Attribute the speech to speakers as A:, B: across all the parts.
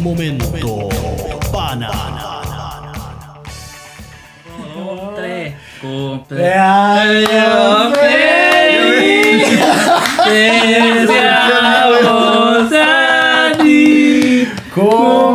A: Momento Pana.
B: Uno, dos, tres.
C: ¡Cumpleaños feliz!
B: Deseamos a ti cumpleaños,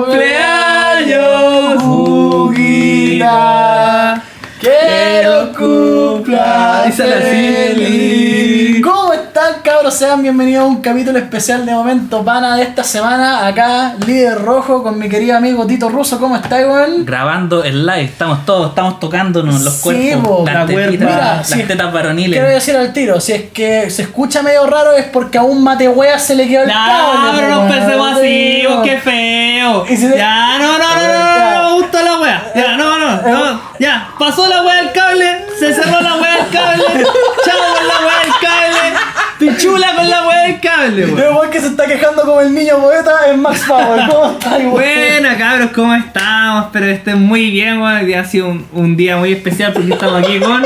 B: Juguita.
C: ¡Que
B: lo cumpla feliz.
C: ¿Cómo están, cabros? Sean bienvenidos a un capítulo especial de Momento Pana de esta semana. Acá, líder rojo, con mi querido amigo Tito Russo. ¿Cómo está, weón?
B: Grabando el live, estamos todos, estamos tocándonos los
C: Sí,
B: cuerpos,
C: bo,
B: las
C: me acuerdo.
B: tetitas,
C: Mira,
B: las
C: sí.
B: tetas
C: Quiero
B: varoniles.
C: decir al tiro, si es que se escucha medio raro es porque a un mate wea se le quedó el cable.
D: Ya, no, no
C: weón.
D: empecemos así, vos, qué feo.
C: Y si te-
D: Ya, no, no, no, no, no, no, no, me gustó la wea. Ya, no, no, no, ya, pasó la wea del cable, se cerró la wea del cable, chao con la wea del cable, pichula con la wea del
C: Yo
D: cable, weón.
C: igual que se está quejando como el niño poeta en Max Power. ¿Cómo está, weón?
D: Buena cabros, ¿cómo estamos? Espero que estén muy bien, weón. Hoy día ha sido un, un día muy especial porque estamos aquí con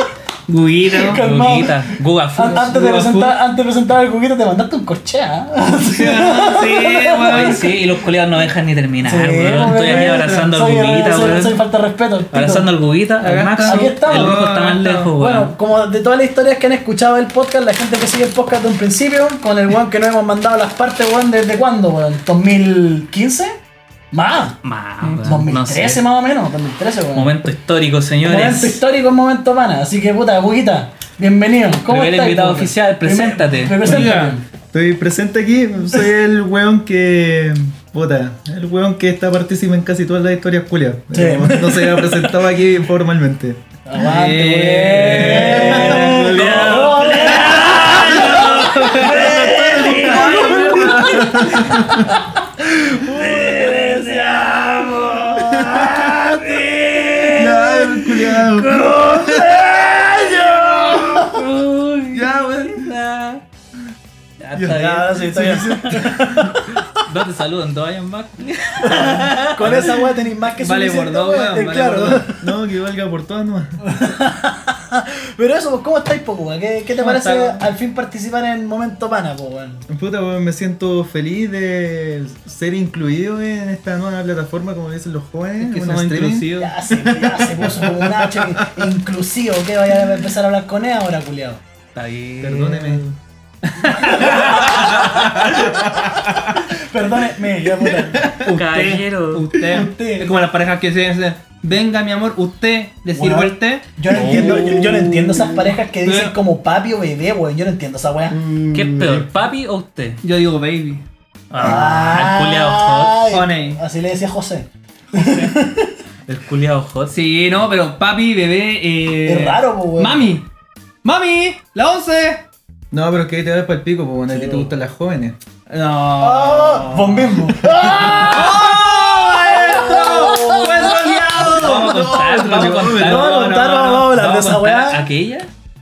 D: Guguito.
C: calmado. Ah,
B: Juguita, Guga Fu.
C: An- Antes de, presentar, antes de presentar el juguete te mandaste un corchea. ¿eh?
D: Sí, weón.
B: Ay, sí, y los colegas no dejan ni terminar,
C: ah.
B: Ah,
C: Sí,
B: weón. Estoy aquí
C: obviamente.
B: abrazando al
C: Soy-
B: Guguita,
C: soy- Soy
B: weón.
C: falta de respeto. Tito.
B: Abrazando al Guguita, al
D: Acá
B: Maxi.
C: estamos. Aquí estamos.
B: El rojo está más
D: Bueno,
B: lejos, weón.
C: Bueno, como de todas las historias que han escuchado del podcast, la gente que sigue el podcast de un principio, con el weón que nos hemos mandado las partes, weón, ¿desde cuándo, weón? ¿2015? Más.
B: Más, weón, no
C: 2013
B: sé.
C: más o menos, 2013, weón.
B: Momento histórico, señores.
C: Momento histórico, un momento pana. Así que, puta, Juguita, bienvenido. ¿Cómo
B: Primer
C: estás?
B: invitado
C: weón?
B: oficial, preséntate.
C: Primer-
E: Oiga,
C: Preséntate.
E: estoy presente aquí, soy el weón que. Puta, el weón que está partícipe en casi todas las historias culias.
C: Sí.
E: Pero No se ha presentado aquí formalmente.
C: Aguante, weón.
B: Eh, Julián.
C: Hola.
E: Ya, el culiao. Ya, weón.
B: Ya está
C: Ah, sí, está bien.
B: bien. No te saludan dos años más.
C: Con esa weá tenéis más que
D: Vale
C: suficiente,
D: por dos,
C: weón. Eh,
D: weón, vale
C: Claro.
D: por dos.
E: No, que valga por todas nomás.
C: Pero eso, pues, ¿cómo estáis, po, weón? ¿Qué, qué te
D: ¿Cómo
C: parece
D: estamos?
C: al fin participar en Momento Pana, po, weón?
E: Puta, weón, me siento feliz de ser incluido en esta nueva plataforma, como dicen los jóvenes.
D: Que
E: una
D: somos
E: streaming.
D: intrusivos.
C: Ya se, ya se puso como un hacho inclusivo, que vaya a empezar a hablar con él ahora, culiao.
B: Está bien.
E: Perdóneme.
C: Perdóneme, ya puta.
B: Caballero.
D: Usted,
C: Usted.
D: Es como las parejas que se dicen, venga mi amor, usted, le sirvo
C: Bueno.
D: el té. Oh. Eh.
C: Yo no entiendo, yo, yo no entiendo esas parejas que dicen como papi o bebé, weón. Yo no entiendo esa weá.
D: Mm.
B: ¿Qué es peor, papi o usted?
D: Yo digo baby.
B: Ah, el culiao hot.
C: Ay,
D: Honey.
C: Así le decía José.
B: El culiao hot.
D: Sí, no, pero papi, bebé, eh.
C: Es raro, po, weón.
D: Mami. Mami, la once.
E: No, pero es que ahí te vas para el pico, pues,
C: Sí,
E: a ti te
C: weón.
E: gustan las jóvenes.
C: Ah,
D: No.
C: vos mismo.
D: ¡Oh, eso! ¡Fue soñado!
B: Vamos a contar, vamos a contar.
C: No, no, no, no, no, hablar de
B: Vamos a
C: esa
B: contar
C: weá.
B: Aquella.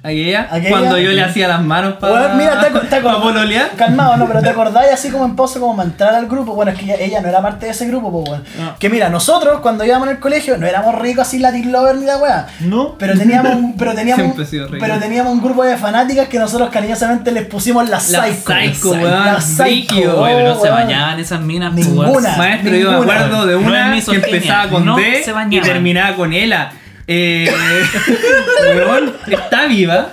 D: Aquella,
C: Aquella.
D: cuando yo le hacía las manos para.
C: Weón, mira, te, te
D: para pololear.
C: Calmado, no, pero te acordáis así como en pausa, como para entrar al grupo. Bueno, es que ella, ella no era parte de ese grupo, pues, weón.
D: No.
C: Que mira, nosotros cuando íbamos en el colegio no éramos ricos así Latin Lover ni la weá.
E: No.
C: Pero teníamos, un- pero teníamos,
D: Siempre he sido rico.
C: pero teníamos un grupo de fanáticas que nosotros cariñosamente les pusimos las
D: La
C: psycho.
D: psycho,
C: Las
D: weón,
C: psycho,
D: brígido,
C: oh,
B: Oye, pero no se
C: weón.
B: bañaban esas minas, pues,
C: Ninguna.
B: weón.
D: Maestro, yo me
C: Ninguna.
D: acuerdo de
B: No
D: una
B: es
D: que
B: misoginia,
D: empezaba con
B: no
D: D
B: se bañaban.
D: y terminaba con ELA. Eh, weón, está viva.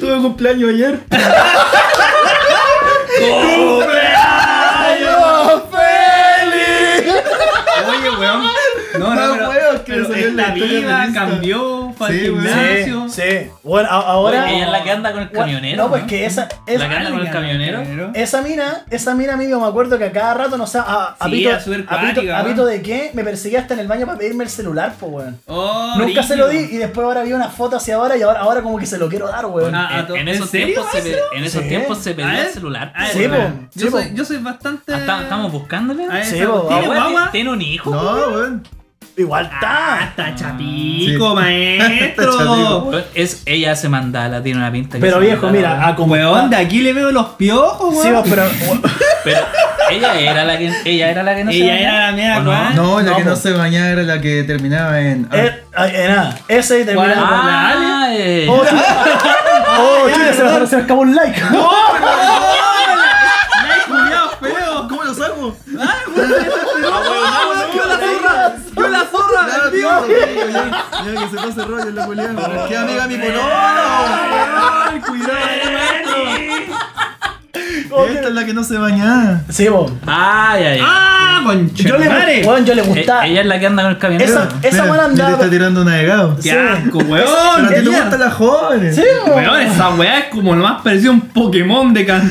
E: Tuve cumpleaños ayer.
D: Oye, weón.
E: No,
D: No, no, pero,
E: weón, que
D: pero
E: salió en la
D: está
E: historia
D: viva,
E: de Insta.
D: cambió, fue al
E: Sí, weón.
D: gimnasio.
C: Sí, bueno, a- ahora.
B: Oye, ella es la que anda con el
C: Weón,
B: camionero.
C: No, pues que esa. esa
B: La que anda con el camionero.
C: Esa mina, esa mina, amigo, me acuerdo que a cada rato, no sé, a, a
D: Sí,
C: pito-
D: era súper
C: a pito-
D: cuática,
C: a
D: ¿no?
C: pito de qué, me perseguía hasta en el baño para pedirme el celular, pues, weón.
D: Oh,
C: Nunca se
D: brígido.
C: lo di y después ahora vi una foto hacia ahora y ahora, ahora como que se lo quiero dar, weón.
D: Ah,
B: En, en esos
D: ¿En serio,
B: tiempos se
D: eso?
B: pe- en esos
C: Sí.
B: tiempos se
D: A
B: pedía
D: ver,
B: el celular.
D: a ver,
B: pues,
C: Sí, po.
B: weón.
D: Yo,
C: po.
D: soy, yo soy bastante.
B: Ah, está- Estamos buscándole.
D: A
C: Sí,
D: esa-
C: po,
B: Ah,
D: ¿Tiene
B: weón,
D: guagua?
B: ¿Tiene un hijo?
E: No, weón.
C: Igual está.
D: Está chapico, Ah, maestro.
E: Está chapico.
B: Weón, Es, ella se mandala, tiene una pinta que
C: Pero
B: se
C: viejo,
B: mandala,
C: mira,
B: weón.
C: a como
D: Weón, de aquí le veo los piojos,
C: Sí,
D: weón.
C: vos, pero.
B: Pero ella era la que ella era la que no se
D: Ella
B: bañaba.
D: era la mía,
B: ¿O no?
D: weón.
E: No, la
C: No,
E: que no
C: pues.
E: se bañaba era la que terminaba en. Ah,
C: eh, ay, eh, nada, ese y terminamos.
D: ¿Cuál?
B: Ah, eh.
C: Oh, chuta. Oh, chuta, se nos- se nos escapó un like.
D: ¡Ay, culiao feo!
E: ¿Cómo lo salvo?
D: ¡Ah, weón, esa es
B: Ah,
D: peluca.
B: weón, ah,
E: Mira que se pase rollo en la culiada. Pero es que amiga mi polola, weón. Cuidado, hermano. Esta es la que no se baña.
C: Sí, weón.
B: Ay, ay, ay.
D: ¡Ah, conche!
C: Yo le,
D: madre!
C: weón, yo le
B: Eh,
C: gustaba.
B: Ella es la que anda con el camión.
C: Esa-
E: Mira,
C: buena
E: ya te
C: andaba-
E: está tirando navegado.
D: ¡Qué
C: Sí.
D: asco, weón!
E: Pero a ti te
C: ella-
E: gustan las jóvenes.
C: Sí, weón.
D: Weón, esa weá es como lo más parecido a un Pokémon de cantina,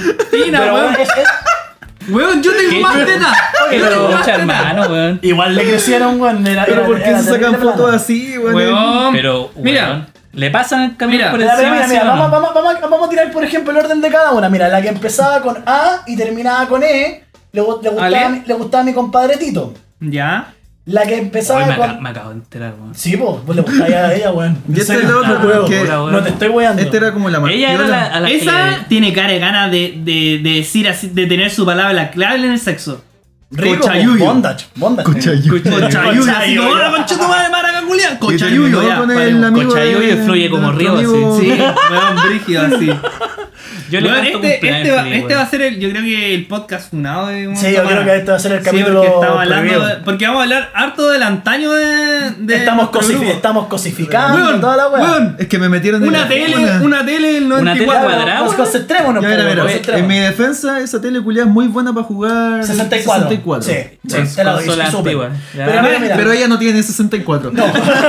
C: Pero,
D: weón.
C: weón, es- es-
D: Weón, yo tengo más teta. Yo
B: pero
D: tengo más
B: mucha
D: teta.
B: hermano, weón.
C: Igual le crecieron, weón. Era,
E: Pero
C: era-
E: ¿por qué
C: era
E: se sacan
C: terrible
E: fotos
C: plana.
E: así, weón?
D: Weón.
B: Pero,
D: mira.
B: mira, le pasan el camión
D: Mira.
B: por
C: Mira,
B: encima.
C: mira, mira,
B: ¿sí o no?
C: vamos, vamos, vamos, vamos a tirar, por ejemplo, el orden de cada una. Mira, la que empezaba con A y terminaba con E, le, gu- le gustaba,
D: Ale.
C: a mi- le gustaba a mi compadre Tito.
D: Ya.
C: La que
B: Hoy
C: empezaba
B: me, aca-
C: con.
B: me acabo de enterar, weón.
C: Sí, vos, vos le gustabas a ella, weón.
E: Y
C: En
E: este
C: serio,
E: es el otro,
C: no, weón.
E: porque
B: hola, weón.
C: No te estoy weando.
E: Este era como la más
B: Ella era la, a la que
D: Esa
B: le-
D: tiene cara de ganas de, de, de decir así, de tener su palabra clave en el sexo.
C: Rico,
D: Cochayuyo.
C: bondage, bondage.
D: Cochayuyo. Así como,
C: Cochayuyo.
D: hola, concha tu madre, maraca culia. Cochayuyo, ya.
E: con
D: vale,
E: el
D: weón.
E: amigo
B: Cochayuyo
E: de-
B: fluye como
E: de
B: río,
E: nuestro amigo-
D: Sí, weón, brígido así.
B: Yo le
D: Weón,
B: canto
D: este,
B: cumpleaños
D: este va,
B: feliz,
D: este va a
B: weón.
D: ser el, yo creo que el podcast funado de Monta
C: Sí, yo creo
D: Mara.
C: que este va a ser el
D: Sí,
C: capítulo
D: porque, estamos hablando de-
C: prohibido.
D: porque vamos a hablar harto del antaño de, de
C: Estamos,
D: nuestro
C: cosifi-
D: grupo.
C: estamos cosificando
D: Weón,
C: toda la weón.
D: weón,
E: Es que me metieron en
D: Una
E: la
D: tele,
E: cuna.
D: una tele del
B: Una tele
D: 94.
B: cuadrada.
C: Nos concentrémonos,
E: Ya,
C: pues,
E: mira,
C: weón,
E: mira, en mi
C: concentrémonos.
E: defensa, esa tele culiada es muy buena para jugar
C: 64. Sí, sí,
B: Es
C: te la doy.
B: consola
C: súper.
B: antigua. Ya.
C: Pero Ah, mira, mira.
E: Pero ella no tiene 64. No.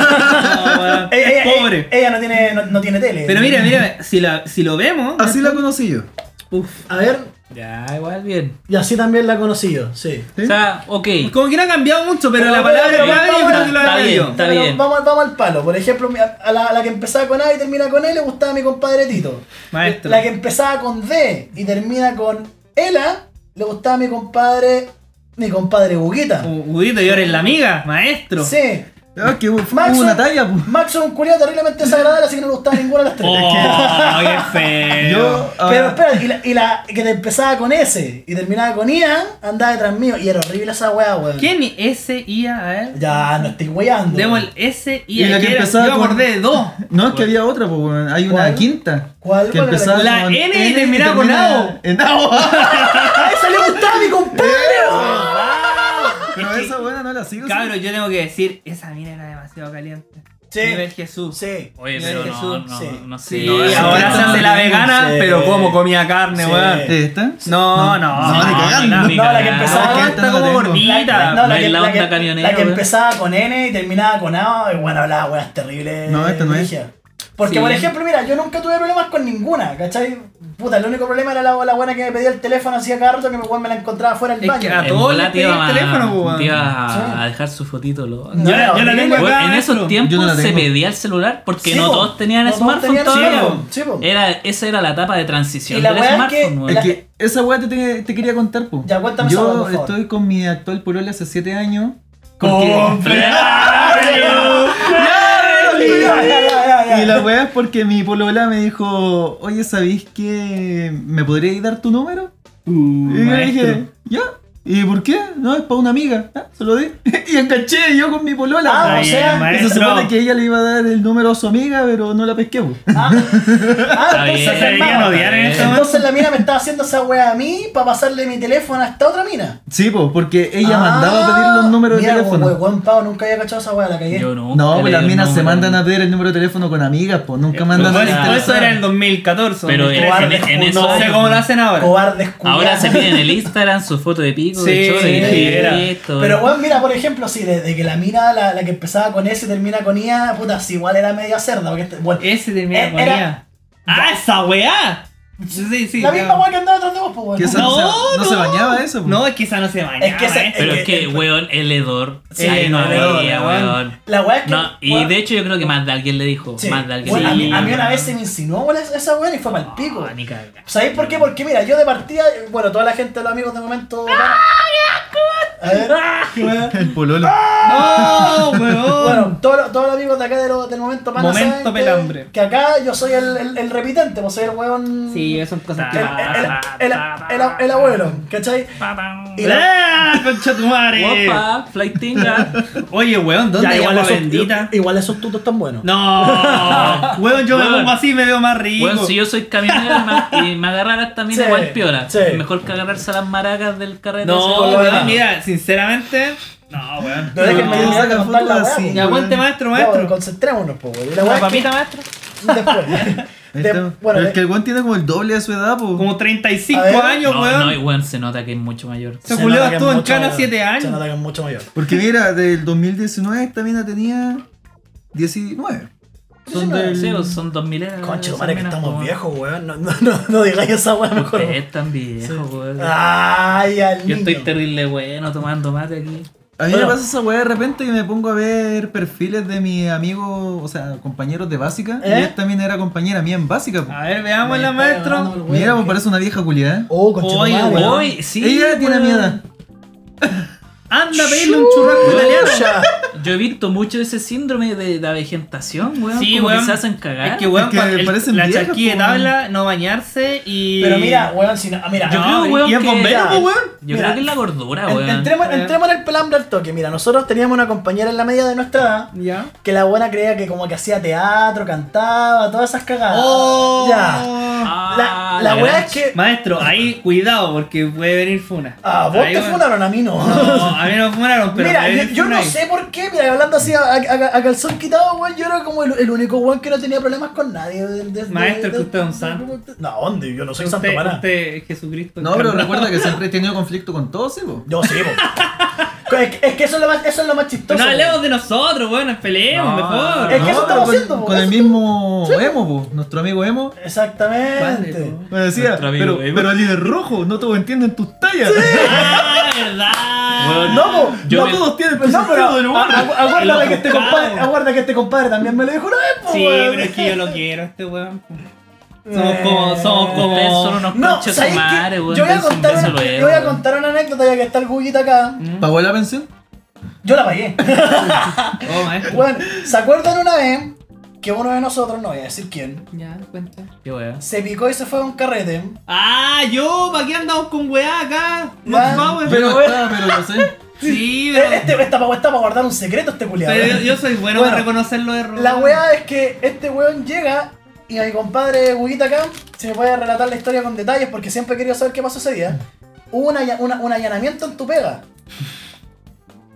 D: No, weón,
C: Ella, ella-
D: Pobre.
C: ella no, tiene, no, no tiene tele.
D: Pero mira, mira, si, la, si lo vemos.
C: Ah,
E: Así la conocí yo.
D: Uf.
C: A ver,
B: Ya, igual, bien.
C: y así también la conocí yo, sí.
E: ¿Sí?
B: O sea, ok.
D: Como que no ha cambiado mucho, pero,
C: Pero
D: la
C: bueno,
D: palabra
C: pero
D: clave yo
C: vamos
D: creo
C: a-
D: que la
B: está
D: había
B: bien.
D: yo.
C: Pero
B: bien.
C: Vamos, vamos al palo. Por ejemplo, mi- a la, a la que empezaba con A y termina con E le gustaba a mi compadre Tito.
D: Maestro.
C: La que empezaba con D y termina con Ela le gustaba a mi compadre. Mi compadre Buguita.
D: U- Udito, yo eres la amiga, maestro.
C: Sí.
E: Ah, que hubo
C: Max-
E: hubo una talla. pu.
C: Max es un culiado terriblemente desagradable, así que no le gustaba ninguna de las tres.
D: Oh, qué feo.
E: Yo, ah,
C: Pero espera, y la, y la que te empezaba con S y terminaba con IA, andaba detrás mío. Y era horrible esa weá, weón.
D: ¿Quién S-I-A? A ver.
C: Ya, no estoy weyando.
D: Demos el S y
E: Y la
D: el
E: que
D: que era-
E: empezaba
D: Yo
E: con-
D: acordé de dos.
E: No, es que había otra, pues, weón. hay una
C: ¿Cuál?
E: quinta.
C: ¿Cuál?
E: Que
C: ¿Cuál era
E: empezaba
D: la-
E: con
D: La N y terminaba con AO.
E: En AO.
C: ¡A esa le gustaba a mi compadre! weón!
E: Pero esa buena no la sigo.
D: Cabros, yo tengo que decir, esa mina era demasiado caliente.
C: Sí.
D: Nivel Jesús.
C: Sí.
B: Oye,
D: Nivel
B: pero no,
D: Jesús,
B: no,
C: sí.
B: no sé.
D: Sí,
B: No,
D: ahora
E: sí,
D: se hace
E: sí,
D: la vegana,
C: sí.
D: pero como comía carne,
C: Sí.
D: weón.
E: ¿Esta?
D: No, no, no,
E: ni cagando.
D: ni
C: No, la que
D: cagando.
C: empezaba-
D: No, está como
E: Esta no la tengo.
D: gordita.
B: no, es la onda
C: que,
B: camionera,
C: la que
B: weón.
C: empezaba con N y terminaba con A, y bueno, hablaba weas terribles.
E: No, esta no es.
C: brígidas. Porque,
D: Sí.
C: por ejemplo, mira, yo nunca tuve problemas con ninguna, ¿cachai? Puta, el único problema era la, la buena que me pedía el teléfono hacía cada rato que me, weón, me la encontraba fuera del
D: Es
C: baño.
D: que a
B: En
D: todos
B: bola
D: les
B: te
D: pedí el
B: iba a-
D: teléfono, weón.
B: Te iba
C: Sí.
B: a dejar su fotito, loco.
C: No,
D: Yo la- yo la tengo
B: Bueno,
D: acá.
B: en esos
D: maestro.
E: Yo no la
B: tiempos se
E: tengo.
B: pedía el celular porque
C: Sí,
B: no
C: po.
B: todos tenían
C: No todos
B: smartphone
C: tenían
B: todavía.
C: smartphone, sí, po.
B: Era, esa era la etapa de transición
C: Y la
B: del
C: weá es
B: smartphone.
C: que-
B: weón.
E: Es
C: La-
E: que esa weá te, te- te quería contar, pues.
C: Ya, cuéntame esa weá,
E: Yo
C: por favor.
E: estoy con mi actual polola hace 7 años.
C: Ya, ya, ya, Ah, ya,
E: Y
C: ya.
E: la weá es porque mi polola me dijo, oye, ¿sabéis que me podríais dar tu número?
D: Uh,
E: y yo le
D: maestro.
E: dije, ya. ¿Y por qué? No, es para una amiga. Ah, se lo di. y enganché yo con mi polola.
C: Ah, o
D: Está
C: sea,
D: bien,
E: Y se
D: maestro.
E: supone que ella le iba a dar el número a su amiga, pero no la pesqué. po.
C: Ah, ah,
B: Está bien,
C: entonces,
D: Se deberían
C: hermano,
D: odiar en este momento.
C: entonces la mina me estaba haciendo esa wea a mí para pasarle mi teléfono a esta otra mina.
E: Sí, pues, porque ella
C: Ah,
E: mandaba a pedir los números de
C: mira,
E: teléfono.
C: como Weón, Pau, nunca había cachado esa weá, la cagué.
B: Yo nunca
E: no,
B: le
E: pues
B: di
E: las
B: un
E: minas se
B: número.
E: mandan a pedir el número de teléfono con amigas, pues nunca mandan a
D: Pues,
E: la
B: era-
D: pues, eso
E: interesada.
D: era en 2014.
B: Pero en, en,
D: 2013.
C: Cobardes,
B: en
C: no
B: esos
D: No sé cómo lo hacen ahora.
C: Cobardes culiados.
B: Ahora se piden el Instagram, su foto de pico, de
D: Sí,
B: choro, de
D: sí, era.
B: esto.
C: Pero weón, mira, por ejemplo, sí, desde que la mina, la, la que empezaba con S y termina con IA, puta, si igual era media cerda, porque este, bueno,
D: Ese termina
C: Eh,
D: con
C: era-
D: IA. ¡Ah, esa weá! Sí, sí.
C: la
D: ya.
C: misma weá que andaba detrás de vos, pues weón.
E: Que esa no, se, no se bañaba eso. po.
D: No, es que esa no se bañaba.
C: Es que esa-
D: eh.
B: Pero
C: Eh,
B: es que,
C: eh,
B: weón, el hedor.
D: Sí,
B: ahí no
D: el hedor,
B: había,
D: weón.
B: weón.
C: La weá es que.
B: No, y
C: weón,
B: de hecho yo creo que más de alguien le dijo.
C: sí.
B: Más de alguien
C: Weón,
B: le
C: a, mí,
B: dijo.
C: a mí una vez se me insinuó weón, esa- esa weá y fue mal pico.
B: Ah, ni cagar.
C: ¿Sabéis por qué? Porque mira, yo de partida, bueno, toda la gente, los amigos de momento.
B: ¡Ah,
C: A ver.
E: El pololo.
D: ¡No, ¡Oh, weón!
C: Bueno, todos los, todos los amigos de acá de lo- del momento pana
D: Momento
C: saben que-
D: pelambre.
C: Que, acá yo soy el, el, el repitente, pues soy el huevón.
D: Sí, son cosas
C: el,
D: que
C: el,
B: Ah,
C: el, el, el, el abuelo, ¿cachai? Y la-
D: ¡Ah, concha tu madre!
B: Opa, flightinga.
D: Oye, weón, ¿dónde hay agua bendita?
C: igual esos tutos están buenos.
D: No, weón, yo me
B: Weón.
D: pongo así y me veo más rico.
B: Bueno, si yo soy camionero y me- y me agarrara esta mina
C: Sí,
B: igual piola.
C: sí.
B: Mejor que agarrarse a las maracas del carrete.
D: No,
B: ese.
C: lo
D: weón,
C: demás.
D: mira, sinceramente. No,
E: weón.
C: No, déjenme
E: ¿Por qué
C: terminar de
E: sacan
C: contar
E: fotos
C: la weá,
E: así?
C: po.
D: Ya, aguante, maestro, maestro.
C: No, concentrémonos, po, weón. Y La
D: ¿Una
C: weá es
D: papita,
C: que-
D: maestro?
C: Después.
E: Ahí
C: De-
E: está.
C: bueno, eh,
E: Pero
C: de-
E: es que el weón tiene como el doble de su edad, po.
D: Como 35
C: A ver.
D: años,
B: No, no, y
D: weón.
B: weón, se nota que es mucho mayor.
D: Se
C: Se nota que
D: culió
C: es
D: Este estuvo en
C: mucho
D: cana
C: mayor.
D: 7
C: Se
D: años.
C: nota que es mucho mayor.
E: Porque mira, del 2019 esta mina tenía 19. Son del...
B: Sí, o son 2000 euros.
C: Concha, tu madre que estamos viejos, weón. No, no, no, no digáis esa weá mejor.
B: Ustedes están viejos, weón.
C: Ay, al
B: Yo estoy
C: Ah, niño.
B: terrible bueno tomando mate aquí.
E: A mí
C: Bueno.
E: me pasa esa weá de repente que me pongo a ver perfiles de mis amigos, o sea, compañeros de básica.
C: ¿Eh?
E: Y esta mina era compañera mía en básica. po.
D: A ver, veámosla,
C: Está agarrando el
D: maestro.
C: weón,
E: Mira, me
C: que-
E: parece una vieja culiada.
C: pues, Oh, concha, tu
D: Oye,
C: madre.
D: weón.
B: Hoy, sí.
E: Ella tiene
B: weón.
E: mi edad.
D: Anda, pedirle un churrasco italiano.
C: Chucha.
B: Yo he visto mucho ese síndrome de, de avegentación, weón.
D: Sí,
B: como
D: weón.
B: que se hacen cagar.
D: Es que, weón,
E: Es que
D: pa- el-
E: parecen
D: la
E: viejas,
D: charquilla de
E: po, weón.
D: tabla, no bañarse y.
C: Pero mira, weón, si no. ah, Mira,
B: Yo
C: no,
B: creo,
D: y-
B: weón,
D: y es
B: que-
D: bombero, po, weón.
B: Yo
C: Mira,
B: creo que es la gordura,
C: En-
B: weón.
C: Entremos,
D: Eh.
C: entremos en el pelambre al toque. Mira, nosotros teníamos una compañera en la media de nuestra edad
D: Ya.
C: que la buena creía que como que hacía teatro, cantaba, todas esas cagadas.
D: ¡Oh!
C: Ya. La,
B: Ah,
C: la
B: gran
C: weá es que.
D: Maestro, ahí cuidado porque puede venir funa.
C: Ah, vos
D: Ahí,
C: te
D: weón.
C: funaron, a mí no.
D: No, a mí no me funaron, pero.
C: mira,
D: puede
C: yo,
D: venir
C: yo
D: funa
C: no
D: ahí.
C: sé por qué, mira, hablando así a, a- a- a calzón quitado, weón, yo era como el, el único weón que no tenía problemas con nadie. de- de- de-
D: Maestro,
C: de-
D: que usted es un
C: de-
D: santo.
C: No, ¿dónde? Yo no soy santo
D: Usted,
C: para nada.
D: usted Este, es Jesucristo.
E: No, pero
D: encarnado.
E: recuerda que siempre he tenido conflicto con todos, ¿sí, po?
C: Yo sí, po. es, que- es que eso es lo más, eso es lo más chistoso.
D: No
C: weón.
D: hablemos de nosotros, weón, nos peleemos
B: No,
D: mejor.
C: Es que eso
E: No,
C: estaba
E: con,
C: haciendo, po,
E: con
C: eso
E: el
C: estaba-
E: mismo Emo, po, nuestro amigo Emo.
C: Exactamente.
D: Vale, po.
E: Me decía,
B: Nuestro amigo
E: pero,
B: Emo.
E: pero líder rojo, no todos entienden tus tallas.
D: Ah, verdad.
B: Weón,
C: No, po,
B: yo
E: no
B: me-
E: todos tienen tu
C: Pues No, pero
E: sentido del humor.
C: a- agu- aguárdate
D: Lo
C: que este
D: buscaba.
C: compadre, aguarda que este compadre también me lo dijo una vez, po,
D: Sí,
C: weón. Eh,
D: pero es que yo lo quiero, este weón. Somos como, somos como.
B: Ustedes son unos
C: No,
B: conchas
C: ¿sabes
B: su madre,
C: qué?
B: weón.
C: yo voy a
B: dense un
C: contar
B: beso
C: una,
B: luego,
C: yo voy a
B: weón.
C: contar una anécdota ya que está el Gugita acá.
D: Mm.
E: ¿Pagó la pensión?
C: Yo la pagué.
D: Oh, maestro.
C: Bueno, ¿se acuerdan una vez que uno de nosotros, no voy a decir quién,
D: Ya, cuenta.
B: Qué weón.
C: se picó y se fue a un carrete?
D: Ah, yo, ¿para qué andamos con weá acá? No,
C: Ya.
D: vamos,
E: Yo no
D: pero.
E: estaba, pero lo sé.
D: Sí,
C: Eh,
D: pero.
C: Este, esta pa- está para guardar un secreto este culiado.
D: Pero yo, yo soy bueno,
C: Bueno,
D: para reconocer los errores.
C: La weá es que este weón llega y a mi compadre Huguita acá, si me puede relatar la historia con detalles, porque siempre he querido saber qué pasó ese día. Hubo una alla- una- un allanamiento en tu pega.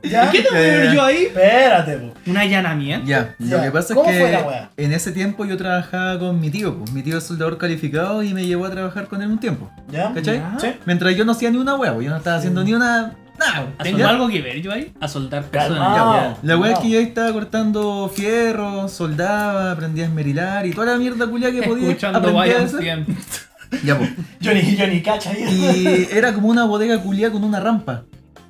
C: ¿Ya?
D: ¿Qué tengo que ver yo ahí?
C: Espérate, po.
D: Un allanamiento.
E: Ya,
C: Ya.
E: lo que pasa es
C: ¿Cómo fue la
E: que
C: weá?
E: en ese tiempo yo trabajaba con mi tío, pues. Mi tío es soldador calificado y me llevó a trabajar con él un tiempo.
C: Ah, ¿Ya?
E: ¿Cachai?
D: Ya.
C: Sí.
E: Mientras yo no hacía ni una hueá, pues, yo no estaba haciendo ni una. Nada. pues.
D: ¿Tengo
E: Ya.
D: algo que ver yo ahí?
B: A soldar
C: Calmao.
B: personas.
E: Ya, La weá es que
C: Wow.
E: yo ahí estaba cortando fierro, soldaba, aprendía a esmerilar y toda la mierda culia que podía
D: Escuchando
E: aprendía a
D: Bayern
E: hacer.
D: siempre.
E: Ya, po.
C: Yo ni, yo ni cacha ahí.
E: Y era como una bodega culia con una rampa.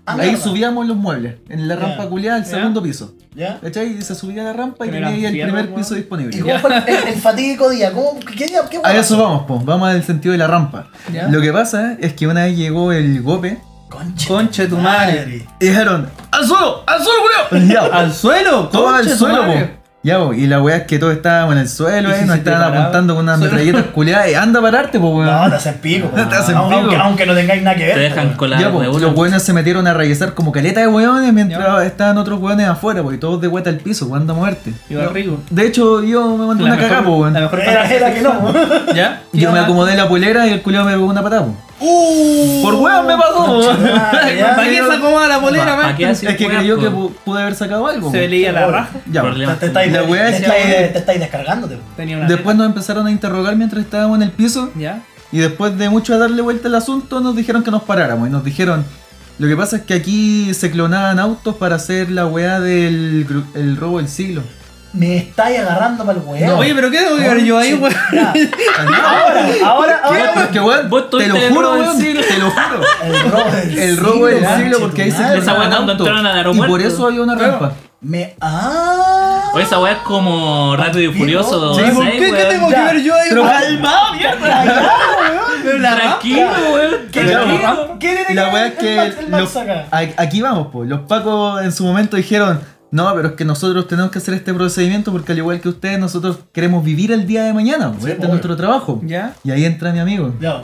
C: Ah,
E: ahí
C: mierda.
E: subíamos los muebles, en la
C: Ya.
E: rampa culia al
D: Ya.
E: segundo piso.
C: ¿Ya?
E: ¿Cachai? Y se subía a la rampa y
D: Pero eran
E: tenía ahí el
D: fierros,
E: primer
D: weón.
E: piso disponible.
C: ¿Y cómo fue el, el- el fatídico día? ¿Cómo, ¿Qué día? ¿Qué
E: A
C: hueá?
E: eso vamos, po. Vamos al sentido de la rampa.
D: Ya.
E: Lo que pasa es que una vez llegó el gope
C: Conche,
D: Conche tu madre.
E: y dijeron: ¡Al suelo! ¡Al suelo, culiao! Ya,
D: ¿Al suelo?
E: Todo al
D: Conche tu
E: suelo, po.
D: madre.
E: Ya, po. Y la weá es que todos estábamos en el suelo,
D: ¿Y
E: eh.
D: si
E: nos
D: se te
E: estaban
D: paraba?
E: apuntando con unas
D: Solo-
E: metralletas culiadas. Y anda a pararte, po, weón.
C: No, te hacen pico. po.
E: Te hacen
C: Aunque-
E: pico.
C: Aunque no tengáis nada que ver.
B: Te dejan
C: po.
B: colar,
E: Ya, po,
B: weón.
E: los weones se metieron a revisar como caleta de weones mientras estaban otros weones afuera, porque todos de vuelta al piso, weón, anda a muerte.
D: Iba
E: No,
D: rico.
E: De hecho, yo me mandé una cagada, po,
D: la
E: weón.
D: mejor
C: Era, era que no. po.
D: ¿Ya?
E: Yo me acomodé la polera y el culiao me pegó una patada, po. Uh, Por weón me pasó, po.
C: madre, ya.
D: ¿Para qué se acomoda la polera,
B: ¿Para
D: maestro?
B: qué hace
E: Es que
B: weón,
E: creyó que
B: po?
E: pu- pude haber sacado algo.
D: Se
E: po.
D: leía la
C: Pobre.
D: raja.
E: Ya, po.
B: Problema.
C: Te estáis
E: La weá
C: te
E: es
C: estáis-
E: que-
C: te estáis descargándote. po.
D: Tenía una.
E: Después nos empezaron a interrogar mientras estábamos en el piso
D: ¿Ya?
E: y después de mucho darle vuelta al asunto nos dijeron que nos paráramos y nos dijeron lo que pasa es que aquí se clonaban autos para hacer la weá del gru- el robo del siglo.
C: Me estáis agarrando para el weón.
E: No.
D: Oye, pero ¿qué tengo que ver yo ahí,
C: Conche-
D: weón?
C: Ya. Ahora, ahora,
E: Weón,
C: ahora.
E: porque, weón,
B: Vos
E: te
B: tuviste
E: lo
B: el
E: juro,
B: robo del
E: weón,
B: siglo.
E: te lo juro.
C: El robo del
E: El robo del siglo,
C: conche
E: porque ahí
C: tu
E: se
C: madre.
B: Esa weá
E: clonaban
B: cuando
E: autos.
B: entraron al
E: Y
B: aeropuerto.
E: por eso había una rampa.
C: Me. ¡Ah!
B: O esa weá es como Rápido y
C: Pico.
B: Furioso.
C: Sí,
B: no
D: ¿Por
B: sé,
D: qué? ¿Qué
B: pues, weón.
D: tengo que
C: Ya.
D: ver yo ahí?
E: Pero-
D: Calmado, mierda. Pero la raja.
B: Tranquilo, weón.
C: ¿Qué,
E: Ya,
C: qué-
B: Tranquilo.
C: qué tiene que
E: La
C: ver
E: weá
C: el
E: es que
C: Max- el Max
E: los-
C: acá?
E: a- aquí vamos, pues. Los pacos en su momento dijeron, no, pero es que nosotros tenemos que hacer este procedimiento porque al igual que ustedes, nosotros queremos vivir el día de mañana,
C: Sí,
E: po, este
C: obvio.
E: es nuestro trabajo.
D: Ya.
E: Y ahí entra mi amigo.
C: Ya.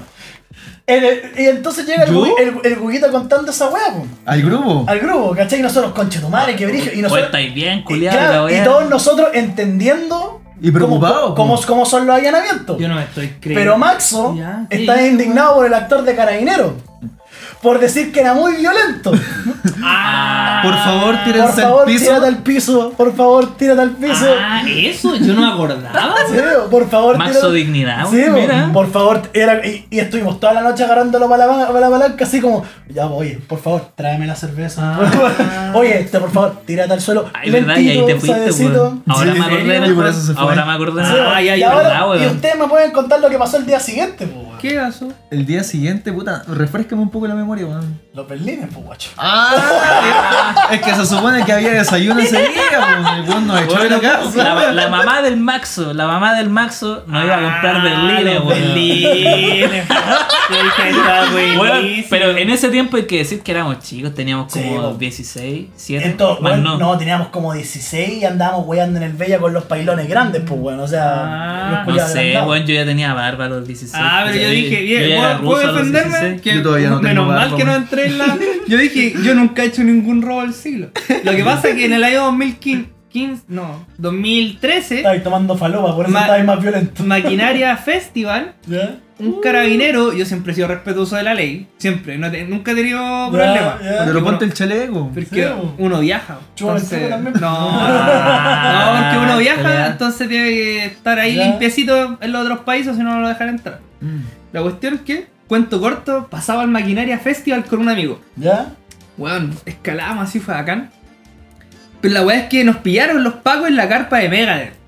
C: El- el- y entonces llega el,
E: ¿Yo?
C: gu- el, el juguito contando esa weá, po,
E: Al grupo.
C: al grupo, ¿cachai? Y nosotros, conche tu madre, que brillo. Y
B: Vos
C: nosotros.
B: estáis bien,
C: y,
B: culiado,
C: Eh, claro,
B: la weá.
C: y todos nosotros entendiendo
E: Y
C: cómo,
E: preocupados,
C: cómo-
E: po.
C: cómo son los allanamientos.
D: Yo no me estoy creyendo.
C: Pero Maxo
D: Ya, sí,
C: está
D: ya,
C: indignado por el actor de Carabinero. Por decir que era muy violento.
D: Ah,
E: Por favor,
C: Por
E: tírense al
C: favor,
E: piso.
C: tírate al piso. Por favor, tírate al piso.
D: Ah, eso, yo no me acordaba.
C: Sí, por favor,
B: Ah, Maxo
C: tírate-
B: dignidad,
C: Sí,
B: güey, mira.
C: por favor, era, y, y estuvimos toda la noche agarrándolo para la, para la palanca, así como, ya, oye, por favor, tráeme la cerveza. oye, este, por favor, tírate al suelo.
B: Ah. Ay, verdad, y ahí
C: lentito,
B: te fuiste,
C: suavecito.
B: weón. Ahora
E: Sí,
B: me acordé
E: y por eso se
B: mejor.
E: fue.
B: Ahora me acordé.
C: Sí,
D: Ah, ya,
C: y,
D: ya,
C: ahora,
B: verdad, weón.
C: y ustedes me pueden contar lo que pasó el día siguiente, pues, weón.
D: ¿Qué pasó?
E: El día siguiente, puta, refrescame un poco la memoria, weón.
C: Los berlines, pues, guacho.
E: Ah, es que se supone que había desayuno ese día, weón. El weón nos echó de la casa.
B: La, la mamá del Maxo, la mamá del Maxo no iba a comprar berlines,
D: Ah, los
B: weón.
D: Ah, berlines. Yo dije, está
B: Weón,
D: buenísimo.
B: Pero en ese tiempo hay que decir que éramos chicos, teníamos
C: Sí,
B: como
C: weón.
B: 16, 7,
C: Esto,
B: más
C: weón,
B: no.
C: no. teníamos como 16 y andábamos weando en el Bella con los pailones grandes, pues, weón. O sea,
D: Ah,
C: los
B: No
C: culiados
B: sé,
C: agrandados.
B: weón, yo ya tenía barba a los 16.
D: Ah, pero yo dije,
B: yo ya
D: bien,
B: era
D: ¿puedo,
B: ruso
D: ¿puedo
B: a los
D: defenderme?
B: 16.
D: Que
E: Yo todavía no
D: menos
E: tengo
D: mal
E: barba,
D: que no
E: man.
D: entré en la. Yo dije, yo nunca he hecho ningún robo al siglo. Lo que pasa es que en el año 2015, no, 2013,
C: Estabais tomando falopa, por eso
D: Ma-
C: estabais más violentos.
D: Maquinaria Festival,
C: ¿Ya?
D: un carabinero, yo siempre he sido respetuoso de la ley, siempre, no te- nunca he tenido problema.
C: ya.
D: Porque
E: Pero
D: uno-
E: ponte el chaleco.
D: Porque
C: Sí, bo.
D: uno viaja.
C: Chúpame el
D: entonces-
C: culo también.
D: No, no, porque uno viaja, entonces tiene que estar ahí
C: Ya.
D: limpiecito en los otros países, si no, no lo dejan entrar.
E: Mm.
D: La cuestión es que, cuento corto, pasaba al Maquinaria Festival con un amigo.
C: ¿Ya?
D: Weón, escalábamos así, fue bacán. Pero la weá es que nos pillaron los pagos en la carpa de Megadeth.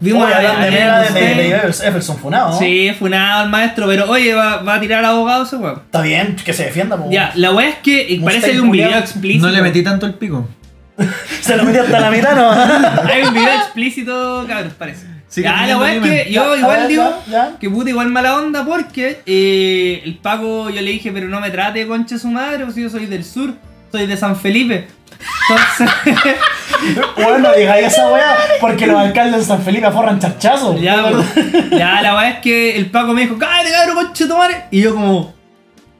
D: Vimos
C: Oye,
D: a-
C: hablando de
D: a-
C: mega de,
D: no
C: de,
D: sé.
C: de Evers- Everson Funado, ¿no?
D: Sí, funado el maestro, pero oye, va, va a tirar abogado ese weón.
C: Está bien, que se defienda, po.
D: Ya, la weá es que eh, parece
C: Mustang
D: que hay un video
C: culiao.
D: explícito.
E: No le metí tanto el pico.
C: Se lo metió hasta la mitad, ¿no?
D: Hay un video explícito, cabros, parece.
E: Sí,
D: ya, la
E: también
D: weá es
E: dime.
D: que yo
C: Ya, a
D: igual
C: ver,
D: digo
C: ya, ya.
D: que puta igual mala onda porque eh, el Paco yo le dije, pero no me trate concha su madre, o si yo soy del sur, soy de San Felipe. Entonces,
C: Weón, no digáis esa weá, porque los alcaldes de San Felipe aforran charchazos.
D: ya, pues, ya, la weá es que el Paco me dijo, cállate cabrón, concha tu madre. Y yo como,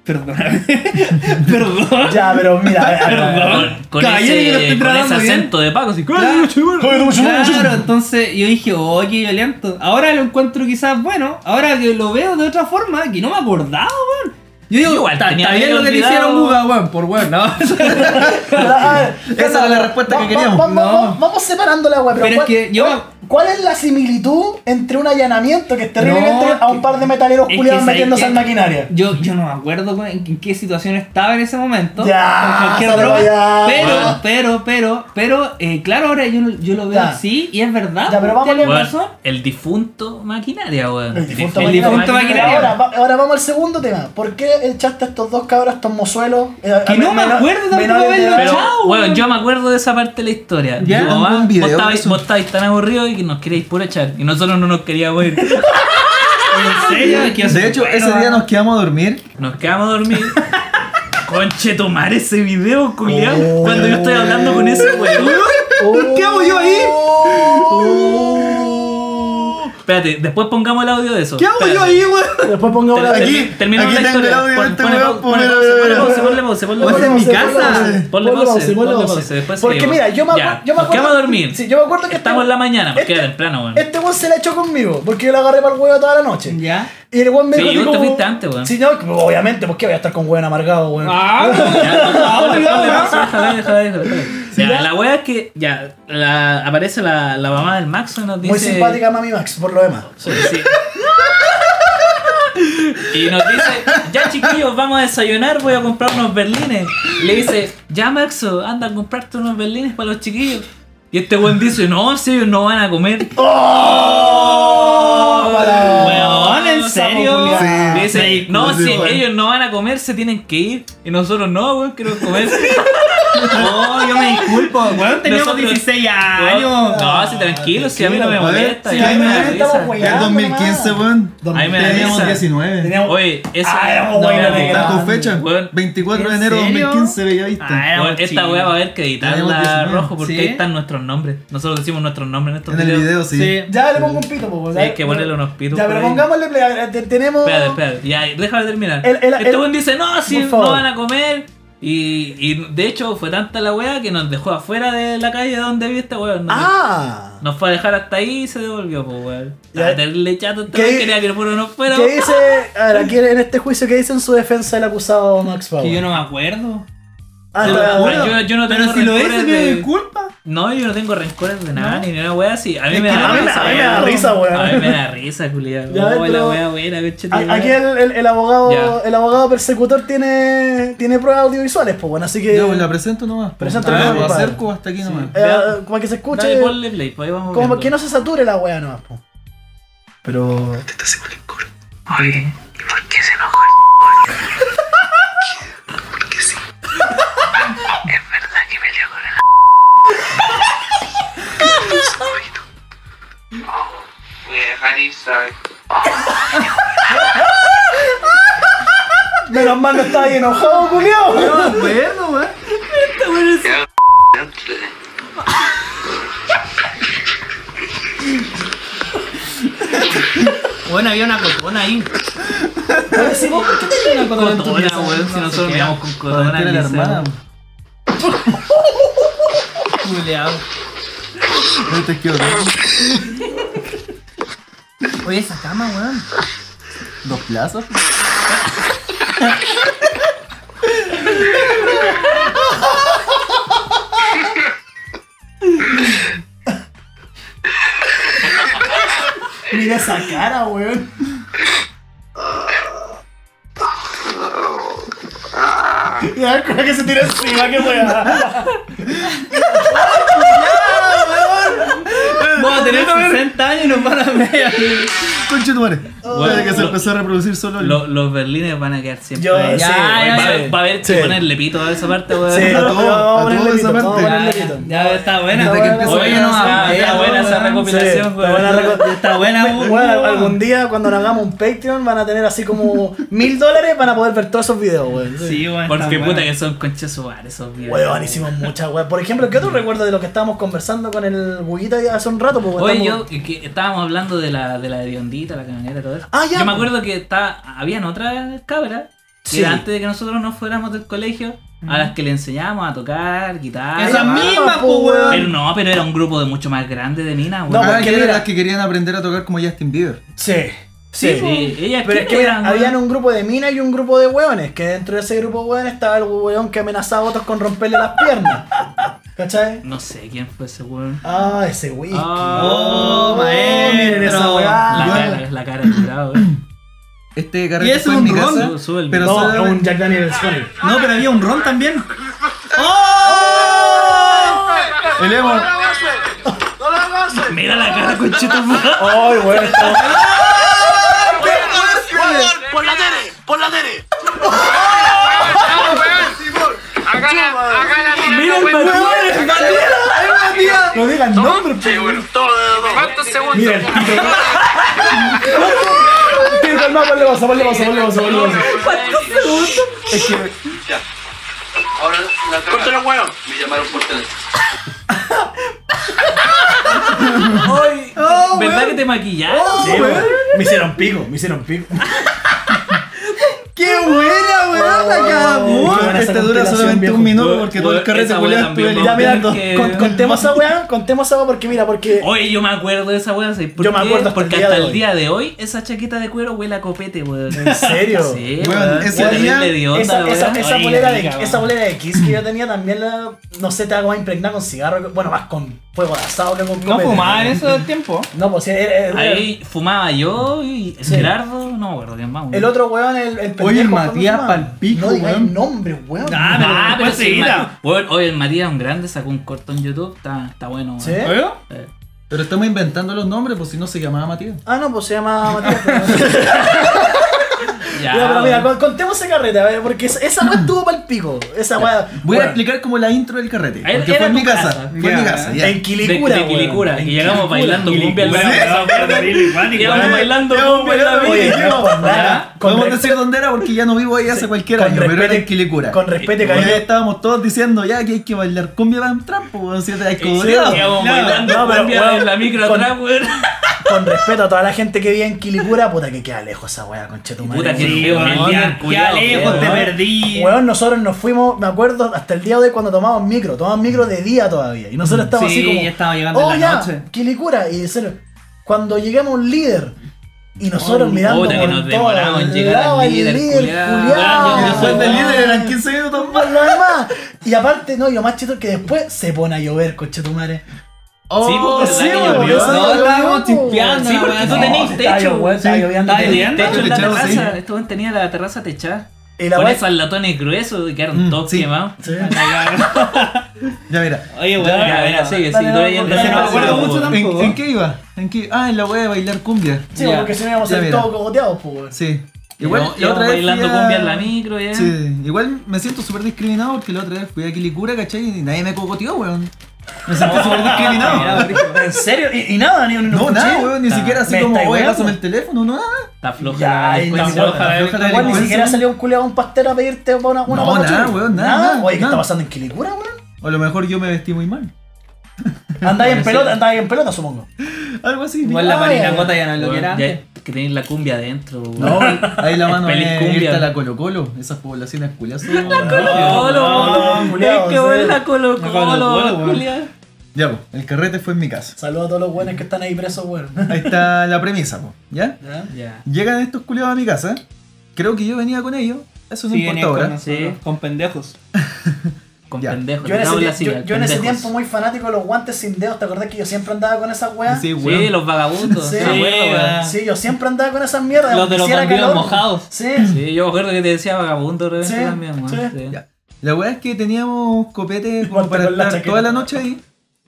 D: perdóname, perdón.
C: Ya, pero mira, a ver, a ver, a ver.
D: Perdón.
B: Con,
D: Caballero, yo lo estoy
B: ese, con ese
D: tratando bien.
B: acento de Paco, así.
D: Claro.
C: Oye, tú, chulo,
D: Claro,
C: chulo.
D: entonces yo dije, oh, qué violento. Ahora lo encuentro quizás bueno, ahora que lo veo de otra forma, que no me acordaba, weón. Yo digo,
B: Igual,
D: está
B: tenía
D: está bien
B: medio
D: lo que le
B: olvidado.
D: hicieron Buga, weón, por weón, ¿no?
C: A ver,
E: Esa
C: calma,
E: era la respuesta
C: va-
E: que
C: va-
E: queríamos.
C: Vamos,
D: No.
C: vamos- vamos separando la weá, pero,
D: Pero es
C: ¿cuál,
D: que yo-
C: cuál- cuál es la similitud entre un allanamiento que es terriblemente
D: No, es
C: a un
D: que-
C: par de metaleros
D: es que
C: culiados
D: ¿sabes
C: metiéndose
D: qué?
C: al maquinaria?
D: Yo, yo no me acuerdo cu- en, en qué situación estaba en ese momento.
C: Ya,
D: con cualquier
C: pero
D: droga,
C: ya.
D: Pero, pero, pero, pero, eh, claro, ahora yo, yo lo veo
C: Ya.
D: así y es verdad.
C: Ya, pero vamos
D: tienen
C: a leer-
D: razón.
B: el difunto maquinaria, weón.
C: El difunto
D: El
C: maquinaria.
D: difunto maquinaria.
C: Ahora, va- ahora vamos al segundo tema. ¿Por qué echaste a estos dos cabros, a estos mozuelos? eh,
D: Que
C: a-
D: no
C: a-
D: me
C: menor-
D: acuerdo tampoco
C: menores de
D: verlo,
C: edad?
B: Pero,
D: Chao,
B: weón,
D: weón.
B: yo me acuerdo de esa parte de la historia.
E: Ya,
B: Digo, mamá,
E: un video
B: vos,
E: de
B: estabais,
E: eso.
B: vos estabais tan aburridos y que nos queríais puro echar. Y nosotros no nos queríamos ir.
D: En serio, Ah, es que yo soy
E: De hecho,
D: bueno,
E: ese día
D: weón.
E: nos quedamos a dormir.
B: Nos quedamos a dormir. Conche, tomar ese video, culiao.
C: Oh.
B: Cuando yo estoy hablando con ese weón.
E: ¿Qué hago yo ahí?
B: Espérate, después pongamos el audio de eso.
E: ¿Qué hago yo ahí, weón?
C: Después pongamos la
E: Aquí,
B: Termina
E: aquí
B: la
E: tengo el
B: historia.
E: audio de
B: Pon-
E: este
B: ponle
E: weón,
B: pau- ponle
E: ponle-
B: pause, ponle pause, ponle
E: Ponle
B: pause.
E: en mi
C: pause,
E: casa.
B: Ponle pause, ponle
C: pause.
B: pause, después
C: Porque
B: seguimos.
C: mira, yo me,
B: Ya, nos
C: acuerdo, yo me acuerdo.
B: quedamos a dormir.
C: Sí, yo me acuerdo que
B: Estamos en
C: este-
B: la mañana, porque
C: este-
B: era temprano, weón.
C: Este weón se la echó conmigo, porque yo la agarré para el huevo toda la noche.
D: Ya.
C: Y el weón me
B: Sí,
C: dijo.
B: vos te
C: así como-
B: fuiste antes, weón.
C: Sí, no, pues, obviamente, porque voy a estar con weón amargado, weón.
D: Ah,
B: Ya,
D: no,
B: ponle
D: no,
B: pausa, déjala, déjala, déjala. Ya, la wea es que ya la- aparece la, la mamá del Maxo y nos dice.
C: Muy simpática Mami Max, por lo demás.
B: Sí, sí. Y nos dice, ya chiquillos, vamos a desayunar, voy a comprar unos berlines. Le dice, ya Maxo, anda a comprarte unos berlines para los chiquillos. Y este buen dice, no, si ellos no van a comer.
C: ¡Oh! para-
B: Weón,
D: Ah, ¿en serio?
C: Sapo culiao.
E: Sí.
B: Le dice,
D: Sí,
B: no,
E: sí,
B: si
E: bueno.
B: ellos no van a comer, se tienen que ir. Y nosotros no, weón, queremos comer. No, yo me disculpo,
D: Weón, teníamos 16 años.
B: No, si tranquilo, si a mí no me
E: A ver,
B: molesta.
E: sí,
B: ya
E: a mí
B: me
E: me
B: da
C: molesta,
B: risa.
C: weón.
E: Era 2015, weón.
B: Ahí me da
E: Teníamos
B: risa.
E: 19.
C: Teníamos-
B: Oye, eso.
C: Ah, éramos
B: no,
C: buenos,
B: no,
C: era-
E: La tu fecha,
B: Weón. Ah,
E: 24 de
D: ¿En
E: enero de
D: serio?
E: 2015, bella vista.
D: éramos
B: Bueno, esta
D: chicos.
B: weá va a haber que
E: Tenemos
B: editarla
E: 19.
B: rojo porque
D: ¿Sí?
B: ahí están nuestros nombres. Nosotros decimos nuestros nombres en estos
E: En el
B: videos.
E: video, sí.
C: Ya le pongo un pito, po,
B: Sí, hay que ponerle unos pitos
C: Ya,
B: por
C: pero
B: ahí.
C: pongámosle play. a ver, te- Tenemos.
B: Espérate, espérate, ya, déjame terminar.
C: El- el-
B: este
C: el-
B: weón dice, no, si
C: Por
B: no
C: favor.
B: van a comer. Y, y de hecho fue tanta la weá que nos dejó afuera de la calle donde vive este weón. Nos,
C: Ah.
B: nos fue a dejar hasta ahí y se devolvió, pues weón.
C: Ya.
B: Estaba terrible chato, este
C: ¿Qué
B: weón
C: di-
B: quería que el puro no fuera.
C: ¿Qué dice. A ver, aquí en este juicio, ¿qué dice en su defensa el acusado Max Power?
D: Que yo no me acuerdo.
C: Ah,
B: Te lo
C: está-
B: juro. yo- yo no
D: Pero
B: tengo
D: si lo es,
B: rencores
D: me
B: de-
D: culpa.
B: No, yo no tengo rencores de nada, ni una wea así. A mí
D: Es
B: me
D: que
B: da
C: a mí me-
B: risa.
C: a mí me da
B: weón.
C: risa, weón.
B: A mí me da risa, culiado.
C: Ya,
B: Oh, la
C: pero-
B: wea buena, conchete,
C: A-
B: la
C: Aquí
B: wea.
C: el, el- el abogado
B: Ya.
C: el abogado persecutor tiene, tiene pruebas audiovisuales, pues bueno, así que
E: Ya, pues la presento nomás.
C: Presenta
E: Ah,
B: nomás,
E: lo
C: compadre.
E: acerco hasta aquí nomás.
C: eh,
B: Vea.
C: como que se escuche,
B: Dale, ponle play, pues ahí vamos
C: como
B: viendo.
C: que no se sature la wea nomás, po. Pero
F: Voy a dejar ir, ¿sabes?
C: menos mal no está ahí enojado, culiao.
D: No me acuerdo, weón.
B: Bueno, había una cotona ahí.
C: Pero si vos- ¿por qué te-
D: Una cotona en tu
B: Cotona,
D: pieza.
B: weón. Si
D: No,
B: nosotros miramos con
E: Para
B: cotona
E: meter a
B: en
E: la
B: el
E: hermana.
D: Culeado.
E: No te quiero ver.
D: Oye, esa cama, weón.
E: Dos plazas.
C: Mira esa cara, weón. Y a ver con la que se tira encima, qué wea.
D: Vamos a tener 60 años y nos van a ver.
E: Conche tu madre. Desde que se
B: lo-
E: empezó a reproducir solo el.
B: Lo- los berlines van a quedar siempre.
C: Yo-
B: ahí.
C: sí,
B: va,
D: ya,
B: va-
C: sí.
B: va a haber que
C: Sí.
B: ponerle pito a esa parte, weón.
C: Sí,
E: a
C: pero
E: todo,
C: vamos
E: a
C: ponerle
E: todo esa
C: pito,
E: parte.
C: vamos a ponerle
D: Ya,
C: pito.
D: ya, está buena.
E: Desde que empezó
B: Oye, no, está, está buena esa recopilación,
C: Sí,
B: weón.
C: está buena reco-
D: Está buena, Uh, weón.
C: Bueno, algún día cuando nos hagamos un Patreon van a tener así como mil dólares van a poder ver todos esos videos, weón.
D: Sí, weón. está
B: Porque
D: buena.
B: puta que son conchas subar esos videos.
C: Weón, hicimos muchas, weón. Por ejemplo, ¿qué otro recuerdo de lo que estábamos conversando con el Buguita hace un rato? Pues, weón,
B: Oye, yo,
C: estamos-
B: que estábamos hablando de la, de la hediondita, la camioneta, todo eso.
C: Ah, ya,
B: yo me
C: po.
B: acuerdo que está, habían otras cabras que
C: Sí.
B: antes de que nosotros nos fuéramos del colegio, a las que le enseñábamos a tocar guitarra.
D: Esa
C: Ah,
D: misma,
C: po,
D: po, weón.
B: Pero no, pero era un grupo de mucho más grande de minas,
C: No,
B: weón.
E: Ah,
C: porque
E: que eran
C: mira.
E: las que querían aprender a tocar como Justin Bieber.
C: Sí.
B: sí,
C: Sí,
B: sí, ellas
C: Pero es que
B: eran,
C: mira, habían
B: weón?
C: un grupo de minas y un grupo de hueones, que dentro de ese grupo de hueones estaba el hueón que amenazaba a otros con romperle las piernas. ¿Cachai?
B: No sé quién fue ese weón.
C: Ah, ese whisky.
B: Ah,
D: oh, maestro.
C: Miren esa
B: La
C: weá.
B: cara, la cara de curado, weón.
E: Este
D: Y
E: carrete
D: es
E: fue en
D: un
E: mi
D: ron,
E: casa.
B: Su- sube el
E: Pero
C: No,
E: solamente-
C: es un Jack Daniels Sonic.
D: No, pero había un ron también. ¡Oh!
E: El emo.
B: Mira la cara, conchito.
C: Ay, weón, está-
F: ¡Por la tele! ¡Por la tele! ¡Mira el
C: No digan nombre,
F: Sí, bueno, todo de dos. ¿Cuántos segundos?
C: Mira el pito. Pero calma, ponle pausa, ponle pausa, ponle pausa, ponle pausa. Es que
F: Ahora la ¡Córtale, hueón! Me llamaron por teléfono.
B: ¿Verdad que te maquillaron?
C: Sí, weón. Me hicieron pico, me hicieron pico.
D: ¡Qué buena, weón! La
C: Oh,
D: cagó.
C: qué buena esa
E: Este dura
C: compilación,
E: solamente
C: viejo.
E: un minuto porque todo el
B: Esa
E: carrete
B: weá
E: culiao
B: también
E: estuve
B: va
C: Ya,
B: a
E: lidiando.
C: mira,
B: tener que-
C: con- contemos esa weá, contemos esa weá porque mira, porque.
B: Oye, yo me acuerdo de esa weá, ¿sabes por
C: Yo me
B: qué?
C: acuerdo hasta
B: Porque
C: el día
B: hasta
C: de
B: el
C: hoy.
B: día de hoy esa chaqueta de cuero huele a copete, weón.
C: ¿En serio?
B: Sí,
E: Weón,
B: weón.
E: ese
B: Huele
E: día-
B: de hedionda
C: Esa,
B: la
C: esa,
B: weá.
C: esa,
B: Ay,
C: bolera de,
B: rica, weón.
C: esa bolera de Kiss que yo tenía también la. No sé, te hago impregnar con cigarro. Bueno, más con fuego de asado que con
D: No
C: copete.
D: fumaba ¿eh? en eso del tiempo.
C: No, pues sí, era- era-
B: Ahí fumaba yo y el Gerardo, no me acuerdo quién más. weón.
C: el otro weón, el, el pendejo.
E: Oye, el
C: ¿cómo se
E: Matías
C: llama?
E: Palpico,
C: No digáis
E: weón.
C: nombre, weón.
D: Ah, pero
B: Ah, pero
D: después
C: pues
B: sí,
D: seguirá.
B: Mati- weón, Oye, el Matías, un grande, sacó un corto en YouTube. Está, está bueno, weón.
C: ¿Sí?
D: ¿Oye?
B: Eh,
E: Pero estamos inventando los nombres, pues si no se llamaba Matías.
C: Ah, no, pues se llama Matías. pero-
B: Ya,
C: Mira, pero mira,
B: weón.
C: con- contemos ese carrete, a ver, porque esa- esa weá estuvo pa'l pico. Esa weá.
E: Voy a
C: Bueno,
E: explicar como la intro del carrete.
B: Era-
E: Porque
B: era
E: fue en
B: tu
E: mi casa.
B: casa.
E: Fue en mi
D: Ya.
E: casa, ya.
C: En
B: De-
C: Quilicura,
B: de
C: weón.
B: Quilicura, que
C: En
B: llegamos bailando cumbia al
D: Weón,
B: lado.
D: weón, weón, weón,
B: Llegamos
D: weón.
B: bailando
E: Llevamos
B: cumbia en la
E: bailando,
B: vida.
E: oye,
C: No, con nada. Con
E: Podemos
C: re-
E: decir dónde era porque ya no vivo ahí hace cualquier
C: con
E: año, pero
C: respeto-
E: era en Quilicura.
C: Con respeto,
E: Porque ahí
C: cariño.
E: estábamos todos diciendo ya que hay que bailar cumbia para entrar, pues weón, si te descubrió.
B: Llegamos
D: Claro.
B: bailando
C: No, pero,
B: cumbia
C: weón,
B: en la micro
C: con-
B: atrás, weón.
C: Con respeto a toda la gente que vive en Quilicura, puta que queda lejos esa weá, conchetumadre.
B: Puta que
C: weón.
B: feo,
D: weón,
B: el día
D: qué
B: culiao,
D: lejos
B: feo,
D: te
B: weón.
D: perdí.
C: Weón, nosotros nos fuimos, me acuerdo, hasta el día de hoy cuando tomábamos micro, tomábamos micro de día todavía. Y nosotros
B: Mm.
C: estábamos
D: Sí,
C: así como.
D: ya estaba llegando
C: oh,
D: la
C: ya,
D: noche".
C: Quilicura. Y decir, cuando lleguemos a un líder, Y nosotros
B: Oh,
C: mirando
B: puta, que
C: por
B: nos
C: todos
B: demoramos en llegar al
C: lados, el
B: líder, culiao.
C: culiao.
B: Weón, yo- yo soy
E: Después del
B: Ay.
E: líder eran 15 minutos más.
C: Por lo demás. Y aparte, no, y lo más chido es que después se pone a llover, cochetumare.
B: Sí, pues,
E: Oh, sí,
B: ¿verdad que
E: weón.
B: llovió?
E: No,
D: No, estábamos
C: Sí, porque
D: chispeando.
B: Sí,
D: la
B: porque
D: weá.
B: Ah, tú
D: No,
B: tenías
C: estaba lloviendo,
B: techo.
C: estaba lloviendo.
B: Estaba
D: lloviendo.
B: techo en la
E: Techado, sí.
B: terraza. Este weón tenía la terraza techada.
C: Y la
B: Con
C: weá-
B: esos latones gruesos y quedaron
E: Mm,
B: todos
E: sí.
B: quemados.
C: Sí.
E: Ya mira.
D: Oye,
B: Ya,
D: weón.
B: ya, mira, sigue,
C: Dale,
B: sigue, tú
C: no,
B: eres el
C: porque
B: recién
D: no me acuerdo
B: pasado,
D: mucho
B: weón.
E: ¿En,
D: tampoco.
E: en qué iba? ¿En qué? Ah, en la wea de bailar cumbia.
C: Sí,
B: Ya.
C: porque si no íbamos a
E: Ya,
C: ser
E: mira.
C: todos cogoteados, pues, weón.
E: Sí.
B: Igual,
E: Igual, la otra vez.
B: bailando
E: fui a-
B: cumbia en la micro, ya.
E: Sí, igual me siento súper discriminado porque la otra vez fui a Quilicura, ¿cachai? Y nadie me cocoteó, weón. Me siento súper discriminado.
C: ¿En serio? ¿Y, y nada? ¿Ni un
E: No,
C: un
E: nada,
C: cuchillo?
E: weón, ni
B: Nah.
E: siquiera así
C: Me
E: como,
C: estáis
E: oye,
C: weando.
E: pásame el teléfono, no, nada.
B: Está floja
C: Ya,
B: la
C: ahí
B: delincuencia,
C: está,
B: floja la
E: floja la
B: delincuencia.
C: Weón, ni
E: delincuencia.
C: siquiera salió un culiao a un pastero a pedirte una, una
E: No,
C: papa
E: nada,
C: chula.
E: weón, nada, nada,
C: Oye, ¿qué
E: nada.
C: está pasando en Quilicura, weón?
E: O a lo mejor yo me vestí muy mal.
C: Andáis en
B: Sí.
C: pelota, andáis en pelota, supongo.
E: Algo así.
D: Igual la
C: Ay,
D: parinacota ya no es lo que
B: Weón,
D: era.
B: ya
D: antes.
B: que tenéis la cumbia adentro, weón.
E: No, ahí la mano
B: Feliz
E: es
B: cumbia.
E: irte a la Colo Colo, esas poblaciones culiadas. son-
B: Colo,
C: no,
B: Es
C: culiao,
B: que
C: sí.
B: weón la Colo
D: La Colo Colo,
B: Colo,
D: weón.
B: culiao.
E: Ya, po, el carrete fue en mi casa.
C: Saludos a todos los buenos que están ahí presos, weón.
E: Ahí está la premisa, po, ¿ya?
C: ¿Ya?
B: Ya.
E: Llegan estos culiados a mi casa, creo que yo venía con ellos, eso no
D: Sí,
E: importa
D: venía con
E: ahora.
D: nosotros,
B: Sí.
D: Con pendejos.
B: Con
E: Ya.
B: pendejos.
C: Yo en, ese
B: tabla
C: tie-
B: así,
C: yo-
B: al
C: yo en ese
B: pendejos.
C: tiempo muy fanático de los guantes sin dedos, ¿te acordás que yo siempre andaba con esas weas?
E: Sí, weón.
B: Sí, los vagabundos.
C: Sí.
B: ¿te acuerdas, weón?
C: Sí, yo siempre andaba con esas mierdas.
D: Los
C: aunque
D: de los
C: hiciera
D: bandidos
C: calor.
D: mojados.
C: Sí.
B: Sí, yo me acuerdo que te decía vagabundo de repente
C: Sí,
B: también, weón.
C: sí.
B: Sí.
E: Ya. La weá es que teníamos copete como
C: Ponte
E: para
C: con la
E: estar
C: chaqueta.
E: toda la noche ahí,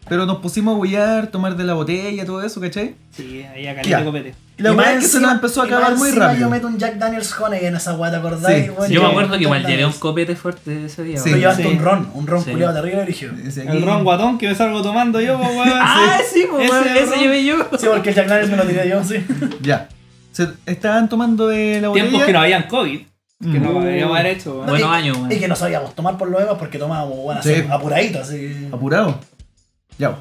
E: pero nos pusimos a huear, tomar de la botella, todo eso, ¿cachai?
D: Sí, ahí a
E: Ya.
D: caliente copete.
E: Y la
C: más
E: weá es que se nos
C: encima-
E: empezó a
C: y más
E: acabar muy
C: encima
E: rápido.
C: Yo meto un Jack Daniels Honey en esa wea, ¿te acordás?
E: Sí,
C: Weón,
E: sí.
B: Yo
C: yo-
B: me acuerdo que igual
C: Jack
B: llevé un
C: Daniels.
B: copete fuerte ese día.
E: Sí.
C: Pero
B: weón.
C: llevaste
D: Sí.
C: un ron, un ron
B: Sí.
C: culiado terrible origen.
E: Dice aquí,
D: El ron guatón que me salgo tomando yo, pues, weón.
B: Ah, sí,
D: Ese
B: pues, weón, ese
D: ron.
B: llevé yo.
C: Sí, porque el Jack Daniels me lo tiré yo, sí.
E: Ya. Se estaban tomando de la botella.
D: Tiempos que no habían COVID. Que no
E: Mm.
D: habíamos haber hecho, weón.
B: Buenos
C: y-
B: años, weón.
C: Y que no sabíamos tomar por lo demás porque tomábamos, bueno,
E: Sí.
C: así, apuradito, así.
E: Apurado. Ya. po.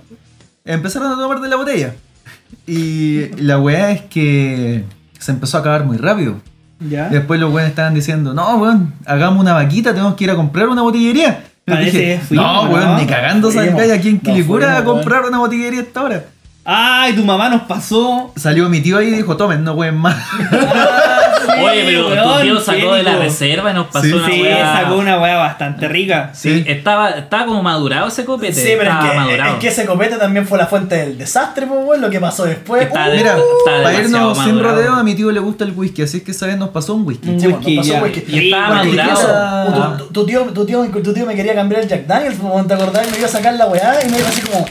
E: Empezaron a tomar de la botella. Y la weá es que se empezó a acabar muy rápido.
D: Ya.
E: Después los weones estaban diciendo, no, weón, hagamos una vaquita, tenemos que ir a comprar una botillería. Y les
D: Parece
E: dije,
D: que fuimos,
E: no, weón,
D: ¿no?
E: ni cagando
C: Fuimos.
E: salgáis aquí en
C: No,
E: Quilicura a
C: fuimos,
E: comprar una botillería hasta ahora.
D: Ay, tu mamá nos pasó.
E: Salió mi tío ahí y dijo, tomen, no weón más.
D: Ah,
B: Oye, pero tu tío sacó de la reserva y nos pasó
E: Sí,
B: una
D: pues. Sí,
B: weá.
D: sacó una weá bastante rica.
B: Sí, estaba, estaba como madurado ese copete.
C: Sí, pero es
B: estaba
C: que,
B: madurado.
C: es que ese copete también fue la fuente del desastre, pues, weón, lo que pasó después.
B: Está
C: Uh,
B: de-
E: Mira,
B: está
E: para
B: demasiado
E: irnos sin
B: madurado.
E: rodeo, a mi tío le gusta el whisky, así es que esa vez nos pasó un whisky.
D: Un
C: Sí, bueno,
D: whisky
C: pasó
D: ya.
C: whisky.
B: Y estaba
E: Porque
B: madurado.
E: quiso-
C: O tu, tu- tu tío, tu, tío, tu tío me quería cambiar el Jack Daniels, como te acordás, me iba a sacar la weá y me dijo así como,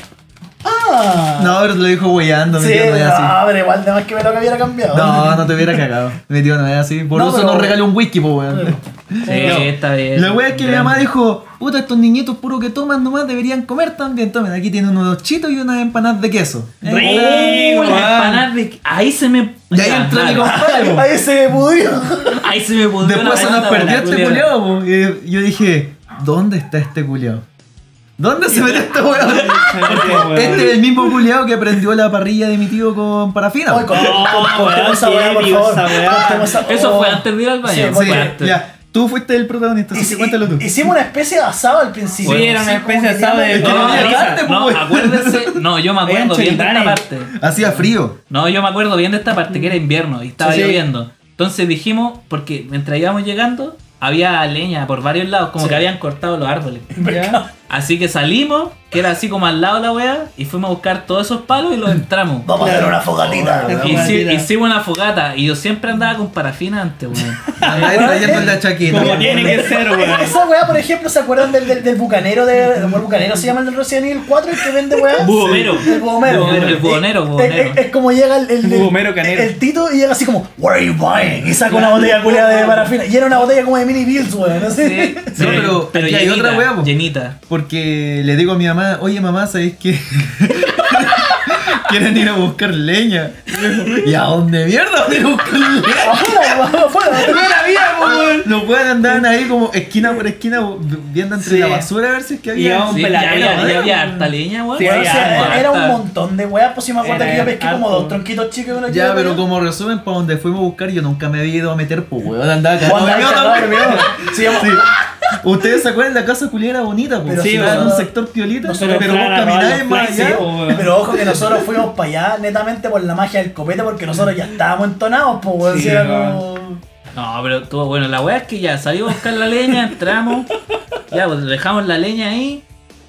C: ¡Ah!
E: No, pero te lo dijo weyando, mi
C: sí,
E: tío no es así.
C: no, pero igual nada más que me lo que hubiera cambiado.
E: No, no te hubiera cagado. Mi tío no es así. Por
C: No,
E: eso
C: pero-
E: nos regaló un whisky, po, weón.
B: Sí, está bien.
E: La wea es que mi
B: Grande.
E: mamá dijo, puta, estos niñitos puros que toman nomás deberían comer también. Tomen, aquí tienen unos chitos y unas empanadas de queso. Eh,
D: Rico,
B: Oh, las
D: weón.
B: empanadas de- Ahí se me.
E: Y ahí entra mi compadre, po.
C: Ahí se me pudrió.
B: Ahí se me pudrió la
E: Después se nos
B: banda,
E: perdió
B: la
E: este
B: culera.
E: culiao, po. Y yo dije, ¿dónde está este culiao? ¿Dónde se metió este weón? Este es el mismo culiao que aprendió la parrilla de mi tío con parafina.
C: Oye,
E: po.
C: con- con-
D: weón,
C: Cortemos esa
D: qué
C: weá, por
D: épico
C: favor.
D: esa weá.
C: Cortemos esa-
B: Eso fue
C: oh.
B: antes de ir al baño.
C: Sí,
B: fue
E: Sí,
B: antes.
E: ya. Tú fuiste el protagonista, así que
C: Hici-
E: cuéntalo tú.
C: Hicimos una especie de asado al principio.
D: Sí, era
C: como
D: una especie de
C: que
D: asado de-
C: teníamos-
E: que no
B: No,
E: había
B: no,
E: carne, po,
B: no,
E: weón.
B: acuérdense. No, yo me acuerdo
D: Eran
B: bien de esta
D: choripanes.
B: parte.
E: Hacía frío.
B: No, yo me acuerdo bien de esta parte, que era invierno y estaba
D: Sí, sí.
B: lloviendo. Entonces dijimos, porque mientras íbamos llegando, había leña por varios lados, como
C: Sí.
B: que habían cortado los árboles.
D: Ya.
B: Así que salimos, que era así como al lado de la wea, y fuimos a buscar todos esos palos y los entramos.
C: Vamos a hacer una
D: Claro.
C: fogatita.
B: Y hici-
D: Maldita.
B: hicimos una fogata y yo siempre andaba con parafina antes, weón.
E: Andá trayendo la chaqueta.
D: Como tiene que ser, weón.
C: Esa weá, por ejemplo, ¿se acuerdan del, del, del bucanero? De, ¿El bucanero se llama el del Resident Evil 4? El que vende weá.
B: Buhomero.
C: El buhomero.
B: El buhonero, buhonero.
C: Es, es- es como llega el, el, el-
D: Buhomero canero.
C: el Tito y llega así como, Where are you buying? Y saca una botella culiada de parafina. Y era una botella como de mini bills, weón. No sé.
E: Sí, pero aquí hay otra wea, po.
B: Llenita.
E: Porque le digo a mi mamá, oye mamá, ¿sabéis qué? Quieren ir a buscar leña. ¿Y a dónde mierda van a ir a buscar leña?
C: Afuera, weón, afuera.
E: No la había, po, weón. Los weones andaban ahí como esquina por esquina bu- viendo entre
D: Sí.
E: la basura a ver si es que
D: Y
E: había.
D: aún- Un
B: Sí, ya
D: peladero,
B: había, ya
D: weón.
B: había harta leña, weón.
D: Sí,
C: Weón, o
D: había
C: sea,
D: harta.
C: era un montón de weá, pues si me acuerdo
D: Era
C: que yo pesqué como
D: harto.
C: dos tronquitos chicos y una
E: Ya,
C: chica,
E: pero
C: weón.
E: como resumen, para donde fuimos a buscar, yo nunca me había ido a meter, pues weón, andaba
C: Weón,
E: cagado de miedo
C: andaba
E: también.
C: cagado de miedo. Sí, vamos-
E: Sí. Ustedes se acuerdan de la casa culiera bonita, pues.
C: Pero
E: Sí,
C: sí,
E: era un
C: no.
E: sector piolita,
C: Nosotros
E: pero vos
D: claro,
E: camináis
D: los
E: más
D: flashes,
E: allá.
D: po, weón.
C: Pero ojo que nosotros fuimos para allá netamente por la magia del copete porque nosotros ya estábamos entonados, pues weón.
D: Sí,
C: si era
D: weón.
C: como-
B: No, pero estuvo bueno. La weá es que ya salimos a buscar la leña, entramos. Ya, pues dejamos la leña ahí.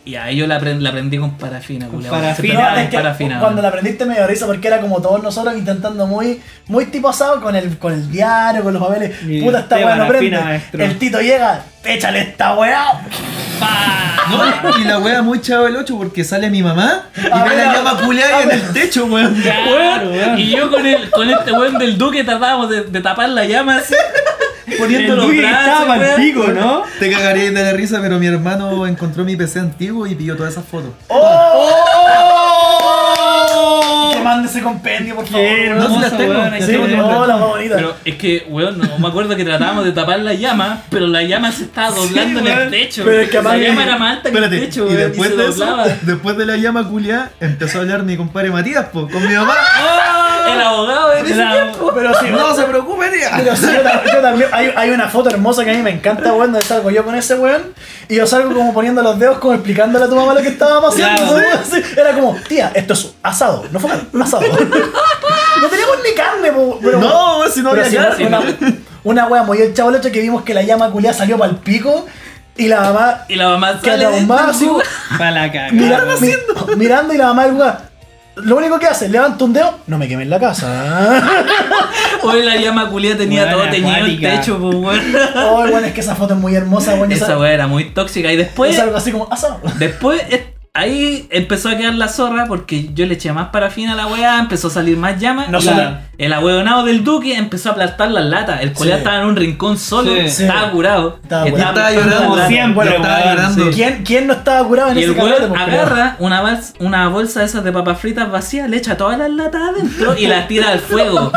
B: Y ahí yo la, prend- la prendí con parafina,
D: Con
B: culiao, weón.
D: parafina.
B: Se
C: No,
B: prendía
C: es que
B: con parafina,
C: cuando
B: weón.
C: la aprendiste me dio risa porque era como todos nosotros intentando muy, muy tipo asado con el, con el diario, con los papeles.
D: Y
C: Puta, esta
D: usted,
C: weá no
D: parafina,
C: prende.
D: maestro.
C: El Tito llega, échale esta weá.
E: No, y la wea muy chavo el 8 porque sale mi mamá y
C: A
E: ve
C: ver,
E: la
C: a
E: llama
C: ver.
E: culiada en el techo, weón.
D: Claro, weón.
B: Y yo con, el, con este weón del Duque tratábamos de, de tapar la llama así, poniendo
D: El
B: los
D: Luis estaba
B: brazos.
D: pa'l
B: weón.
D: pico, ¿no?
E: Te cagaría de la risa, pero mi hermano encontró mi PC antiguo y pilló todas esas fotos.
C: Que mande ese compendio, por favor.
D: Qué
C: weón.
E: No, si las
D: hermoso,
E: tengo,
D: weón,
E: las
D: hay
C: Sí,
E: tengo,
D: que-
E: no,
C: no, la más bonita.
B: Pero es que, weón, no me acuerdo que tratábamos de tapar la llama, pero la llama se estaba doblando en
D: weón.
B: el techo.
C: Pero es que
B: la
C: aparte-
B: llama era más alta que el techo,
E: y
B: weón,
E: después
B: se
E: de eso,
B: doblaba.
E: después de la llama culiada, empezó a hablar mi compadre Matías, po, con mi mamá.
B: El abogado en ese
D: Era-
B: tiempo.
C: Pero sí,
E: No se preocupe, tía.
C: Pero sí, yo, ta- yo también, hay, hay una foto hermosa que a mí me encanta, weón, donde salgo yo con ese weón y yo salgo como poniendo los dedos, como explicándole a tu mamá lo que estábamos haciendo.
D: Claro.
C: weón, así. Era como, tía, esto es asado, no fue asado. no teníamos ni carne, po, pero,
E: No, si no
C: pero
E: había
C: sí,
E: carne.
C: una, una wea muy el chaval que vimos que la llama culiá salió para el pico y la mamá
B: Y la mamá
C: que
B: sale de
C: traumada, así,
B: este-
D: Pa' la cagada.
C: mira-
D: weón.
C: mi- mirando y la mamá del weón. Lo único que hace, levanta un dedo, no me quemé en la casa.
B: Hoy la llama culia tenía
D: Weón,
B: todo teñido el
D: acuática.
B: techo, pues weón.
C: Oh, weón, es que esa foto es muy hermosa, weón.
B: Esa weá era muy tóxica. Y después,
C: Es algo así como asado.
B: después eh, ahí empezó a quedar la zorra porque yo le eché más parafina a la weá, empezó a salir más llama.
C: No
B: y
C: solo-
B: la- el ahueonado del duque empezó a aplastar las latas. El culiao
C: Sí.
B: estaba en un rincón solo,
D: Sí.
B: estaba
C: Sí.
B: curado.
C: Estaba curado.
E: Estaba
B: aplastando
E: llorando.
B: las latas.
D: siempre,
E: Ya estaba
D: weón,
E: llorando.
D: sí.
C: ¿Quién, quién no estaba curado en
B: Y el
C: ese carrete?
B: weón
C: pues, pero-
B: agarra una, bals- una bolsa de esas de papas fritas vacía, le echa todas las latas adentro y las tira al fuego.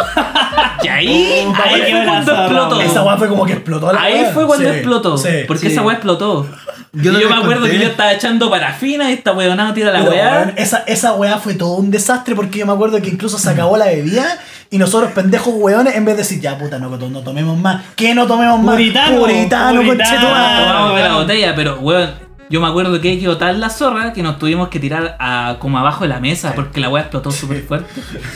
B: Y
C: Oh,
B: ahí,
D: Puta,
B: ahí
D: qué
B: fue cuando
D: brazo,
B: explotó.
D: weón.
C: Esa weá fue como que explotó la
B: Ahí
C: weá.
B: fue cuando
C: Ah, Sí,
B: explotó.
C: sí.
B: porque
D: sí.
B: esa weá explotó.
E: Yo no
B: y yo
E: les
B: me acuerdo
E: conté.
B: que yo estaba echando parafina y esta weonada tira la
C: Pero, weón,
B: weá.
C: esa, esa weá fue todo un desastre porque yo me acuerdo que incluso se acabó la bebida y nosotros pendejos weones en vez de decir ya puta no, no tomemos más, que no tomemos más,
D: Puritano,
C: puritano,
D: puritano.
C: conchetumare.
B: Tomamos de la
D: weón.
B: botella, pero weón. Yo me acuerdo que quedó tan la zorra que nos tuvimos que tirar a- como abajo de la mesa porque la weá explotó súper fuerte.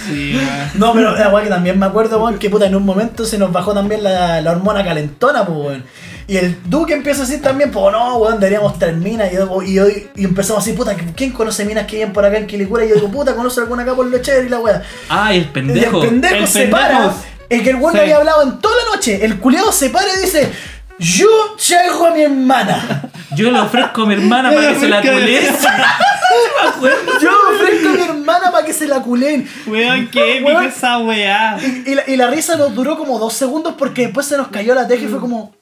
D: Sí, weón.
C: No, pero la weá que también me acuerdo, weón, que puta, en un momento se nos bajó también la, la hormona calentona, pues, weón. Y el Duque empieza a decir también, pues, no, weón, deberíamos traer minas. Y, yo- y, hoy- y empezamos así, puta, ¿quién conoce minas que viven por acá en Quilicura? Y yo digo, puta, ¿conoce alguna acá por Lechero y la weá?
B: Ay, el
C: Y el
B: pendejo.
C: pendejo
D: el
C: se
D: pendejo.
C: para. El que el weón no
D: Sí.
C: había hablado en toda la noche. El culiado se para y dice: Yo traigo a mi hermana.
B: Yo le ofrezco a mi hermana
D: Yo
B: para
D: le
B: que se la
D: ofrezco a mi
B: culé.
C: Yo ofrezco a mi hermana para que se la culen.
D: Weón, qué épico
C: Weón.
D: esa weá.
C: Y, y la, y la risa nos duró como dos segundos porque después se nos cayó la teja y fue como: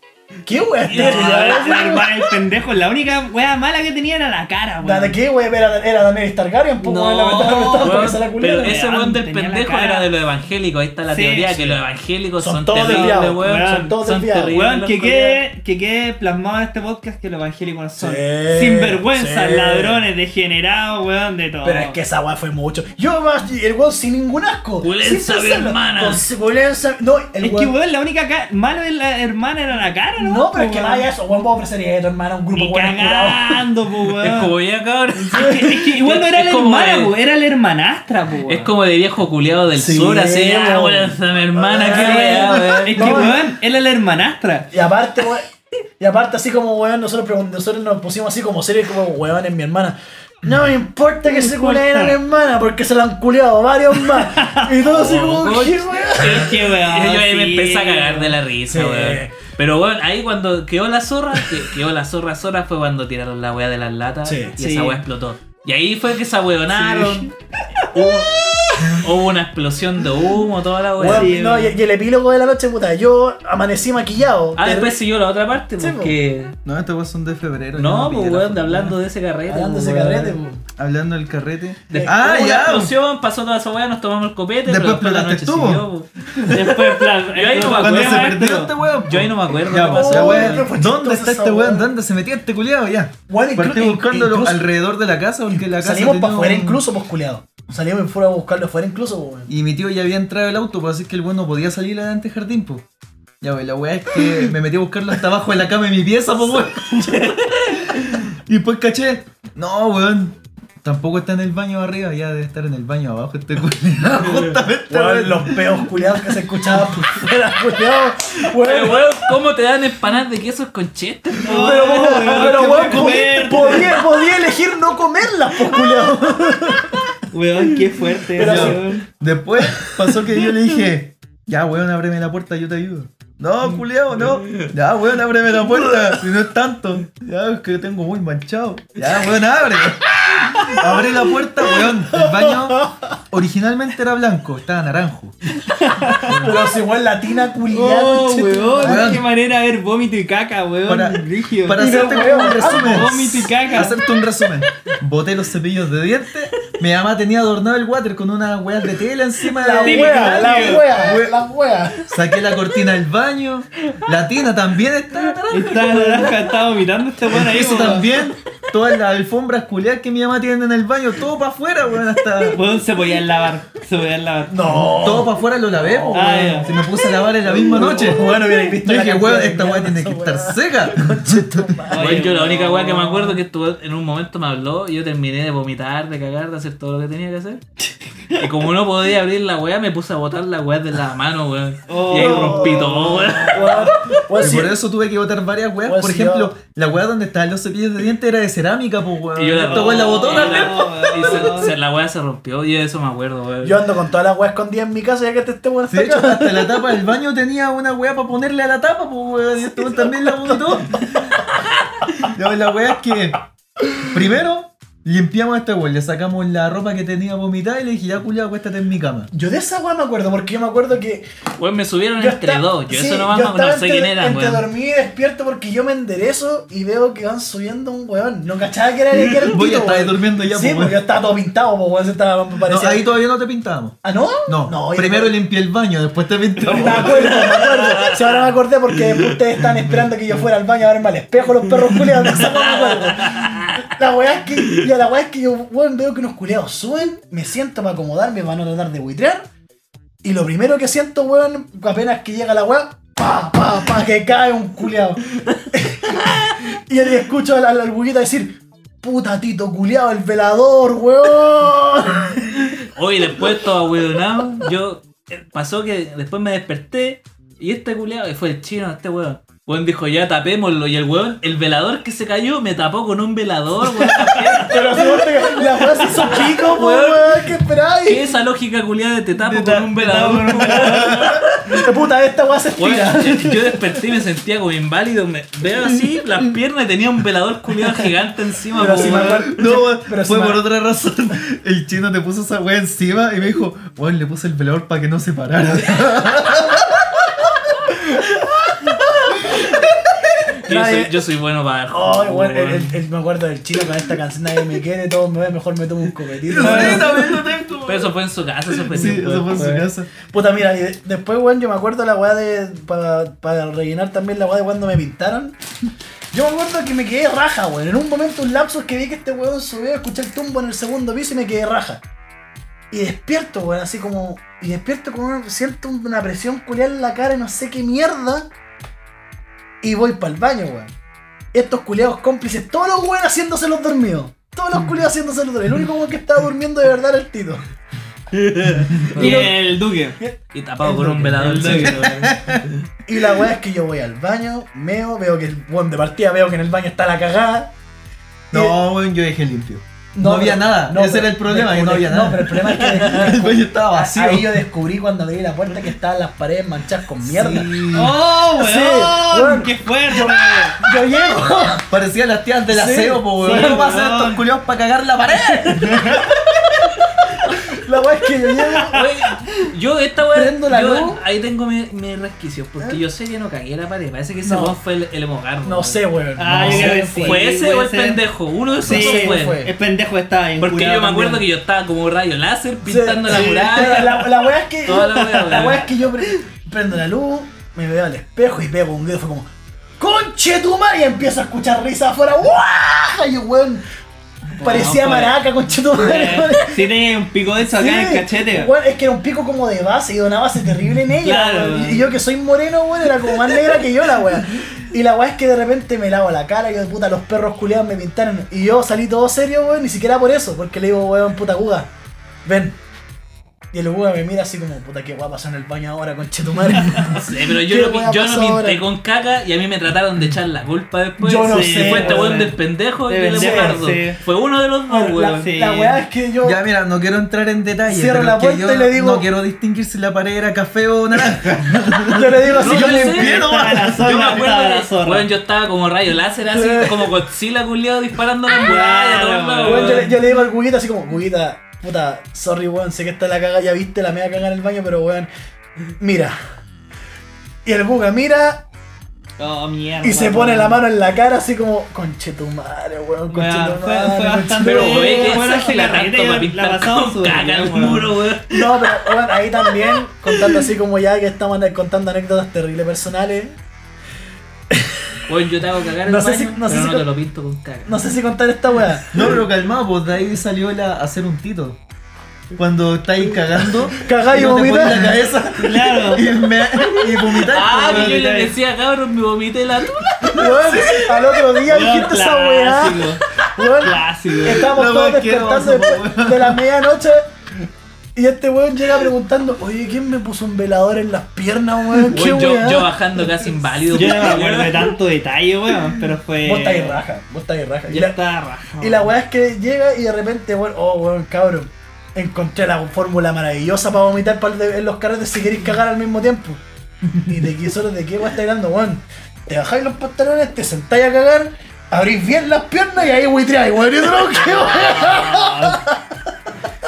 C: ¿Qué weón?
D: No, la- la hermana del pendejo, la única wea mala que tenía era la cara, weón.
C: ¿De qué weón? Era, era Daniel Targaryen, pues weón, la verdad, la verdad, para que se la culen.
B: pero ese
D: weón, eh,
B: weón del
D: tenía la
B: pendejo
D: cara.
B: era de los evangélicos. Ahí está la
D: Sí,
B: teoría
D: sí.
B: que los evangélicos
C: Son
B: son,
C: todos
B: terribles,
C: desviados,
B: weón.
D: weón,
B: Son
C: todos
B: son
C: desviados.
B: terribles
D: Weón, que
B: los
D: quede, que quede plasmado en este podcast que los evangélicos no son
C: Sí,
D: sinvergüenzas,
C: sí.
D: ladrones, degenerados, weón, de todo.
C: Pero es que esa weá fue mucho. Yo, más, el weón sin ningún asco.
B: Culenza,
C: sin
B: mi
C: pensarlo,
B: hermana.
C: con- culenza- No, el
D: Es que, weón, la única cara malo de la hermana era la cara, ¿no? Pues,
C: No, pero es que
D: Weón.
C: más allá de eso, weón, vos ofrecerías a tu hermana un grupo
D: Ni
C: weón curado.
D: cagando, po,
B: culiados. Es como
D: weón.
B: ya, cabrón.
D: Es que, es que igual no era
B: Es
D: la
B: como
D: hermana,
B: de-
D: po, era la hermanastra, po, weón.
B: Es como de viejo culiado del
C: Sí,
B: sur, así, ah,
C: weón.
B: weón, esa mi hermana, qué
D: Ah,
B: weá, weón.
D: Es que,
C: No,
D: weón, era la hermanastra.
C: Y aparte, weón. Y aparte, así como weón, nosotros, pregun- nosotros nos pusimos así como serios, como weón, es mi hermana. No me importa que se culeen a mi hermana, porque se la han culeado varios más. Y todo así como,
B: Oye,
C: ¿qué weón?
D: Es que,
E: ah,
D: weón.
B: Y yo ahí me
D: sí.
B: empecé a cagar de la risa,
C: Sí.
B: weón. Pero bueno, ahí cuando quedó la zorra, que, quedó la zorra zorra fue cuando tiraron la weá de las latas
C: Sí.
B: y
D: Sí.
B: esa weá explotó. Y ahí fue que se ahueonaron. Hubo, hubo una explosión de humo, toda la weá.
C: Weón,
D: Sí,
C: no, y,
D: weón.
C: y el epílogo de la noche, puta, yo amanecí maquillado.
B: Ah,
C: Ter-
B: después siguió la otra parte,
C: Sí,
B: porque.
E: No, estas weas son de febrero.
B: No,
E: yo
B: pues
E: pillé la
B: weón,
E: foto.
B: hablando de ese carrete.
C: Hablando de ese
B: pues, weón.
C: carrete, weón.
E: Hablando del carrete.
B: Después
E: ah,
B: hubo una
E: ya.
B: explosión, pasó toda esa weá, nos tomamos el copete,
E: Después
B: pero después la noche
E: explotaste tú,
B: siguió, pues.
D: Después, plan,
B: Yo ahí no me
E: Cuando
B: acuerdo,
E: se perdió
B: maestro.
E: este weón.
B: Yo ahí no me acuerdo.
E: Ya,
B: qué
E: pues,
B: pasó,
E: la
C: Oh,
E: wea-
C: qué fue
E: ¿Dónde está
C: chistosa
E: este
C: esa
E: weón?
C: wea.
E: ¿Dónde se metía este culiado? Ya.
C: Weón, inclu-
E: Partí
C: in-
E: buscándolo
C: incluso-
E: alrededor de la casa porque la casa.
C: Salimos
E: tenía
C: para afuera
E: un-
C: incluso, pues culeado. Salimos fuera a buscarlo afuera incluso, pues, weón.
E: Y mi tío ya había entrado el auto, pues así que el bueno podía salir adelante del jardín, pues. Ya, güey, la weá es que me metí a buscarlo hasta abajo de la cama de mi pieza, pues, weón. y pues caché. No, weón. Tampoco está en el baño arriba, ya debe estar en el baño abajo este culiado. Justamente,
C: Weón,
E: weón.
C: los peos culiados que se escuchaban por fuera, culiados.
B: Pero,
C: Weón,
B: weón, ¿cómo te dan empanadas de quesos con chester?
D: No,
C: pero weón,
D: weón,
C: pero
D: qué
C: weón, podía,
D: fuerte.
C: podía, podía elegir no comerlas, pues culiado.
D: Weón, qué fuerte,
C: Pero-
D: weón.
E: Después pasó que yo le dije, ya weón, ábreme la puerta, yo te ayudo. No, culiao, no. Ya weón, ábreme la puerta, si no es tanto. Ya, es que tengo muy manchado. Ya weón, abre. Abre la puerta, weón. El baño originalmente era blanco, estaba naranjo.
C: Pero si weón, latina culiada.
D: Oh,
C: conchetumare.
D: weón,
E: Weón.
D: qué manera de ver vómito y caca, weón.
E: Para-
D: Rígido.
E: Para
C: Y no,
E: hacerte
C: weón,
E: como un resumen.
D: Vómito y caca.
E: Hacerte un resumen. Boté los cepillos de dientes. Mi mamá tenía adornado el water con una weá de tela encima de
C: La
D: Típico,
C: wea, la
D: típico.
C: wea, la wea.
E: Saqué la cortina del baño. La tina también estaba naranja.
D: Estaba naranja, estaba vomitando este weón ahí.
E: Eso
D: weón.
E: también, todas las alfombras culiadas que mi mamá tiene en el baño, todo para afuera, weón, hasta.
D: Weón, se podían lavar. Se podían lavar.
C: No.
E: Todo para afuera lo lavé, po,
D: Ah,
E: weón.
D: ya.
E: Si me puse a lavar en la misma noche.
C: Oh, Bueno, hubierais visto
E: Yo
C: la
E: dije,
C: cantidad
E: weón,
C: de
E: esta weá
C: mierda
E: tiene
C: esa
E: que estar
C: weá.
E: seca.
D: Oye,
B: Weón, yo la única
D: no.
B: weá que me acuerdo que estuvo en un momento me habló y yo terminé de vomitar, de cagar, de hacer todo lo que tenía que hacer. Y como no podía abrir la weá, me puse a botar la weá de la mano, weón. Y ahí
C: Oh.
B: rompí todo, weón.
C: Weón, weón,
E: Y
C: si-
E: por eso tuve que botar varias weas.
C: Weón,
E: Por
C: si
E: ejemplo,
C: yo-
E: la wea donde estaban los cepillos de dientes era de cerámica, pues weón.
B: Y yo la
E: Esta wea
C: Oh,
E: la botó
B: No,
E: también.
B: Y se- se- la weá se rompió, yo de eso me acuerdo, weón.
C: Yo ando con todas las weas escondidas en mi casa ya que te esté weón
E: De hecho,
C: está acá.
E: hasta la tapa del baño tenía una weá para ponerle a la tapa, pues weón. Y este weón también la vomitó. No, pues, la weá es que. Primero, limpiamos a este weón, le sacamos la ropa que tenía vomitada y le dije, ya culiao, acuéstate en mi cama.
C: Yo de esa wea me acuerdo, porque yo me acuerdo que.
B: Weón, me subieron
C: Yo
B: entre
C: esta-
B: dos, yo
C: sí,
B: eso no,
C: yo
B: no
C: estaba
B: sé
C: entre-
B: quién era,
C: Entre
B: weón.
C: dormir y despierto porque yo me enderezo y veo que van subiendo un weón. No cachaba que era, que era el
E: Voy a
C: tito,
E: estar
C: weón.
E: durmiendo ya,
C: Sí,
E: po,
C: porque yo
E: weón.
C: estaba todo pintado, po, weón. se Estaba,
E: No,
C: parecía...
E: ahí todavía no te pintábamos.
C: ¿Ah, no?
E: No,
C: yo-
E: primero limpié el baño, después te pintamos.
C: Me acuerdo, me acuerdo. Si ahora me acordé porque después ustedes están esperando que yo fuera al baño a verme al espejo los perros culeados. esa weá me acuerdo. La weá es que, ya, la weá es que yo weón, veo que unos culeados suben, me siento para acomodarme para no tratar de buitrear. Y lo primero que siento, weón, apenas que llega la weá, pa, pa, pa, que cae un culeado. y ahí escucho a la, la arguita decir. Puta tito culeado, el velador, weón.
B: Oye, después todo ahueonado, yo eh, pasó que después me desperté y este culiado, fue el chino, este weón. Weón dijo, ya tapémoslo. Y el weón, el velador que se cayó, me tapó con un velador, weón.
C: Pero si vos te- la weá se hizo pico, po,
B: Weón.
C: weón, ¿qué esperáis?
B: ¿Qué es esa lógica culiada de te tapo
D: Te
B: con un velador?
C: Esta puta, esta weá se estira.
B: Weón, eh, yo- yo desperté y me sentía como inválido. Me veo así las piernas y tenía un velador culiado gigante encima,
C: Pero
B: po,
C: si me
B: weón.
C: acuerdo-
E: No, weón,
C: Pero
E: fue
C: si me-
E: por otra razón. El chino te puso esa weá encima y me dijo, weón, le puse el velador para que no se parara.
B: Yo soy, yo soy bueno para.
C: Ay, weón, el, el- el- me acuerdo del chino con esta canción nadie me quiere, todos me ven, mejor me tomo un copetito. weón.
B: Pero eso fue en su casa, eso fue
E: Sí,
B: tiempo,
E: eso
B: weón.
E: fue en su casa.
C: Puta, mira, y de- después, weón, yo me acuerdo la weá de. Para, para rellenar también la weá de cuando me pintaron. Yo me acuerdo que me quedé raja, weón. En un momento, un lapsus que vi que este weón subió, escuché el tumbo en el segundo piso y me quedé raja. Y despierto, weón, así como. Y despierto como un- siento una presión culiar en la cara y no sé qué mierda. Y voy para el baño, weón. Estos culeados cómplices, todos los weón haciéndose los dormidos. Todos los culeados haciéndose los dormidos. El único weón que estaba durmiendo de verdad era el Tito.
D: Y el duque.
B: Y tapado con un velador.
D: El duque, weón.
C: Y la weá es que yo voy al baño, meo, veo que el bueno, de partida veo que en el baño está la cagada.
E: No, weón, yo dejé limpio. No, había
C: pero-
E: nada.
C: no,
E: Ese
C: pero-
E: era el problema, que no
C: descubrí-
E: había nada.
C: No, pero el problema es que
E: El baño estaba vacío.
C: ahí yo descubrí cuando abrí la puerta que estaban las paredes manchadas con mierda.
E: Sí.
D: ¡Oh, weón!
C: Sí, weón.
D: ¡Qué fuerte!
C: Yo llego.
E: Parecían las tías del aseo, po, weón.
D: sí,
E: ¿Cómo pasan
D: weón.
E: estos culiados para cagar la pared?
C: La weá es que yo llego.
B: Oye, Yo esta weá.
C: Prendo la
B: yo-
C: luz. ¿Eh?
B: Ahí tengo mi- mis resquicios. Porque yo sé que no cagué la pared. Parece que ese
C: No.
B: weón fue el, el hogar.
C: No sé, weón.
D: Ah,
C: no
D: yo
C: sé.
D: creo que sí.
B: ¿Fue ese o
D: puede
B: el
D: ser.
B: pendejo? Uno de esos
D: Sí,
B: dos
C: fue.
B: fue.
D: El pendejo estaba bien.
B: Porque yo me acuerdo que yo estaba como rayo láser pintando
C: Sí,
B: la
C: sí.
B: muralla.
C: La, la weá es que.
B: Toda la weá,
C: la
B: weón.
C: weá es que yo pre- prendo la luz, me veo al espejo y pego un grito. Fue como. ¡Conche tu madre! Y empiezo a escuchar risa afuera. ¡Guau! Y yo, weón. Parecía
D: No, pues.
C: maraca,
B: pues,
C: conchetumadre.
D: Si tenía un pico de eso acá en el
C: Sí,
D: cachete.
C: weón, es que era un pico como de base y de una base terrible negra.
D: Claro,
C: weón.
D: weón.
C: Y yo que soy moreno, weón, era como más negra que yo la weá. Y la weá es que de repente me lavo la cara y yo de puta, los perros culiados me pintaron. Y yo salí todo serio, weón, ni siquiera por eso, porque le digo, weón, puta Guga, ven. Y el Guga me mira así como, puta, qué guapa pasar en el baño ahora, conchetumadre.
B: Sí, pero yo,
C: ¿Qué
B: no,
C: wea
B: pin- yo no
C: pasó
B: pinté
C: ahora?
B: con caca y a mí me trataron de echar la culpa después.
C: Yo no sé,
B: Fue este
C: weón.
B: weón del pendejo y
D: De
B: el
D: pendejo,
B: Leopardo.
D: sí.
B: Fue uno de los dos,
C: la,
B: weón.
D: Oh, sí.
C: la weá es que yo.
E: Ya, mira, no quiero entrar en detalle.
C: Cierro
E: pero
C: la
E: es que
C: puerta
E: yo
C: y le digo-
E: No quiero distinguir si la pared era café o naranja.
C: Yo le digo así,
B: No,
C: yo
B: yo
C: le
B: sé.
C: empiezo.
D: Estaba la zorra,
B: yo me acuerdo
D: estaba la
B: que,
D: zorra.
B: weón, yo estaba como rayo láser así, como Godzilla culiado disparando la weá.
D: Claro,
C: Weón, yo, le- yo le digo al Guguita así como, Guguita, puta, sorry, weón, sé que está la caga, ya viste la media caga en el baño, pero weón, mira. Y el Buga mira
D: Oh, mierda.
C: y se pone
D: weón.
C: la mano en la cara así como, conchetumare, weón,
D: Weón,
C: conchetumare.
D: fue- fue
C: conche-
D: bastante-
B: Pero güey, que
D: Bueno,
B: hace
D: sí,
B: la
D: la
B: tanto
D: rayita
B: para
D: la
B: pintar
D: pasamos
B: con
D: súper
B: caca el
D: bien, weón.
B: muro, weón.
C: No, pero weón, ahí también, contando así como ya que estamos contando anécdotas terribles personales.
B: Weón, yo te hago cagar el
C: No
B: baño,
C: sé si- no
B: pero
C: sé si
B: no
C: con-
B: te lo pinto con caca.
C: No sé si contar esta weá.
E: No, pero calmado, pues de ahí salió el a hacer un tito. Cuando estáis cagando,
C: Cagá y
E: no te
C: vomitá.
E: pones la cabeza
D: Claro.
E: y, me, y vomitáis.
B: Ah,
E: pues,
B: que yo
E: weón.
B: le decía, cabrón, me vomité la tula.
C: Weón, al otro día
D: Weón,
C: dijiste esa weá.
D: clásico.
C: Weón,
D: Clásico.
C: Estábamos
E: Lo
C: todos
E: más asqueroso,
C: despertando
E: po,
C: de, de la medianoche y este weón llega preguntando, oye, ¿quién me puso un velador en las piernas, weón? ¿Qué
B: Weón, yo,
C: weá?
B: yo bajando casi inválido.
D: Yo no me
B: weón.
D: acuerdo de tanto detalle, weón, pero fue.
C: Vos estáis raja, vos estáis raja. Y
D: Ya
C: la,
D: estaba raja.
C: y la weá es que llega y de repente, weón, oh weón, cabrón, encontré la fórmula maravillosa para vomitar pa'l de- en los carretes si queréis cagar al mismo tiempo. Y de qué solo de qué weá estáis dando, weón. Te bajáis los pantalones, te sentáis a cagar, abrís bien las piernas y ahí buitreáis, weón. Y eso no, qué weá.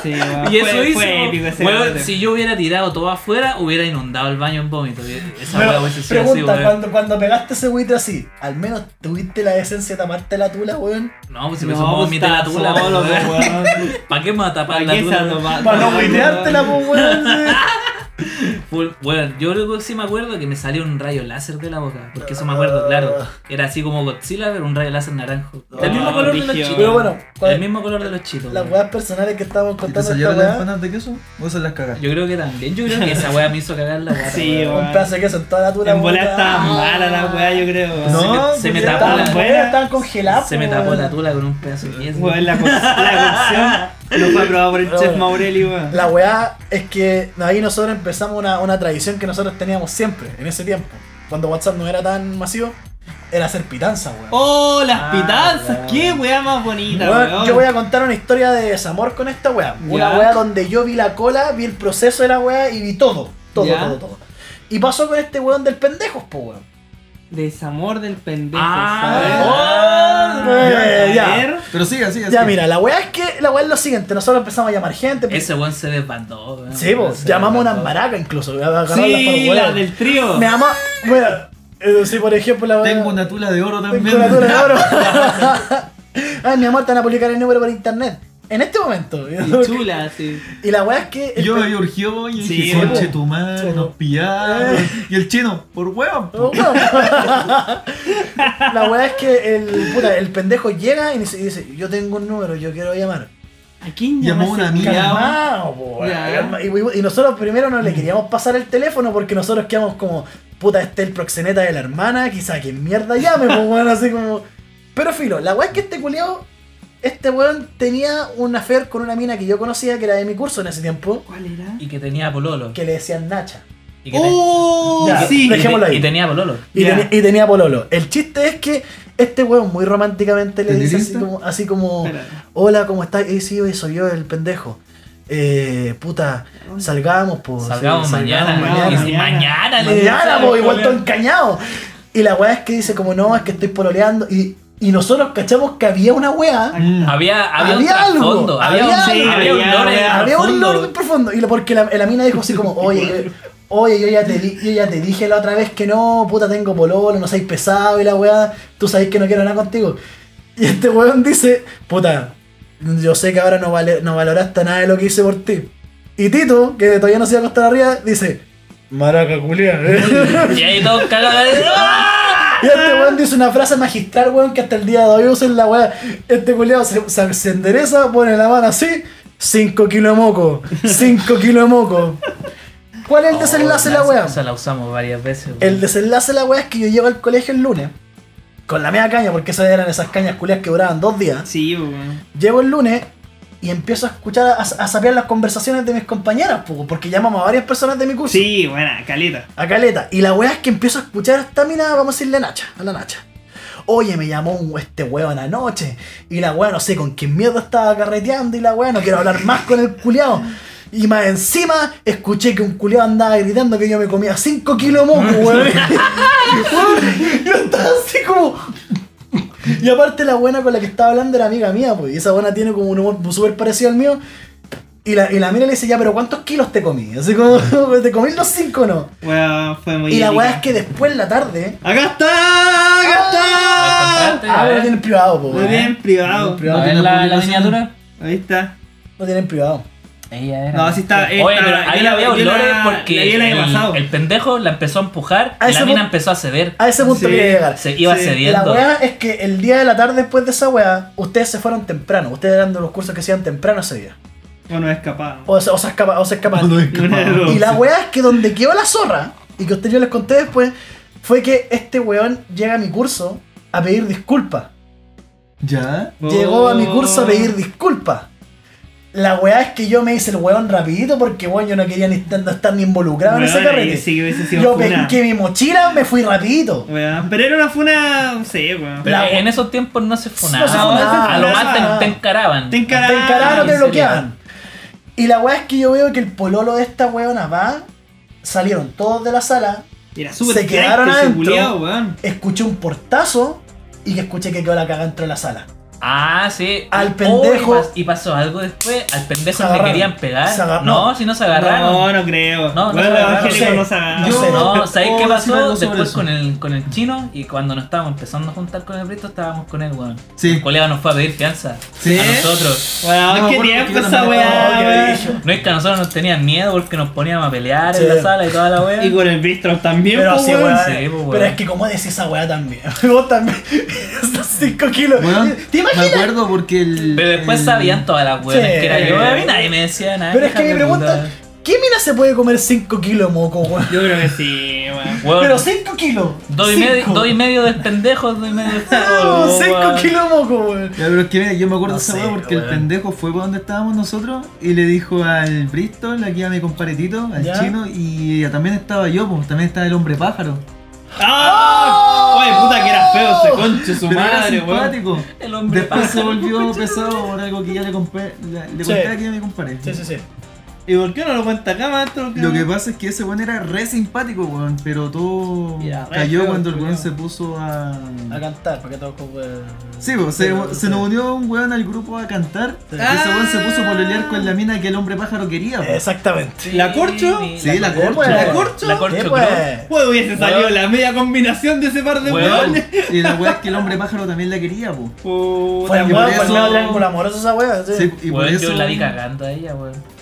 D: Sí, weón.
B: Y eso
D: fue,
B: hizo.
D: Fue épico ese
B: weón,
D: carrete.
B: si yo hubiera tirado todo afuera, hubiera inundado el baño en vómito. Esa
C: Pero,
B: weá hubiese sido así,
C: pregunta,
B: weón.
C: cuando, cuando pegaste ese buitre así, al menos tuviste la decencia de taparte la tula, weón.
B: No, pues si me
D: No,
B: supongo vomité la
D: estaba
B: tula,
D: solo,
C: pues,
B: weón.
D: weón.
B: ¿Para qué me va a tapar
D: ¿Para
B: la
D: qué se
B: tula?
D: ha
B: weón?
D: tomado?
C: Para no buitreártela, pues, weón. sí.
B: Full- Bueno, yo lo que sí me acuerdo que me salió un rayo láser de la boca, porque eso me acuerdo, claro. Era así como Godzilla, pero un rayo láser naranjo. Del
C: Ah,
B: mismo color de los
D: brígido.
B: chitos.
C: Pero bueno,
B: Del
C: cuando-
B: mismo color de los chitos.
C: las
B: weón.
C: weas personales que estamos
E: ¿Y ¿Te
C: contando esta
E: salieron las
C: weá.
E: empanadas de queso? ¿O se las cagaste?
B: Yo creo que también. Yo creo que esa weá me hizo cagar la weá.
D: Sí,
C: Un
D: weón.
C: pedazo de queso en toda la tula.
D: En bola
C: weón.
D: estaba
C: Ah,
D: mala la weá, yo creo. weón.
E: No,
B: se me
E: porque
B: tapó
C: Estaban
B: la-
C: buenas, estaban congeladas.
B: Se me
C: pues,
B: tapó
C: weón.
B: la tula con un pedazo de queso.
D: Weón, la, co- la cocción no fue aprobada por el
C: Pero
D: chef
C: bueno.
D: Maurelli, weón.
C: La weá es que ahí nosotros empezamos una, una tradición que nosotros teníamos siempre, en ese tiempo. Cuando WhatsApp no era tan masivo, era hacer pitanza, weón.
D: Oh, las
C: Ah,
D: pitanzas,
C: weón.
D: qué weá más bonita,
C: Weón,
D: weón.
C: yo voy a contar una historia de desamor con esta weá. Una
D: Ya.
C: weá donde yo vi la cola, vi el proceso de la weá y vi todo. Todo,
D: Ya.
C: todo, todo. Y pasó con este weón del pendejos, po weón.
D: Desamor del pendejo, Oh,
B: Ah,
D: ¿sabes?
C: eh, ya.
D: A ver.
E: Pero siga, siga.
C: Ya
E: siga.
C: mira, la weá es que la weá es lo siguiente, nosotros empezamos a llamar gente.
B: Ese weón se desbandó. weón.
C: sí, po,
B: Se
C: llamamos una
B: desbandó.
C: maraca incluso. agarrarlas
D: Sí,
C: por
D: la
C: weón.
D: del trío.
C: Me ama. Weón. eh, sí, por ejemplo, la weá-
E: Tengo una tula de oro también.
C: Tengo una tula de oro. Ay, mi amor, te van a publicar el número por internet. En este momento.
D: Y chula, sí.
C: Y la weá es que. el
E: Yo
C: pe-
E: me urgió y
D: Sí,
E: dije, conche
C: po.
E: tu madre,
C: Solo.
E: nos pillaron.
C: Eh.
E: Y el chino, por huevo.
C: Pero, bueno, la weá es que el, puta, el pendejo llega y dice, y dice, yo tengo un número, yo quiero llamar.
D: ¿A quién
E: Llamó
D: llamaste?
E: una amiga.
C: Calmao, po, weón,
D: Ya.
C: calma. y, y nosotros primero no le queríamos pasar el teléfono porque nosotros quedamos como, puta, este es el proxeneta de la hermana, quizá que mierda llame, pues weón, así como... Pero filo, la weá es que este culiao, este weón tenía una affair con una mina que yo conocía que era de mi curso en ese tiempo,
D: ¿Cuál era?
B: Y que tenía pololo.
C: que le decían Nacha.
B: Y que te-
D: ¡Oh!
C: Ya,
D: sí.
B: y te-
C: dejémoslo ahí. Oh,
B: y tenía pololo.
C: Y,
D: Ya.
C: teni- y tenía pololo. El chiste es que este weón muy románticamente le
E: ¿Te
C: dice así
E: diriste?
C: como, así como
D: Espera.
C: hola, ¿cómo estás? Eh, sí, oye, soy yo el pendejo. Eh, puta, salgamos, po.
B: Salgamos
C: Sí,
B: mañana.
D: mañana.
B: weón. Y si Mañana. le-
C: Mañana, po, igual todo
B: weón.
C: encañado. Y la weá es que dice como, no, es que estoy pololeando. Y, y nosotros cachamos que había una weá.
B: Había, había, un
C: Había algo,
B: trasfondo, había,
C: había
B: un, sí,
C: algo.
B: había un lore.
D: Había-
C: Había un
D: profundo.
C: lore muy profundo. Y lo- porque la, la mina dijo así como, oye, yo- oye, yo ya, te, di- yo ya te dije la otra vez que no, puta, tengo pololo, no seas pesado y la weá, tú sabes que no quiero nada contigo. Y este weón dice, puta, yo sé que ahora no, vale, no valoraste nada de lo que hice por ti. Y Tito, que todavía no se iba a acostar arriba, dice, maraca culia.
B: Y ahí todos cagados. ¡ah!
C: Y Y este weón dice una frase magistral, weón, que hasta el día de hoy usa en la weá. Este culiado se, se- se endereza, pone la mano así. 5 kilos de moco. 5 kilos de moco. ¿Cuál es el desenlace de la weá?
B: Esa Oh, la usamos varias veces. weón.
C: El desenlace de la weá es que yo llego al colegio el lunes. Con la media caña, porque esas eran esas cañas culiadas que duraban dos días.
D: Sí, weón.
C: Llego el lunes y empiezo a escuchar, a, a sapear las conversaciones de mis compañeras, po, porque llamamos a varias personas de mi curso.
D: Sí, buena, caleta.
C: A caleta. Y la weá es que empiezo a escuchar hasta mina, vamos a decirle a Nacha, a la Nacha. Oye, me llamó un- este weón anoche. Y la weá no sé con quién mierda estaba carreteando. Y la weá no quiero hablar más con el culiao. Y más encima, escuché que un culiao andaba gritando que yo me comía 5 kilos de moco, weón. Weón, yo estaba así como. Y aparte, la buena con la que estaba hablando era amiga mía, pues. Y esa buena tiene como un humor súper parecido al mío. Y la, y la mina le dice, ya, pero ¿cuántos kilos te comí? Así como, ¿te comí los 5 o no?
D: Weón, fue muy
C: Y la
D: épica.
C: weá es que después en la tarde.
D: ¡Acá está! ¡Acá
B: Ah,
D: está!
C: Ah, pero lo tienen privado, po.
D: Lo tienen privado.
B: ¿No ves la, la miniatura?
D: Ahí está.
C: Lo tienen privado.
B: Ella era.
D: No, así está.
B: Oye,
D: esta-
B: pero
D: yo
B: ahí la veo
D: yo la-
B: olores
D: la
B: porque
D: vi el año pasado.
B: el, el pendejo la empezó a empujar
C: A
B: y
C: ese
B: la mina
C: pu-
B: empezó a ceder.
C: A ese punto
D: Sí.
C: quería llegar.
B: Se iba
D: Sí.
C: La
B: cediendo.
C: weá es que el día de la tarde después de esa weá, ustedes se fueron temprano. Ustedes eran de los cursos que se iban temprano ese día.
D: Bueno, escapado.
C: O se, o se escapa- o se escaparon.
D: Una
C: Y la
D: rosa.
C: weá es que donde quedó la zorra, y que usted yo les conté después, fue que este weón llega a mi curso a pedir disculpas.
E: ¿Ya?
C: Llegó a mi curso
D: Oh.
C: a pedir disculpas. La weá es que yo me hice el weón rapidito porque weón yo no quería ni estar, no estar ni involucrado en ese
D: Weón, ahí
C: carrete.
D: sí que hubiese sido
C: yo
D: funa.
C: pesqué mi mochila, me fui rapidito.
D: Weón, Pero era una funa. No sé, weón.
B: Pero
C: la-
B: en esos tiempos no se funaba.
C: No se funaba.
B: a lo más te,
C: Ah.
B: te encaraban. Ah,
D: Te
C: Te
D: encararon.
C: encararon,
B: ¿en
C: te
B: serio?
C: bloqueaban. Y la weá es que yo veo que el pololo de esta weona va, salieron todos de la sala,
D: Era súper
C: Se quedaron
D: crack ese
C: adentro.
D: culiao, weón.
C: escuché un portazo y que escuché que quedó la caga dentro de la sala.
B: Ah, sí.
C: Al
B: Oh, y
C: pendejo-
B: pas- y, pasó algo después. Al pendejo
C: Se
B: le
C: agarraron.
B: querían pegar.
C: Se agarraron.
B: no, si no se agarraron.
D: No, no creo.
B: No, no
D: Weón,
B: se
D: los
B: agarraron.
C: No
D: evangélicos
C: sé.
D: no se agarraron.
C: Yo-
B: No, ¿sabéis
E: Oh,
B: qué
E: sí, algo
B: pasó?
E: sobre
B: Después
E: eso.
B: con el, con el chino y cuando nos estábamos empezando a juntar con el Brito, estábamos con él, weón.
E: Sí.
B: Un colega nos fue a pedir fianza.
E: Sí.
B: A nosotros.
D: Weón,
E: No,
D: qué
E: porque
D: tiempo
E: yo
D: esa
E: también-
D: weá,
C: Oh, qué
D: weón.
C: brillo.
B: No es que a nosotros nos tenían miedo porque nos poníamos a pelear
C: Sí.
B: en la sala y toda la wea.
D: Y con el bistro también,
C: Pero
D: po,
C: así,
D: weón.
C: weón,
B: sí,
C: eh,
B: pues, weón.
C: Pero es que, ¿cómo decís esa weá también? Vos también. Estos 5 kilos.
E: Weón,
C: ¿Te
E: Me
C: imaginas?
E: acuerdo porque el.
B: Pero después
E: el-
B: sabían todas las weas
C: Sí.
B: que era yo. A mí nadie me decía nada.
C: Pero es que
B: hija
C: mi
B: de
C: pregunta,
B: puta.
C: ¿qué mina se puede comer 5 kilos de moco, weón?
D: Yo creo que sí, weón.
B: Weón,
C: Pero 5 kilos.
B: dos, y
C: cinco.
B: medio, dos y medio del pendejo, dos y medio del
C: No,
B: pendejo.
C: cinco kilos de moco, weón.
E: Ya, pero es que mira, yo me acuerdo
C: No
E: de esa
C: sé,
E: weá porque el
C: weón.
E: pendejo fue para donde estábamos nosotros y le dijo al Bristol, aquí a mi comparetito, al
C: Ya.
E: chino, y también estaba yo, pues también estaba el hombre pájaro.
D: ¡Ah!
C: ¡Oh!
D: Oye, puta que era feo ese concho, su
E: Pero era
D: madre, weón.
E: simpático.
B: El hombre
E: Después
B: pasa.
E: se volvió pesado por algo que ya le, compré, le, le
C: Sí.
E: conté aquí a mi compadre.
C: Sí, sí, sí.
D: ¿Y por qué no lo cuenta acá, maestro?
E: Lo que pasa es que ese weón era re simpático, weón, pero todo
D: Y era re
E: cayó
D: feo,
E: cuando el weón
D: culiao.
E: se puso a.
C: A cantar, para que todos como. eh,
E: Sí, pues, se, se nos unió un weón al grupo a cantar. y
C: Ah.
E: ese weón se puso a pololear con la mina que el hombre pájaro quería. pues.
C: Exactamente.
D: ¿La corcho?
E: Sí, la
C: corcho.
E: corcho.
D: ¿La corcho?
B: La corcho,
C: Sí,
B: creo.
C: pues.
D: Pues hubiese salido la media combinación de ese par de
B: Weón.
D: weones.
E: Y la weá es que el hombre pájaro también la quería, po.
D: Puta,
C: Fue
E: y
C: weón,
E: por
C: fue
E: eso-
C: el triángulo amoroso esa weá, sí.
E: Sí, y por
B: Weón,
E: eso.
B: Yo la vi cagando a ella, weón.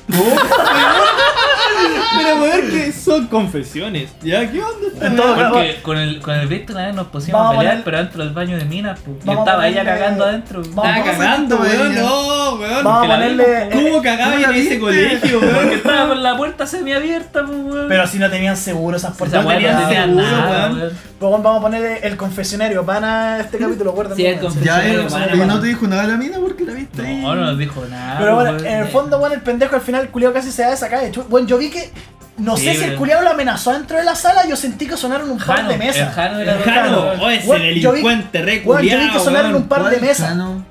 D: Pero weón, que son confesiones. ¿Ya? ¿Qué onda? esta
C: En todo
D: weá?
C: caso,
B: Porque con el, con el Víctor una vez nos pusimos
C: Vamos
B: a
C: a
B: pelear,
C: poner-
B: pero dentro del baño de minas, pues. Y
C: Vamos a
B: estaba ella
C: ponerle-
B: cagando adentro.
C: Vamos
D: Estaba
E: Vamos a
D: cagando,
E: hacer esto,
D: weón.
C: Vamos
D: No, weón.
C: a
B: la
C: ponerle.
D: ¿Cómo
C: eh,
D: cagaba
E: ¿no
D: en
E: la
D: ese
E: viste?
D: colegio,
B: Porque
D: weón?
B: estaba con la puerta semiabierta, pues, weón.
C: Pero si no tenían seguro esas
B: esa
C: puertas.
B: weón
D: tenían
B: no hacía
C: weón.
D: seguro,
B: nada,
D: weón.
B: weón.
C: Pues, weón, Vamos a poner el confesionario, pana, este capítulo, guarda.
B: Sí, el confesionario.
E: Ya,
B: Sí,
E: eh,
B: hermana,
E: y
B: hermana.
E: no te dijo nada la mina porque la viste ahí.
B: No, no nos dijo nada.
C: Pero bueno,
B: weón.
C: en el fondo, bueno, el pendejo al final, culiao casi se da esa calle. Chu- Bueno, yo vi que. No
B: Sí,
C: sé si el
B: pero-
C: culiao lo amenazó dentro de la sala, yo sentí que sonaron un par
B: Jano,
C: de
B: el
C: mesas.
B: Jano era
D: Jano,
B: weón.
D: oye, ese
C: Weón, yo vi-
D: delincuente, re
C: Weón, yo vi
D: culiao,
C: que sonaron
D: weón.
C: un par de
E: ¿Cuál? Ah,
C: mesas.
E: no.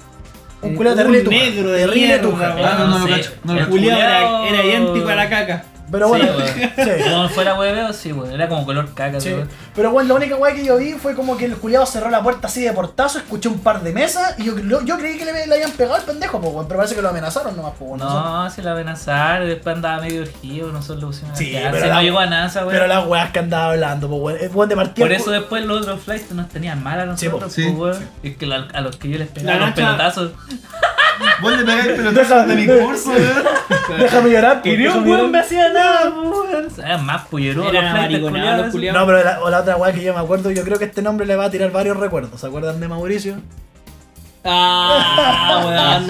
C: Un culiao
D: Un
C: terrible tuja.
D: negro de
C: Terrible
D: mierda,
C: tuja.
D: weón.
E: Ah, no, no lo
B: Sí.
E: cacho, no lo
B: El
E: cacho.
D: Julián era, era
B: culiao-
D: idéntico a la caca.
C: Pero bueno,
B: Sí,
C: sí.
B: Como fuera hueveo, sí, weón. Era como color caca,
C: Sí.
B: weón.
C: Pero bueno, la única weá que yo vi fue como que el culiado cerró la puerta así de portazo, escuché un par de mesas y yo, yo, yo creí que le, le habían pegado al pendejo, po, weón, pero parece que lo amenazaron nomás, po, weón, sé.
B: No, se la amenazaron, después andaba medio urgido, nosotros lo pusimos
C: Sí,
B: a quedar.
C: pero
B: Se
C: la-
B: no llegó a nada, esa weón.
C: Pero las weas que andaba hablando, po, weón, eh, weón, de partida.
B: Por eso después los otros flights nos tenían mal a
C: Sí,
B: nosotros, pues,
E: po.
B: po, weón. Es que la- a los que yo les pegaba
D: La
B: los
D: Nacha-
B: pelotazos.
E: Vos le pegáis pelotazos de mi curso, weón.
C: Déjame llorar. pues,
B: Y ni un
C: déjame
B: weón me
C: llorar.
B: hacía nada, weón. Eran pues, más polleros.
D: Eran mariconados los culiados.
C: No, pero la, o la otra weá que yo me acuerdo, yo creo que este nombre le va a tirar varios recuerdos. ¿Se acuerdan de Mauricio?
D: Ah, weón,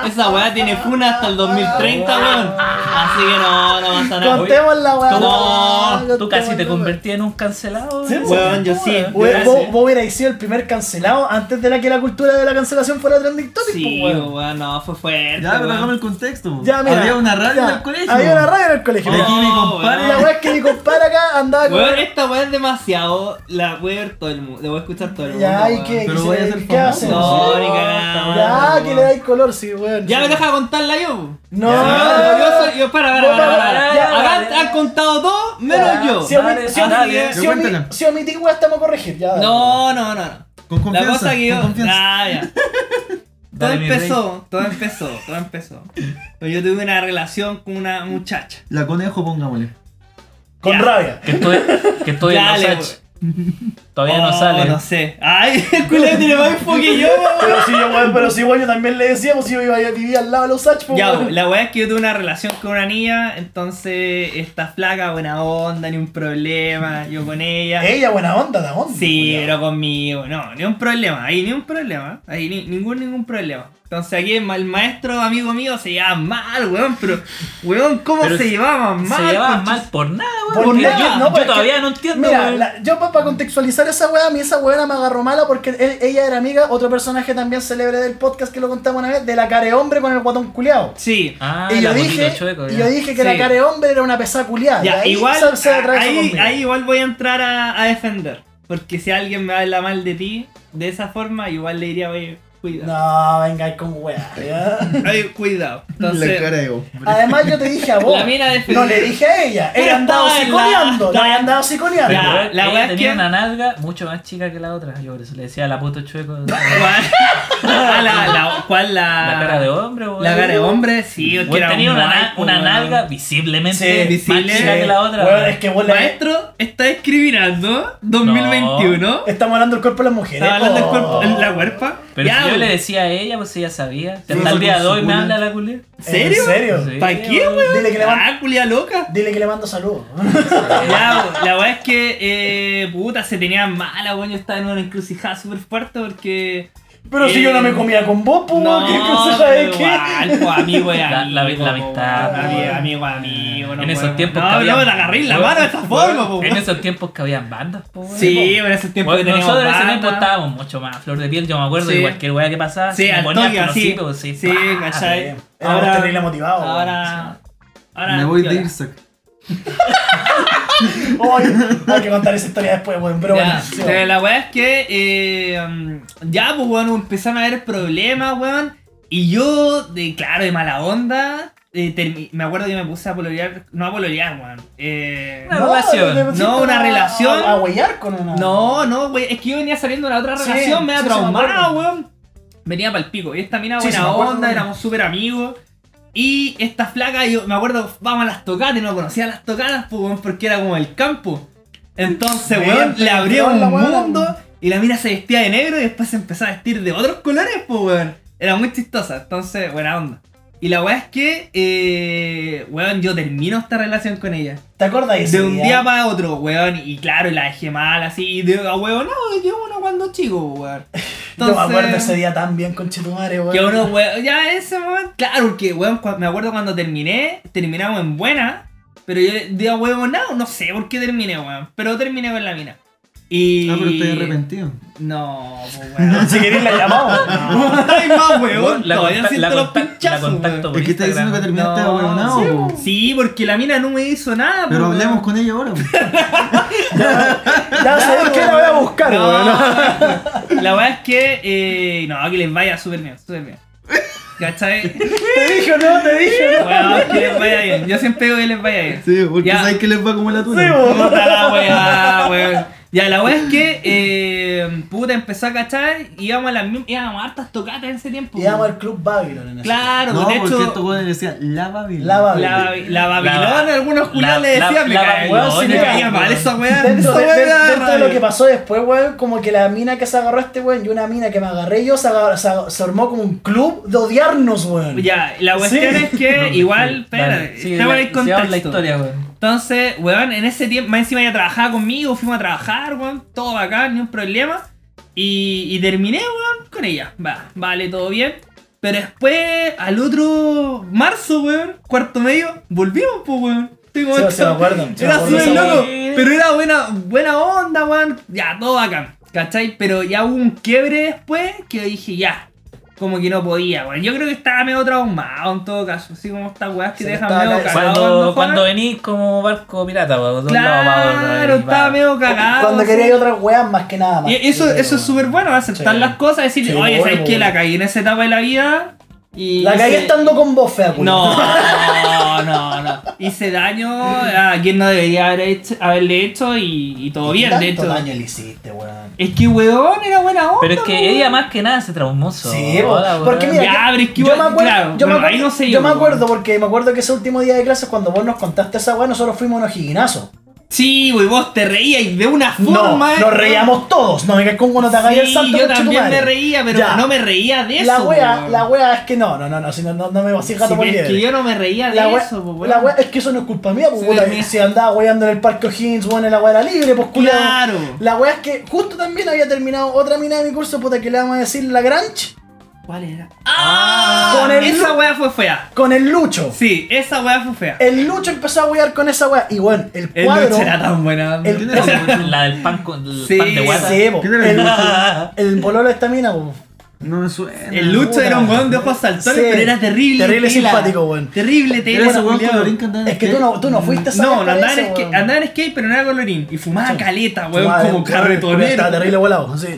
D: no. Esa weá tiene funa hasta el 2030, weón. Así que no, no pasa nada.
C: Contemos la weá.
B: No, tú
C: contemos
B: casi
C: la
B: te
C: weá.
B: convertías en un cancelado.
C: Sí,
B: weón.
D: Weón, yo sí.
C: Vos,
D: pues, yo sí.
C: vos- vos hubierais sido el primer cancelado antes de la que la cultura de la cancelación fuera trending topic,
D: Sí,
C: pues, weón.
D: weón, no, fue fuerte.
E: Ya, pero
D: weón.
E: hagamos el contexto.
C: Ya, mira.
E: Había una radio
C: ya,
E: en el colegio.
C: Había una radio en el colegio.
E: Y aquí mi
D: Oh,
E: compadre.
C: Y la weá es que mi compadre acá andaba con.
D: Weón, esta weá es demasiado. La voy a ver todo el mundo. La voy a escuchar todo el mundo.
C: Ya, ¿y
D: weón.
C: qué?
E: Pero
C: ¿Qué
E: voy
C: se-
E: a ser
C: ¿Qué
E: famoso.
C: hacen?
D: No,
C: Sí.
D: ni cagando,
C: Ya,
D: weón.
C: que le dais color, sí, weón.
D: Ya
C: sí.
D: me deja contarla yo.
C: No,
D: Ya,
C: no,
D: yo soy. Yo, para, para,
C: No,
D: para.
C: para,
D: para.
C: Ah. ya,
D: Acá
B: dale,
D: han contado dos, menos yo.
C: Si omi-
B: Dale,
C: si
B: ah,
C: omi-
B: dale.
C: si
E: Yo
C: omi-
E: cuéntala.
C: Si omití weá, estamos a corregir. Ya, dale.
D: No, no, no. no.
E: Con
D: La
E: confianza.
D: cosa que yo.
E: con confianza.
D: Ah, ya. Todo
B: Dale, mi
D: empezó, todo empezó, todo empezó. Pero yo tuve una relación con una muchacha.
E: La conejo, pongámosle.
C: Con
D: Ya.
C: rabia.
B: Que estoy, que estoy en
D: Dale,
B: Osage. Todavía no
D: Oh,
B: sale.
D: No sé. Ay, el culo tiene más info que yo.
C: Pero sí, yo, weón, pero sí, weón, yo también le decíamos si yo iba a vivir al lado de los Sach, pues,
D: Ya,
C: weón.
D: la weá es que yo tuve una relación con una niña, entonces esta flaca, buena onda, ni un problema, yo con ella.
C: Ella, buena onda, la onda.
D: Sí,
C: ¿Eh? culiao.
D: pero conmigo, no, ni un problema, ahí ni un problema, ahí ni- ningún, ningún problema. Entonces aquí el ma- el maestro, amigo mío, se llevaba mal, weón, pero, weón, ¿cómo
B: Pero
D: se
B: se-
D: llevaban mal?
B: se llevaban
D: concha-
B: mal por nada,
C: Por
B: weón. porque
C: nada,
B: yo,
C: no,
B: yo
C: pero es que-
B: todavía no entiendo,
C: Mira,
B: weón.
C: la- yo para contextualizar esa weá, a mí esa weá me agarró mala porque él- ella era amiga, otro personaje también célebre del podcast que lo contamos una vez, de la care hombre con el guatón culeado.
D: Sí.
B: Ah,
C: y yo
B: la
C: dije,
B: bolita chueco,
C: y
B: ya.
C: yo dije que la
D: Sí.
C: care hombre era una pesada culiada.
D: Ya, igual,
C: se- se atravesó
D: ahí,
C: conmigo.
D: ahí igual voy a entrar a, a defender, porque si alguien me habla mal de ti, de esa forma, igual le diría, oye, cuidado,
C: No, venga, con weá. ya.
D: oye, cuidado.
E: la
D: Entonces,
E: cara de vos.
C: Además, yo te dije a vos.
D: La mina defendió.
C: no le dije a ella.
D: Pero
C: Ella andaba
D: estaba en la-
C: psiconeando. La
D: estaba-
C: había andado psiconeando.
B: Pero,
D: Ya,
B: weón,
D: la
B: ella
D: weá es
B: tenía
D: que-
B: una nalga mucho más chica que la otra. Yo por eso le decía la puto chueco. la
D: Ah, la, la, ¿Cuál la?
B: cara de hombre, weón.
D: La cara de hombre, sí. es que
B: Weón,
D: era
B: tenía
D: un
B: una,
D: mal,
B: na- una
D: weón.
B: nalga visiblemente
D: Sí, visible.
B: más chica que la otra.
C: Weón,
B: weón.
C: es que vos le...
D: Maestro está discriminando 2021.
C: Estamos hablando del cuerpo de las mujeres.
D: Estaba hablando del
C: po.
D: cuerpo, la cuerpa.
B: Pero
D: Ya,
B: si yo
D: weón.
B: le decía a ella, pues ella sabía.
E: Sí,
B: Hasta el día de
E: con
B: hoy me
E: su
B: habla la culia.
D: ¿En serio?
C: ¿En serio?
B: Sí,
D: ¿Para qué, weón?
C: Dile que le mando-
D: Ah, culia loca.
C: Dile que le mando saludos.
D: Ya, weón, la weá es que, eh, puta, se tenía mala, weón. Yo estaba en una encrucijada súper fuerte porque.
C: Pero si
D: Eh,
C: yo no me comía con vos, po,
D: No,
C: ¿qué cosa de
D: pero
C: qué?
D: igual, po, amigo es
B: La-
D: amigo.
B: la- la amistad,
D: po,
B: po,
D: amigo,
B: weón.
D: amigo, amigo. no
B: en esos
D: puedo-
B: tiempos
D: No,
B: que
D: no
B: habían-
D: me la agarré en la
B: weón,
D: mano de esta forma, po,
B: En
D: weón.
B: esos tiempos que habían bandas, po, weón.
D: Sí, pero en esos tiempos
B: Bueno,
D: teníamos
B: nosotros en ese tiempo
D: banda.
B: estábamos mucho más a flor de piel. Yo me acuerdo
D: Sí.
B: de cualquier weá que pasaba.
D: Sí,
B: me
D: al
B: ponía
D: toque,
B: por los
D: así.
B: hipos, sí,
D: Sí,
B: pa.
D: ¿cachai?
C: Sí, éramos terrible motivados,
D: Ahora. ahora
E: Me voy
D: ¿qué
E: de Ah,
D: hora?
E: Irsac.
C: Oye, hay que contar esa historia después, weón. Pero
D: Ya,
C: bueno, sí,
D: eh, la weá es que eh, mm, ya, pues weón, empezaron a haber problemas, weón. Y yo, de, claro, de mala onda, eh, termi- me acuerdo que me puse a pololear, no a pololear, weón. Eh,
B: Una relación.
C: te pusiste
D: No, una
C: a-
D: relación.
C: A huellar con una.
D: no, no, weón, es que yo venía saliendo de la otra
C: Sí,
D: relación, me había
C: sí, sí, me
D: traumado,
C: acuerdo.
D: weón. Venía para el pico. Y esta mina
C: Sí, sí,
D: buena
C: me acuerdo.
D: onda, éramos súper amigos. Y esta flaca, yo me acuerdo, vamos a las tocadas y no conocía las tocadas, pues, weón, porque era como el campo. Entonces,
C: Bien,
D: weón, le
C: pero
D: abría
C: weón,
D: un
C: la weá.
D: mundo y la mina se vestía de negro y después se empezó a vestir de otros colores, pues, weón. Era muy chistosa, entonces, buena onda. Y la weá es que, eh, weón, yo termino esta relación con ella.
C: ¿Te acuerdas ese
D: De un día para otro, weón. Y claro, la dejé mal así. Y de a weón, no, que uno cuando chico, weón.
C: Yo me acuerdo ese día tan bien con Chetumare, weón.
D: Que uno, weón, ya ese momento. Claro, porque weón, cua- me acuerdo cuando terminé, terminamos en buena. Pero yo de a weón, no, no sé por qué terminé, weón. Pero terminé con la mina. Y.
E: Ah, pero estoy arrepentido.
D: No, pues, weón.
C: Si querés la llamamos.
D: No, Ay, más, weón.
B: La
D: todavía
B: conta-
D: siento
B: la
D: los
B: conta- la
D: pinchazos,
B: contacto
D: weón.
B: por
E: Es que estás diciendo que
B: Instagram.
E: terminaste
D: No,
E: ahueonado,
D: sí,
E: po.
D: Sí, porque la mina no me hizo nada,
E: pues. Pero
D: pues,
E: hablemos
D: weón.
E: con ella ahora, po.
C: Ya sabes que la voy a buscar,
D: No,
C: weón.
D: La verdad es que. eh, no, que les vaya súper bien, súper bien. ¿Cachai?
C: Te dije, no, te dije,
D: Bueno, que les vaya bien. Yo siempre digo que les vaya bien.
E: Sí, porque
D: Ya.
E: sabes que les va como la tuya.
D: Puta la weá, weón. Ya, la weá es que, eh, puta, empezó a cachar y íbamos a las mismas, íbamos a hartas tocatas en ese tiempo.
C: Y llamo
D: weón.
C: al Club Babylon en ese
D: Claro,
E: No,
D: de
E: porque
D: hecho,
E: estos weones decían la Babilonia.
C: La Babilonia.
D: la, la Babilona,
B: La-
D: algunos
B: la-
D: culiados le
B: la-
D: decían, me
B: la
D: caía,
B: Babilona,
D: weón,
B: sí,
D: me
B: me
D: caía
B: caía,
D: mal
B: weón.
D: esa weá.
C: Dentro,
D: esa
C: de,
D: weá
C: de-
D: me daba
C: dentro de
D: rabia.
C: lo que pasó después, weón, como que la mina que se agarró este weón y una mina que me agarré yo se, agar- se, se armó como un club de odiarnos, weón.
D: Ya, la cuestión
C: Sí.
D: es que igual, espera,
B: sí,
D: estaba
B: la-
D: en el
B: sigamos
D: contexto.
B: la historia, weón.
D: Entonces, weón, en ese tiempo, más encima ya trabajaba conmigo, fuimos a trabajar, weón, todo bacán, ni un problema. Y, y terminé, weón, con ella. Va, vale, todo bien. Pero después, al otro marzo, weón, cuarto medio, volvimos, pues, weón. Estoy como
C: Sí,
D: esto.
C: sí, me acuerdo, sí, me
D: Era
C: acuerdo
D: súper
C: esa
D: loco,
B: weá.
D: pero era buena, buena onda, weón. Ya, todo bacán, ¿cachai? Pero ya hubo un quiebre después que dije, ya. Como que no podía, weón. Yo creo que estaba medio traumado en todo caso. Así como estas weas que
C: Sí,
D: te dejan
C: estaba
D: medio
C: ca-
D: cagado
B: Cuando,
D: cuando
B: cuando
D: juegas.
B: venís como barco pirata, weón. de un lado para otro,
D: Claro,
B: ahí,
D: estaba
B: va.
D: medio cagado.
C: Cuando
D: sí.
C: quería ir a otras weas más que nada más.
D: Y eso, eso es súper bueno, aceptar
C: Sí.
D: las cosas, decir,
C: Sí,
D: oye,
C: bueno,
D: ¿sabes qué?
C: bueno.
D: La caí en esa etapa de la vida. Y
C: La
D: hice-
C: cagué estando con vos, fea, culo.
D: No, no, no. Hice daño a quien no debería haber hecho- haberle hecho y, y todo
C: ¿Qué
D: bien,
C: tanto
D: de hecho.
C: daño le hiciste, weón?
D: Es que weón era buena onda.
B: Pero es que
D: weón.
B: ella más que nada se traumó sola,
C: Sí, po, porque
B: weón.
C: mira,
D: Ya,
C: yo-
D: pero es que
C: yo,
D: igual-
C: me acuerdo,
D: claro,
C: yo me
D: bueno, ahí
C: acuerdo-
D: no sé
C: yo
D: yo,
C: me
D: weón.
C: acuerdo porque me acuerdo que ese último día de clases cuando vos nos contaste esa weá, nosotros fuimos unos jiguinazos.
D: Sí, wey, vos te reías y de una
C: No,
D: forma.
C: nos reíamos todos, no me caes con cuando te hagáis el
D: Sí,
C: santo
D: yo
C: concha tu
D: también
C: madre.
D: me reía, pero
C: Ya.
D: no me reía de eso.
C: La wea,
D: weón.
C: la wea es que no, no, no, no, si no, no, no me vas
D: Sí,
C: gato por
D: pero es que
C: liebre.
D: yo no me reía de
C: La wea,
D: eso, po, weón.
C: la wea- es que eso no es culpa mía, pues
D: Sí,
C: puta,
D: mía.
C: si andaba weando en el parque O'Higgins, weón, en la wea era libre, pues culiao.
D: Claro.
C: La wea es que justo también había terminado otra mina de mi curso, puta, que le vamos a decir la Granch,
D: ¿Cuál era? ¡Ah!
C: Con el
D: esa
C: lu-
D: weá fue fea.
C: con el Lucho.
D: Sí, esa weá fue fea.
C: El Lucho empezó a wear con esa wea, y bueno, el
D: El
C: cuadro...
D: noche era tan buena.
C: el-
E: ¿Quién
B: La-
E: era el
B: La del pan con el
D: Sí,
B: pan de guata.
C: Sí, po,
E: ¿Quién era el
C: el,
B: Lucho?
C: el pololo de esta mina, po.
E: No me suena.
D: El Lucho
C: puta.
D: era un weón de ojos saltones,
C: Sí.
D: pero era terrible.
C: Terrible
D: tela.
C: simpático, weón.
D: Terrible, te
E: Era ese weón colorín que andaba en
C: Es que tú
E: skate.
C: no, tú no fuiste a esa
D: Mm. No,
C: vez
D: no
C: para
D: andaba
C: eso,
D: en skate,
C: weón.
D: andaba en skate, pero no era colorín. Y fumaba caleta, weón,
C: Madre,
D: como
C: weón, Estaba
D: carretonero.
C: terrible volado. sí.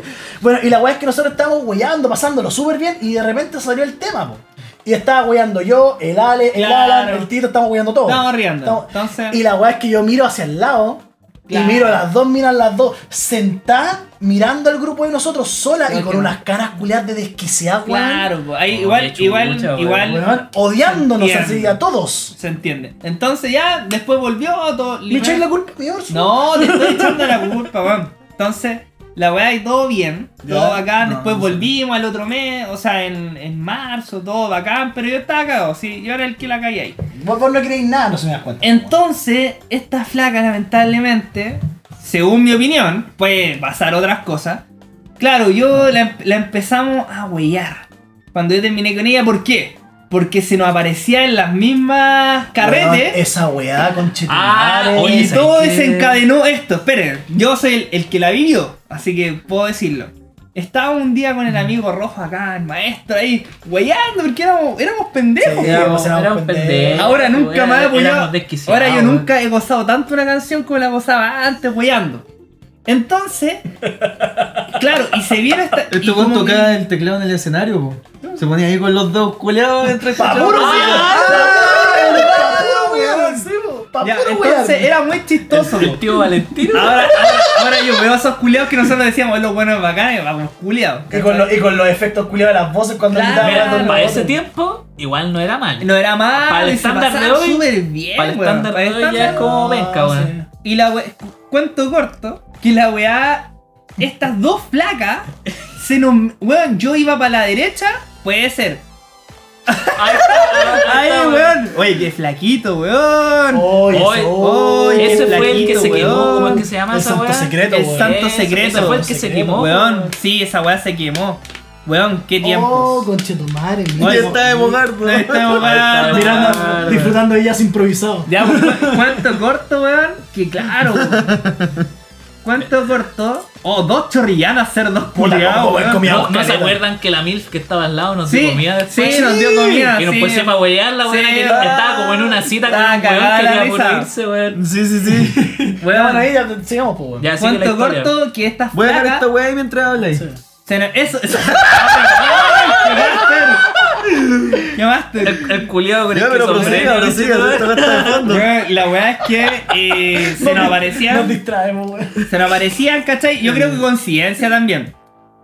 C: Bueno, y la weá es que nosotros estábamos weyando, pasándolo súper bien, y de repente salió el tema, po. Y estaba weyando yo, el Ale, el
D: Claro.
C: Alan, el Tito, estamos weyando todos.
D: Estábamos riendo.
C: Estamos-
D: Entonces-
C: Y la weá es que yo miro hacia el lado,
D: Claro.
C: y miro a las dos, miran las dos, sentadas, mirando al grupo de nosotros sola
D: Claro
C: y con
D: que no.
C: unas caras culiadas de desquiciadas, weón.
D: Claro, po. ahí
B: Oh,
D: igual,
B: qué
D: igual,
B: chucha, weón,
D: igual.
C: Weón, odiándonos
D: Entiendo.
C: así a todos.
D: Se entiende. Entonces ya, después volvió todo.
C: ¿Me echáis la culpa, mi orso?
D: No, te estoy echando la culpa, weón. Entonces, la weá y todo bien, todo bacán.
E: No,
D: Después
E: no sé.
D: volvimos al otro mes, o sea, en, en marzo, todo bacán, pero yo estaba cagado, sí, yo era el que la caí ahí.
C: Vos, vos no creéis nada, no se me das cuenta.
D: Entonces, esta flaca, lamentablemente, según mi opinión, puede pasar otras cosas. Claro, yo la, em- la empezamos a huellar cuando yo terminé con ella, ¿por qué? Porque se nos aparecía en las mismas carretes.
C: Weón, esa weá,
B: Ah,
C: conchetumare.
B: oye,
D: Y
B: ¿sabes
D: todo
B: qué?
D: desencadenó esto. Esperen, yo soy el, el que la vivió, así que puedo decirlo. Estaba un día con el amigo rojo acá, el maestro ahí, weyando, porque éramos, éramos pendejos.
C: Sí,
B: Éramos-
C: éramos
B: éramos
C: pendejos.
B: pendejos,
D: Ahora nunca
B: era-
D: más he
B: éramos
D: apoyado.
B: desquiciados,
D: Ahora yo
B: weón.
D: nunca he gozado tanto una canción como la gozaba antes, weyando. Entonces, claro, y se vieron esta. y
E: Este weón
D: como que-
E: tocaba el teclado en el escenario, po. Se ponía ahí con los dos culeados entre
C: Pa' puro
E: Ah,
D: ah,
C: weón.
B: Ah,
C: Pa'
D: Ya,
C: puro weón.
D: entonces era muy chistoso. po.
B: El tío Valentino.
D: Ahora, ahora, ahora yo veo a esos culiados que nosotros decíamos, "Oh, los buenos bacanes, vamos culiados.
C: Y con, lo- y con los efectos culiados de las voces cuando
D: eh, Claro,
C: andaban
B: Mira,
C: hablando en la
B: para
C: voz.
B: ese tiempo, igual no era mal.
D: No era mal,
B: Para el
D: se
B: estándar de
D: pasaban
B: hoy,
D: súper bien,
B: para el
D: weón,
B: estándar
D: para el
B: de hoy ya
D: estándar.
B: es como venga,
C: sí.
B: weón.
D: Y la weá, cuento corto, que la weá, estas dos placas, se nos. Weón, yo iba para la derecha, puede ser.
B: Ahí está, Ah, ahí
D: Ay,
B: está,
D: weón. Oye, qué flaquito, weón.
C: Oye,
B: Oye,
C: oye,
D: oye,
C: qué
B: Ese fue el que
D: flaquito,
B: se quemó,
D: weón.
B: ¿cómo es que se llama
C: El
B: esa
C: santo
B: weá?
C: secreto,
D: El
C: weón.
D: santo
B: Ese-
D: secreto.
B: Ese fue el que se
C: Secreto,
B: quemó.
D: Weón, sí, esa weá se quemó. Weón, qué tiempo.
C: Oh, conchetumare,
E: Y
C: mira.
D: Oye,
E: está de bogardo.
D: Ahí está, weón.
B: Ahí está,
C: Mirando-
B: claro.
C: disfrutando de ellas improvisado.
D: Ya, cu- cuánto corto, weón. Que claro. weón. Cuánto corto. Oh, dos chorrillanas, ser dos
C: Puta,
D: culiados,
C: loco, weón,
D: weón.
C: comía-
B: No, ¿no se
C: Caleta.
B: acuerdan que la MILF que estaba al lado nos dio
D: Sí,
B: comida después?
D: sí, nos dio comida.
B: Y nos
D: sí.
B: pusimos a huear la weá
D: Sí,
B: que
D: ah,
B: estaba como en una cita con un
D: estaba
B: weón
D: cagada
B: que
D: la
B: iba a
D: risa.
B: morirse, weón.
E: Sí, sí, sí.
C: Ya, bueno,
D: Weón,
C: ahí ya sigamos, pues, weón.
B: Ya, sigue la
D: Cuánto
B: historia.
D: corto que esta
E: Voy a dejar
D: flaca-
E: esta weá ahí mientras habláis.
D: Ah, se nos- Eso, eso. ¡Ay, qué mal, qué mal, Fer! ¿Qué más mataste.
B: El, el culiado con
E: Ya,
B: el que
E: pero pues, prosiga,
B: sombrero,
E: prosiga,
B: ¿no?
E: si esto no está de fondo.
D: Weón, La weá es que eh, se nos
C: Nos
D: aparecían.
C: distraemos, weón.
D: Se nos aparecían, ¿cachai? Yo creo que con ciencia también.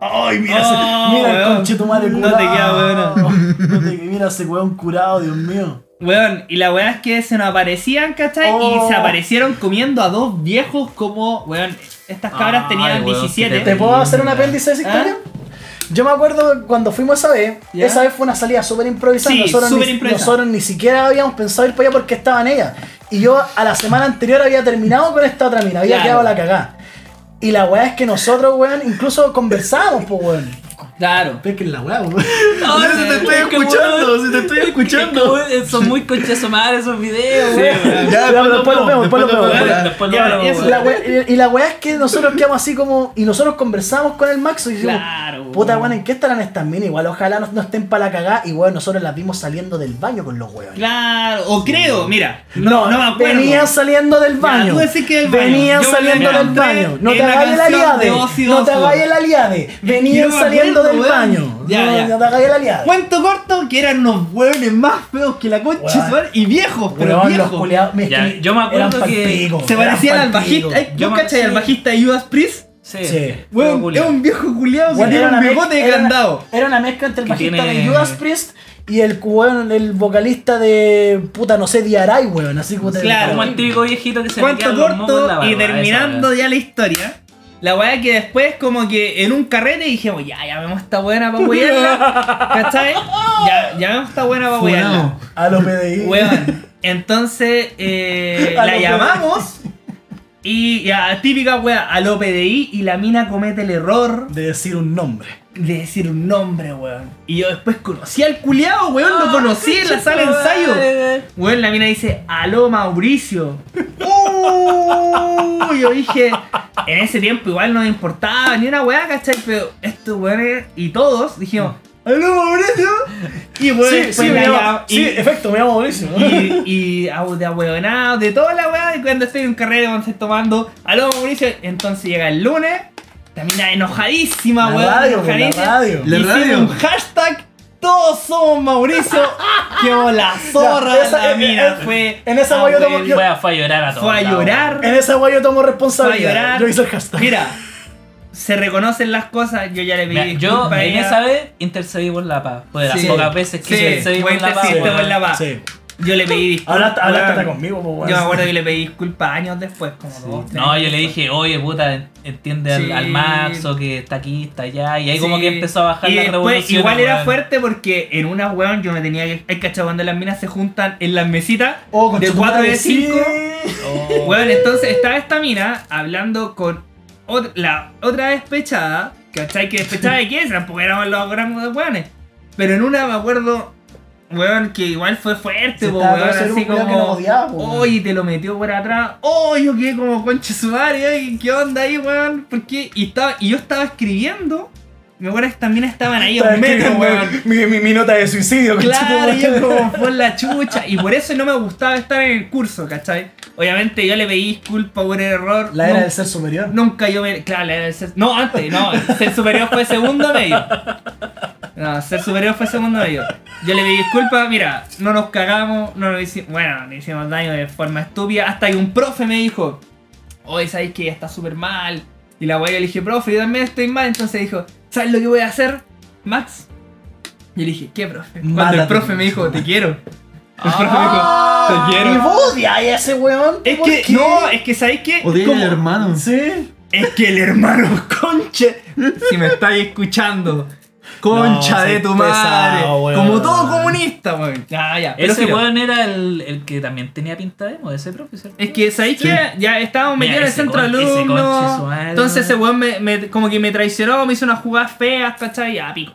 C: Ay, mira,
D: Oh,
C: ese, mira
D: weón.
C: el conchetumare
D: No
C: curado.
D: te queda
C: No te- mira ese weón curado, Dios mío.
D: Weón, y la weá es que se nos aparecían, ¿cachai?
C: Oh.
D: Y se aparecieron comiendo a dos viejos como, weón, estas cabras
B: Ay,
D: tenían
B: weón,
D: 17.
B: qué
C: ¿Te puedo hacer un apéndice de esa
D: ¿Ah?
C: historia? Yo me acuerdo cuando fuimos esa vez,
D: ¿Ya?
C: esa vez fue una salida súper improvisada.
D: Sí,
C: nosotros,
D: súper
C: ni,
D: improvisada.
C: nosotros ni siquiera habíamos pensado ir para allá porque estaban ellas. Y yo a la semana anterior había terminado con esta otra mina, había
D: Claro.
C: quedado la cagada. Y la weá es que nosotros, weón, incluso conversábamos, pues weón.
D: Claro.
C: Es que la weá, weón.
B: No,
E: Ya, si te estoy escuchando, si te estoy escuchando.
B: Son muy conchas su madre esos videos,
D: Sí,
B: weón.
D: weón.
E: Ya,
C: Ya, pero después lo vemos, después lo vemos.
E: ya.
B: Después lo
D: Ya,
B: hablamos,
D: eso-
B: weón.
C: La wea- y la weá es que nosotros quedamos así como. Y nosotros conversamos con el Maxo y dijimos,
D: Claro,
C: puta
D: weón.
C: weón, ¿en qué estarán estas minas? Igual ojalá no, no estén para la cagada. Y weón, nosotros las vimos saliendo del baño con los weones.
D: Claro. O creo, mira. No, no, me acuerdo.
C: Venían saliendo del
D: Ya,
C: baño.
D: tú decís que del baño.
C: Venían
D: Yo me
C: saliendo del
D: encontré
C: baño. No
D: en
C: te
D: la
C: hagáis el
D: canción
C: aliade.
D: de Ozzy
C: No te
D: Osbourne.
C: hagáis el aliade. Venían
D: Yo me
C: saliendo
D: acuerdo,
C: del
D: weón.
C: baño.
D: Ya,
C: No,
D: ya.
C: No te hagáis el aliade.
D: Cuento corto que eran unos hueones más feos que la concha
C: Weón.
D: de su madre, y viejos, pero
C: Weón, los
D: viejos.
C: culiados. me-
B: Ya,
C: que
B: yo me acuerdo
C: eran pa'l
B: que
C: pico,
D: se
C: eran
D: parecían
C: pa'l
D: al bajista.
C: pico.
D: ay,
B: Yo
D: ¿Vos
B: me-
D: cachai al
B: sí.
D: bajista de Judas Priest?
B: Sí.
C: Sí.
D: Weón,
B: Pero
D: es
B: culiao.
D: un viejo culiado que
C: Bueno,
D: tiene un
C: me-
D: bigote de
C: era una-
D: candado.
C: era una mezcla entre el
B: Que
C: bajista
B: tiene-
C: de Judas Priest y el weón, el vocalista de puta, no sé, Diaray, weón. Así como te-
D: Claro.
B: Como el típico viejito que se le
D: Cuento
B: quedan los mocos en la
D: corto y
B: barba, esa,
D: terminando
B: weón.
D: ya la historia. La weá que después, como que en un carrete dijimos, ya, ya vemos esta buena para apoyarla. ¿Cachai? Ya, ya vemos esta buena para apoyarla.
E: Funao.
C: A los PDI.
D: Weón. Entonces, eh,
C: A
D: la
C: lo
D: llamamos. Y ya, típica weá, al OPDI y la mina comete el error
C: De decir un nombre.
D: de decir un nombre, weón. Y yo después conocí al culiao, weón,
B: Ah,
D: lo conocí en la sala de ensayo. Weón, la mina dice, aló Mauricio. Uh, yo dije, en ese tiempo igual no me importaba ni una weá, ¿cachai? Pero estos weones y todos dijimos, aló Mauricio. Y weón,
C: Sí,
D: después
C: sí,
D: la
C: me llamo-
D: llam-
C: sí,
D: y-
C: efecto, me llamo Mauricio.
D: y, y au- de ahueonado, de toda la weá, y cuando estoy en carrera, cuando estoy tomando, aló Mauricio, entonces llega el lunes, termina enojadísima,
C: La
D: weón,
C: radio, pues, la
D: enojadísima,
C: radio.
E: La
D: hicimos
E: radio.
D: un hashtag, todos somos Mauricio, que la zorra,
C: Ya, esa-
D: la
C: en-
D: mina,
C: en-
D: fue,
C: en esa
D: a
C: weá yo tomo-
D: hueón,
C: yo-
B: Weón, Fue a llorar a todos.
D: fue a
B: lados, weón.
D: llorar,
C: En esa weá yo tomo
D: fue a
C: responsabilidad.
D: llorar,
C: Yo hice el hashtag.
D: mira, se reconocen las cosas, yo ya le pedí
B: Mira, yo
D: disculpas a
B: en
D: ella.
B: esa vez intercedí por la paz. Fue de las
D: Sí.
B: pocas veces que
D: Sí,
B: intercedí
D: fue
B: por la paz.
D: intercediste
B: weón.
D: por la paz.
C: Sí.
D: yo le pedí disculpas,
C: Hablaste, hablaste hasta
D: weón.
C: conmigo, pues, weón.
D: Yo me acuerdo que le pedí disculpas años después, como dos, tres
B: No, yo
D: años
B: le
D: después.
B: dije, oye puta, entiende al,
D: Sí.
B: al Maxo que está aquí, está allá. Y ahí como
D: Sí.
B: que empezó a bajar
D: Y
B: la
D: después,
B: revolución.
D: Igual era
B: weón.
D: fuerte porque en una weón yo me tenía que. Hay cachado cuando las minas se juntan en las mesitas
C: Oh, con
D: de
C: tu
D: 4
C: madre,
D: de 5.
C: sí.
B: Oh.
D: Weón, entonces estaba esta mina hablando con ot- la otra despechada. ¿Cachai? Que despechada de qué? Tampoco éramos los gramos de weones. Pero en una me acuerdo. Weón, que igual fue fuerte,
C: Se
D: po,
C: estaba
D: weón,
C: todo ser un
D: así
C: culiao
D: como.
C: que no odiaba, po, weón.
D: Oye, te lo metió por atrás. Oye, yo quedé como conche su madre. ay, ¿Qué onda ahí, weón? ¿Por qué? Y, estaba, y yo estaba escribiendo. Me acuerdo que también estaban ahí a
C: Estaba
D: un metro,
C: escribiendo
D: weón.
C: Mi, mi, mi nota de suicidio,
D: Claro,
C: conchetumare.
D: y yo como por la chucha. Y por eso no me gustaba estar en el curso, ¿cachai? Obviamente yo le pedí disculpa por el error.
C: La era
D: Nun-
C: del ser superior.
D: Nunca yo me. Claro, la era del ser. No, antes, no. el Ser superior fue segundo medio. No, ser superior fue segundo medio. Yo le pedí disculpa, mira, no nos cagamos, no nos hicimos. Bueno, no hicimos daño de forma estúpida. Hasta que un profe me dijo, hoy sabéis que está súper mal. Y la weá yo le dije, profe, yo también estoy mal. Entonces dijo, ¿sabes lo que voy a hacer, Max? Y le dije, ¿qué, profe? Cuando el
C: Mátate.
D: profe me dijo, te quiero. El
C: Ah, Y
D: profe me dijo, te quiero.
C: vos odias a ese weón.
D: Es
C: ¿por
D: que,
C: qué?
D: no, es que, ¿sabéis qué?
E: Odié al
D: Como-
E: hermano.
C: Sí.
D: es que el hermano concha, si me estáis escuchando, concha
C: No,
D: de
C: soy
D: tu madre,
C: pesado, weón.
D: como todo comunista, weón. Ya, ya, pero
B: Ese
D: filo.
B: weón era el, el que también tenía pinta de emo, ese profesor.
D: Es que, ¿sabéis que Ya estábamos
B: Mira,
D: metidos en el
B: ese
D: centro
B: con- ese conche su
D: alumno.
B: madre,
D: Entonces ese
B: weón.
D: weón me, me- como que me traicionó, me hizo unas jugadas feas, ¿cachai? Ya, pico.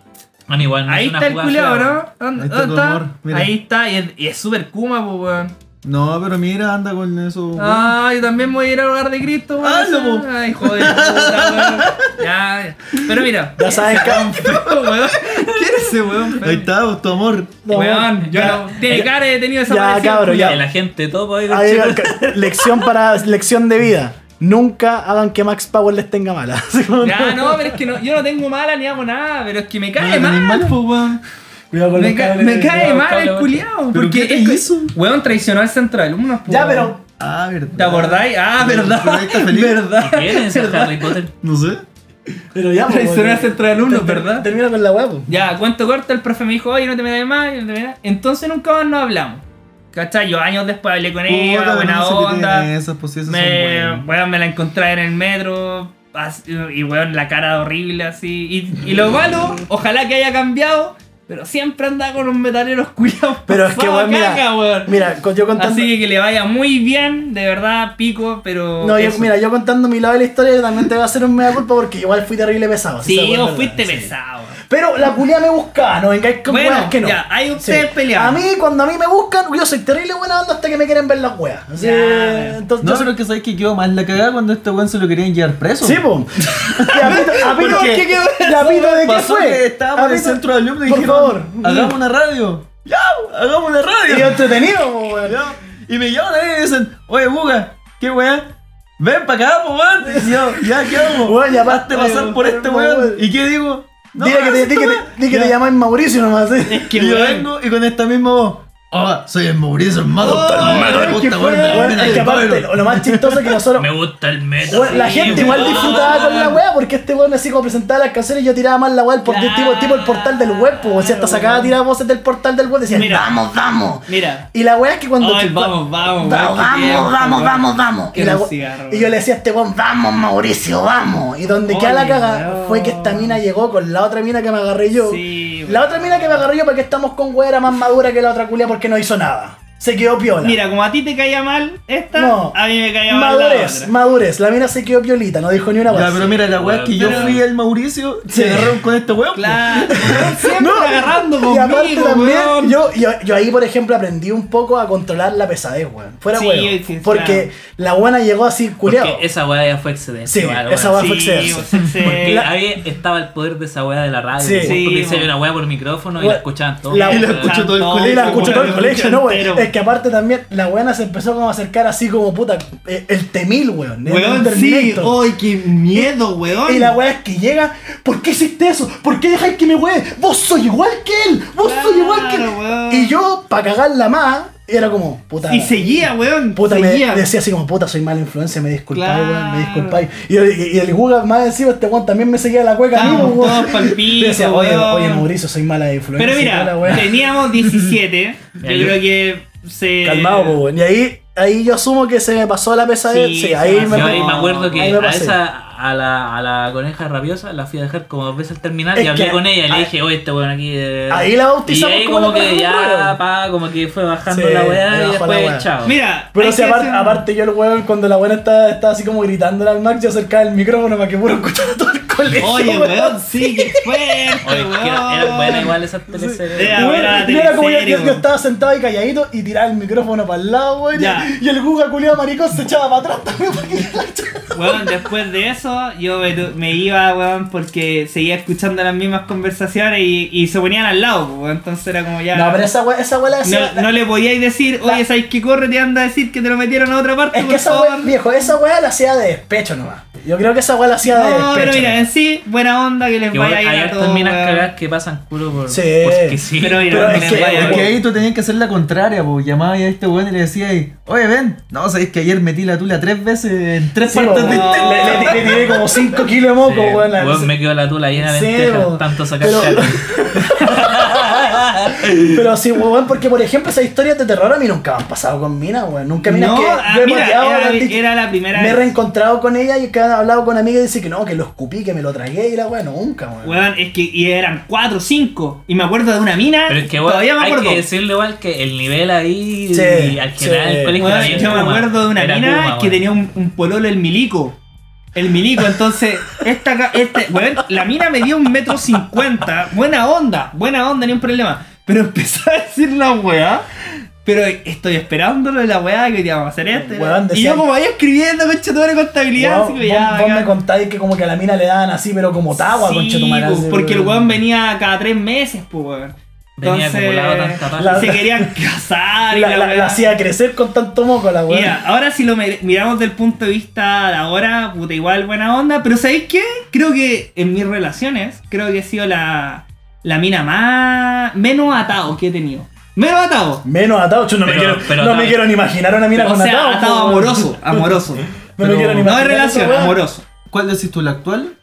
B: Bueno, igual, no
D: Ahí
B: es una
D: está el
B: jugada
D: culiao,
B: fea,
D: ¿no? ¿Dónde,
E: Ahí está
D: dónde
E: tu
D: está?
E: amor, mira.
D: Ahí está, y es- y es súper kuma, pues, weón.
E: No, pero mira, anda con eso.
D: Ah, yo también voy a ir al hogar de Cristo, weón.
E: Hazlo, po.
D: Ay, joder, puta, weón. Ya, ya. Pero mira,
C: Ya sabes que.
D: weón. ¿Quién es ese weón?
E: Ahí está, pues, tu amor.
D: Weón, yo
C: Ya,
D: no. Tiene cara de detenido
C: ya,
D: desaparecido.
C: cabro,
B: weón.
C: ya.
B: Que La gente topo ahí con
C: Ahí va,
B: chicos.
C: ca- lección para lección de vida. Nunca hagan que Max Power les tenga mala. Así como-
D: Ya, no, pero es que no, yo no tengo mala ni hago nada, pero es que me cae
E: ¿No la
D: mal,
E: tenés mala?
D: po, weón.
C: Cuidado con
D: Me,
C: los
D: ca-
C: cables.
D: me cae
B: no,
D: mal el
B: cable-
D: culiao.
E: ¿Pero
D: Porque
E: qué
D: es que-
E: hizo?
D: Weón traicionó al central. uno, po,
C: Ya,
D: weón.
C: pero.
E: Ah, verdad.
D: ¿Te acordáis? Ah, verdad.
E: Proyecto feliz.
D: ¿Verdad?
B: ¿Quién es el Harry Potter?
E: No sé.
C: Pero ya, pues,
D: Traicionó al
C: weón.
D: central uno, ¿verdad?
C: Termina con la weá, pues.
D: Ya, cuento corto, el profe me dijo, oye, no te metas más, no te metas. Entonces nunca más nos hablamos. ¿Cachai? Yo años después hablé con ella,
E: Puta,
D: buena
E: no sé qué tiene
D: onda.
E: Esas pues, sí, esas son
D: Me,
E: buenas.
D: weón, me la encontré en el metro. así, Y weón, la cara horrible así. Y, y lo malo, ojalá que haya cambiado. Pero siempre anda con un metaleros cuidados.
C: Pero es que,
D: pasados
C: weón, mira.
D: caca, weón.
C: Mira, con- yo contando.
D: Así que que le vaya muy bien, de verdad, pico, pero.
C: No, yo,
D: eso.
C: mira, yo contando mi lado de la historia yo también te voy a hacer un mea culpa porque igual fui terrible pesado.
D: Sí,
C: esa weá es verdad,
D: vos fuiste
C: sí.
D: pesado.
C: Pero la culia me buscaba, no vengáis con
D: Bueno,
C: weas que no.
D: ya, ahí ustedes peleaban.
C: A mí, cuando a mí me buscan, yo soy terrible buena onda hasta que me quieren ver las weas. Así,
D: Ya.
C: entonces,
E: No,
C: yo soy-
E: pero es que sabéis que quedó más la cagada cuando este weón se lo querían llevar preso.
C: Sí, po. Y a pito, a pito,
E: Porque
C: ¿qué quedó? Y a pito, ¿de qué
E: Pasó
C: fue?
E: que estábamos
C: A
E: en el
C: pito-
E: centro de alumnos y
C: Por
E: dijeron,
C: favor.
E: hagamos una radio. Ya, hagamos una radio.
C: Y yo entretenido, po, weón.
E: Ya. Y me llaman ahí y dicen, oye, Buga, qué weá, ven para acá, po, weón. Y yo, ya, ¿qué hago?
C: Weón, ya
E: Hazte
C: basta,
E: pasar
C: weón,
E: por este
C: no,
E: weón.
C: weón.
E: ¿Y qué digo? No,
C: Dile que
E: weón,
C: te, di que
E: esta
C: te, di que
E: weá.
C: te
E: Ya.
C: llamáis Mauricio nomás. ¿eh? ¿sí?
E: Y yo vengo y con esta misma voz. Ah, soy el Mauricio, hermano. puta madre,
C: Weón,
E: puta,
C: que
E: weón, Ah, me la
C: weón,
E: venden
C: es
E: al
C: que aparte,
E: pueblo.
C: lo, lo más chistoso es que nosotros.
B: Me gusta el metro.
C: Weón, la gente igual disfrutaba con la wea porque este weón así como presentaba las canciones y yo tiraba más la wea por tipo, tipo el portal del web, po. o sea, hasta sacaba tiraba voces del portal del web decía,
D: Mira.
F: Vamos, vamos.
D: Mira.
C: y la wea es que cuando
D: Ay, vamos, vamos, weón,
F: Vamos,
D: que
F: vamos,
D: quedamos,
F: vamos,
D: weón.
F: vamos, vamos.
C: y, la
D: Era un
C: wea-
D: cigarro,
C: y yo
D: weón.
C: le decía a este weón,
F: Vamos, Mauricio, vamos.
C: y donde queda la
D: Oye,
C: caga
D: weón.
C: fue que esta mina llegó con la otra mina que me agarré yo.
D: Sí,
C: la
D: weón.
C: otra mina que me agarré yo porque estamos con wea era más madura que la otra culia porque no hizo nada. Se quedó piola.
D: Mira, como a ti te caía mal esta,
C: No.
D: a mí me caía mal
C: madurez,
D: la otra.
C: madurez. La mina se quedó piolita, no dijo ni una
E: Ya,
C: wea.
E: pero mira, la weá es que yo
D: Pero-
E: fui el Mauricio, se agarraron con este weón. po.
D: Claro, weón, siempre agarrando
C: y aparte
D: conmigo,
C: también,
D: weón.
C: yo, yo, yo ahí, por ejemplo, aprendí un poco a controlar la pesadez, weón. Fuera
D: Sí,
C: weón.
D: sí,
C: porque la buena llegó así, culiao.
B: Porque esa weá ya fue excedente.
C: Sí,
B: igual,
C: esa
B: weón.
C: weá fue
D: Sí,
C: excedente.
D: vos, excedente.
B: Porque
C: La-
B: ahí estaba el poder de esa weá de la radio.
C: Sí.
B: weón,
D: Sí,
B: porque se
D: weón.
B: una weá por micrófono y
C: Weón,
B: la escuchaban todos.
C: la-
E: Y lo
B: weón.
E: escuchó todo el
D: Tanto,
E: colegio.
C: Y la escuchó todo el
D: weón,
C: colegio, no,
D: entero,
C: weón. Es que aparte también, la buena se empezó como a acercar así como puta, eh, el temil, weón. el
D: Weón, sí,
C: Terminator.
D: ay, qué miedo, weón.
C: Y la weá es que llega, ¿por qué hiciste eso? ¿Por qué dejáis que me wee? Vos soy igual que él, vos soy igual que él.
D: Claro, weón.
C: Y yo, para cagarla más, era como, puta.
D: Y seguía, weón.
C: Puta, me
D: seguía.
C: decía así como, puta, soy mala influencia, me disculpáis,
D: Claro.
C: weón, me disculpáis. Y, y- y el Guga, más encima, este weón también me seguía la cueca a mí,
D: Estábamos
C: weón.
D: todos pa'l pico,
C: Le decía, oye,
D: weón.
C: oye, Mauricio, soy mala influencia.
D: Pero
C: y toda
D: mira, eh,
C: la weá.
D: teníamos 17. yo
B: yo-
D: creo que se.
C: calmado, po, weón. Y ahí, ahí yo asumo que se me pasó la pesadez. Sí,
D: se
C: ahí
D: pasó.
C: me.
B: Yo
D: Ahí
B: ahí me acuerdo que
C: ahí me
B: a
C: pasé.
B: esa, a la, a la coneja rabiosa, la fui a dejar como dos veces al terminal
C: Es
B: y hablé
C: que
B: con ella y le
C: ahí-
B: dije, oye, este weón aquí. eh".
C: ahí la bautizamos
B: Y ahí
C: como
B: como
C: la
B: que
C: coneja
B: ya,
C: rabiosa.
B: pa, como que fue bajando
C: Sí,
B: la weá
C: ahí
B: y
C: bajó la
B: después,
C: weá.
B: chao.
D: Mira,
C: Pero
D: hay
C: si
D: que
C: aparte,
D: hacer-
C: aparte yo el weón, cuando la buena estaba, estaba así como gritándole al Max, yo acercaba el micrófono para que puro escuchara todo el colegio.
D: Oye, weón, sí, que fuerte,
B: Oye, que era, era buena igual esa teleserie.
D: Era
C: Weón,
D: buena la
C: yo era como yo,
D: teleserie,
C: yo- yo
D: weón.
C: estaba sentado ahí calladito y tiraba el micrófono para el lado, weón.
D: Ya.
C: Y, y el Guga culiado maricón se echaba para atrás también para que la echara.
D: Weón, después de eso, yo me, tu- me iba, weón, porque seguía escuchando las mismas conversaciones y, y se ponían al lado, po, weón. Entonces era como ya.
C: No, pero esa weá, esa weá la hacía-
D: no, no le podíais decir, oye, ¿sabes qué corre? Te anda a decir que te lo metieron a otra parte,
C: Es que
D: por
C: esa
D: favor.
C: weá, viejo, esa weá la hacía de despecho nomás. Yo creo que esa weá la hacía de despecho.
D: No, pero mira, en sí, buena onda que les
B: Que
D: vaya
B: bueno,
D: a ir
B: hay
D: a
B: hartas
D: todos.
B: minas
D: weón.
B: cagadas que pasan culo por.
C: Sí.
B: Porque sí.
D: Pero mira,
C: Pero
D: no
C: es
D: les
C: que-
D: vaya a-
E: Porque ahí tú tenías que hacer la contraria, pues llamabas a este weón y le decías, oye, ven, no, sabéis que ayer metí la tula tres veces en tres
C: Sí,
E: partes
C: po,
E: de
D: distintas.
C: le, le- le tiré como 5 kilos de moco,
B: Sí,
C: weón. la-
B: weón, me quedó la tula llena de
C: Sí,
B: lentejas,
C: weón.
B: tanto sacar
C: Pero-
B: chata.
C: Pero sí, weón, porque por ejemplo, esas historias de terror a mí nunca me han pasado con mina, weón. Nunca minas
D: No,
C: que.
D: ah,
C: yo he
D: mira,
C: pateado,
D: era-
C: me han dicho-
D: era la primera
C: Me he
D: vez.
C: reencontrado con ella y que han hablado con amigas y dice que no, que lo escupí, que me lo tragué y la weón, nunca, weón.
D: Weón, es que y eran 4 o 5. Y me acuerdo de una mina.
B: Pero es que bueno,
D: todavía me
B: hay
D: acuerdo.
B: que decirle igual que el nivel ahí
C: Sí,
B: al
C: sí.
B: general del colegio
D: Weón,
B: era bien
D: yo me
B: Kuma,
D: acuerdo de una
B: era
D: mina
B: Kuma,
D: que
B: weón.
D: tenía un, un pololo el milico. El milico, entonces, esta ca- este, weón, la mina medía un metro cincuenta. Buena onda, buena onda, ni un problema. Pero empezó a decir la weá. Pero estoy esperando lo de la weá que te vamos a hacer este.
C: Weón,
D: y
C: decían-
D: yo como vaya escribiendo, concha, de contabilidad,
C: Weón,
D: así que
C: vos-
D: ya.
C: vos
D: acá.
C: me contáis que como que a la mina le daban así, pero como tagua,
D: Sí,
C: conchetumare,
D: pues,
C: así,
D: porque el weón venía cada tres meses, pues, weón.
B: Venía acumulado tanta
D: Entonces,
B: paja.
C: La-
D: se querían casar y
C: La,
D: la,
C: la- la
D: weá.
C: hacía crecer con tanto moco la weón.
D: Mira, ahora si lo mir- miramos del punto de vista de ahora, puta, igual buena onda, pero ¿sabéis qué? Creo que en mis relaciones, creo que he sido la, la mina más. menos atado que he tenido. Menos atado.
C: Menos atado, yo no, me,
B: Pero-
C: quiero,
B: pero
C: no
B: atado.
C: me quiero ni imaginar una mina
D: o
C: con
D: sea,
C: atado.
D: atado,
C: po.
D: amoroso. Amoroso.
C: No me
E: Pero
C: quiero ni
D: No
C: imaginar.
D: es relación,
C: esa weá.
D: amoroso.
E: ¿Cuál decís tú, la actual?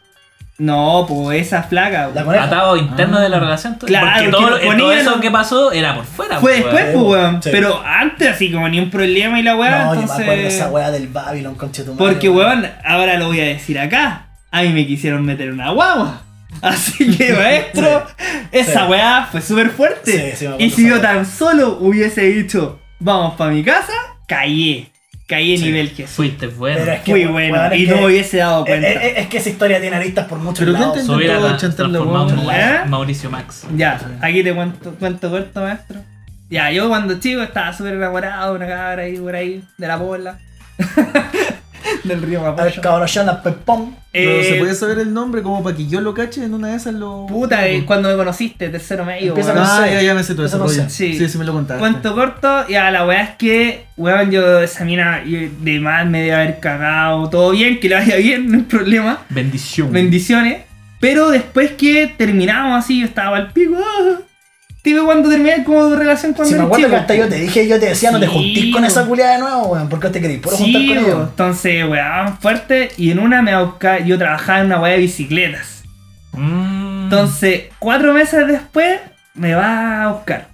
D: No, pues esa flaca.
C: La
D: weón.
C: coneja.
B: Atado interno de la relación. todo-
D: Claro,
B: porque
D: que
B: todo,
D: lo
B: eh, todo
D: ponían-
B: eso que pasó era por fuera.
D: Fue
B: pues,
D: después,
B: weón.
D: pues, weón.
C: Sí.
D: Pero antes, así como ni un problema y la weá.
C: No, yo
D: pues, entonces...
C: me acuerdo esa weá del Babylon, conche tu madre.
D: Porque, weón, ahora lo voy a decir acá. A mí me quisieron meter una guagua. Así que, maestro, esa
C: sí.
D: weá fue súper fuerte.
C: Sí, sí, me acuerdo
D: y si
C: esa
D: yo
C: weá.
D: tan solo hubiese dicho, vamos para mi casa, callé. Callé nivel que soy.
B: Fuiste bueno.
C: Pero es que,
D: Fui
C: weón,
D: bueno
C: weón, es
D: y
C: que-
D: no me hubiese dado
C: Eh,
D: cuenta.
C: eh, eh, es que esa historia tiene aristas por muchos
E: Pero
C: lados.
E: cuenten-
B: Se hubiera
E: Intentó
B: tra-
E: chantar la
B: transformado en
D: weá.
B: un Mauricio Max.
D: Ya, aquí te cuento, cuento corto, maestro. Ya, yo cuando chico estaba súper enamorado de una cabra ahí por ahí, de la bola. Del río
C: A ver,
D: Mapocho.
C: cabrón, la pepón.
E: Pero se
D: Eh,
E: puede saber el nombre como para que yo lo cache en una de esas lo.
D: Puta, eh, cuando me conociste, tercero medio.
C: Empieza
D: weón.
C: con-
E: Ah,
C: sé.
E: ya, ya me sé todo
C: Eso
E: eso.
C: no
E: rollo.
C: sé.
E: Sí,
D: Sí.
E: sí, me lo contaste.
D: Cuento corto, ya la weá es que, weón, yo esa mina yo de más me debe haber cagado. Todo bien, que le vaya bien, no hay problema.
B: Bendición.
D: Bendiciones. Pero después que terminamos así, yo estaba al pico. ah. Tipo cuando terminé como relación cuando
C: Si me
D: era
C: acuerdo que
D: chico.
C: hasta yo te dije, yo te decía, no te
D: Sí,
C: juntís con
D: weón.
C: esa culiada de nuevo, weón, porque te querís puro juntar
D: Sí,
C: con
D: weón.
C: ellos.
D: entonces, weón, fuerte. Y en una me va a buscar, yo trabajaba en una weá de bicicletas.
B: Mm.
D: Entonces, cuatro meses después, me va a buscar.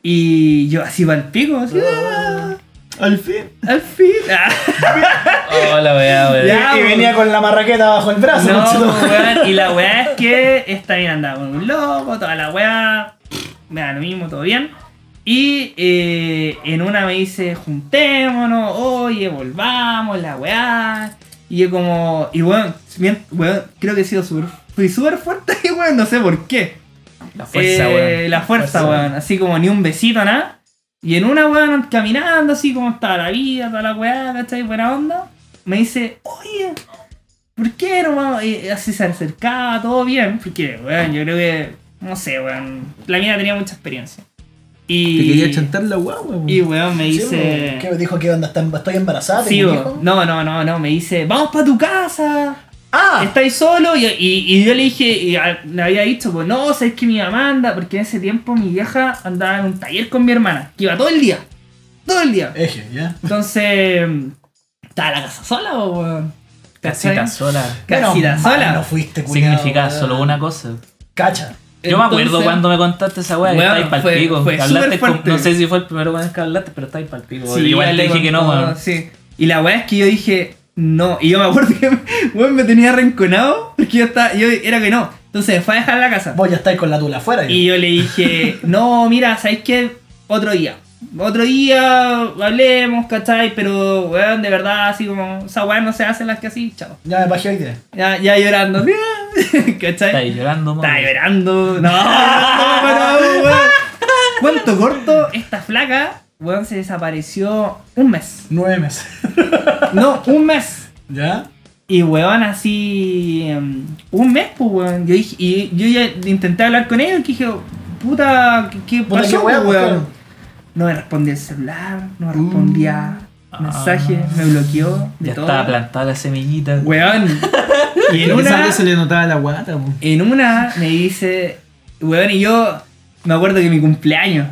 D: Y yo así para el pico, así.
C: Oh.
D: ah,
E: Al fin.
D: al fin. ah.
B: Hola, weá, weá.
D: Ya,
C: Y
D: weón.
C: venía con la marraqueta bajo el brazo, conche tu
D: Ah, No,
C: madre.
D: weón, y la weá es que esta bien andaba con un loco, toda la weá, me da lo mismo, todo bien. Y eh, en una me dice, juntémonos, oye, volvamos, la weá. Y yo como, y weón, mien- weón, creo que he sido súper, fui súper fuerte y weón, no sé por qué.
B: La fuerza,
D: Eh,
B: weón.
D: La fuerza,
B: Fuerza,
D: weón, así como ni un besito, nada. Y en una weón, caminando así como estaba la vida, toda la weá, ¿cachai? Buena onda. Me dice, oye, ¿por qué no vamos? Y así se acercaba, todo bien. Porque, weón, yo creo que, no sé, weón. La mina tenía mucha experiencia.
E: Te
D: Y,
E: quería chantar la guagua,
D: y
E: weón.
D: weón me
C: Sí,
D: dice.
C: weón. ¿Qué me dijo que onda? ¿Está- ¿Estoy embarazada?
D: Sí,
C: ¿Me
D: weón.
C: dijo?
D: no, no, no, no, me dice, vamos para tu casa.
C: Ah,
D: ¿Estáis solo? Y, y- y yo le dije, y a- le había dicho, pues no, sabes que mi mamá anda, porque en ese tiempo mi vieja andaba en un taller con mi hermana, que iba todo el día, todo el día.
C: eje, ya.
D: Entonces, estaba la casa sola, po, weón.
B: Casita
D: ¿Cachai?
B: sola.
D: Casita
C: Menos mal
D: sola.
C: No fuiste, culiao,
B: Significa
C: weón.
B: solo una cosa.
C: Cacha.
B: Yo me acuerdo
D: Entonces,
B: cuando me contaste esa weá, que
D: Weón,
B: estáis
D: fue-
B: palpico.
D: fue
B: Hablaste
D: súper
B: con-
D: fuerte.
B: no sé si fue el primero vez que hablaste, pero estáis palpico.
D: Sí,
B: Igual te
D: algo
B: dije que no,
D: con-
B: weón.
D: Sí. Y la weá es que yo dije, no. Y yo me acuerdo que weón, me tenía renconado, porque yo, estaba, yo era que no. Entonces me fue a dejar a la casa.
C: Vos ya estáis con la tula afuera.
D: Y yo le dije, no, mira, ¿sabes qué? Otro día. Otro día hablemos, ¿cachai? Pero, weón, de verdad, así como, esa weá no se hace las que así, chao.
C: Ya me bajé hoy día.
D: Ya, ya llorando, ¿cachai?
B: Estáis llorando, weón.
D: Está llorando. No, no, pero, weón. Cuento corto, esta flaca, weón, se desapareció un mes.
C: Nueve meses.
D: No, un mes.
C: ¿Ya?
D: Y weón, así. mm, un mes, pues weón. Yo dije, y yo ya intenté hablar con ellos y dije, puta, ¿qué, qué
C: Puta, qué
D: pasó, pues,
C: weón,
D: weón?
C: claro.
D: No me respondía el celular, no me respondía
C: Uh.
D: mensajes, me bloqueó. De
B: Ya
D: todo.
B: estaba plantada la semillita.
D: Weón. Y en
E: Y esa
D: una,
E: vez se le notaba la guata, weón.
D: en una me dice, weón, y yo me acuerdo que mi cumpleaños.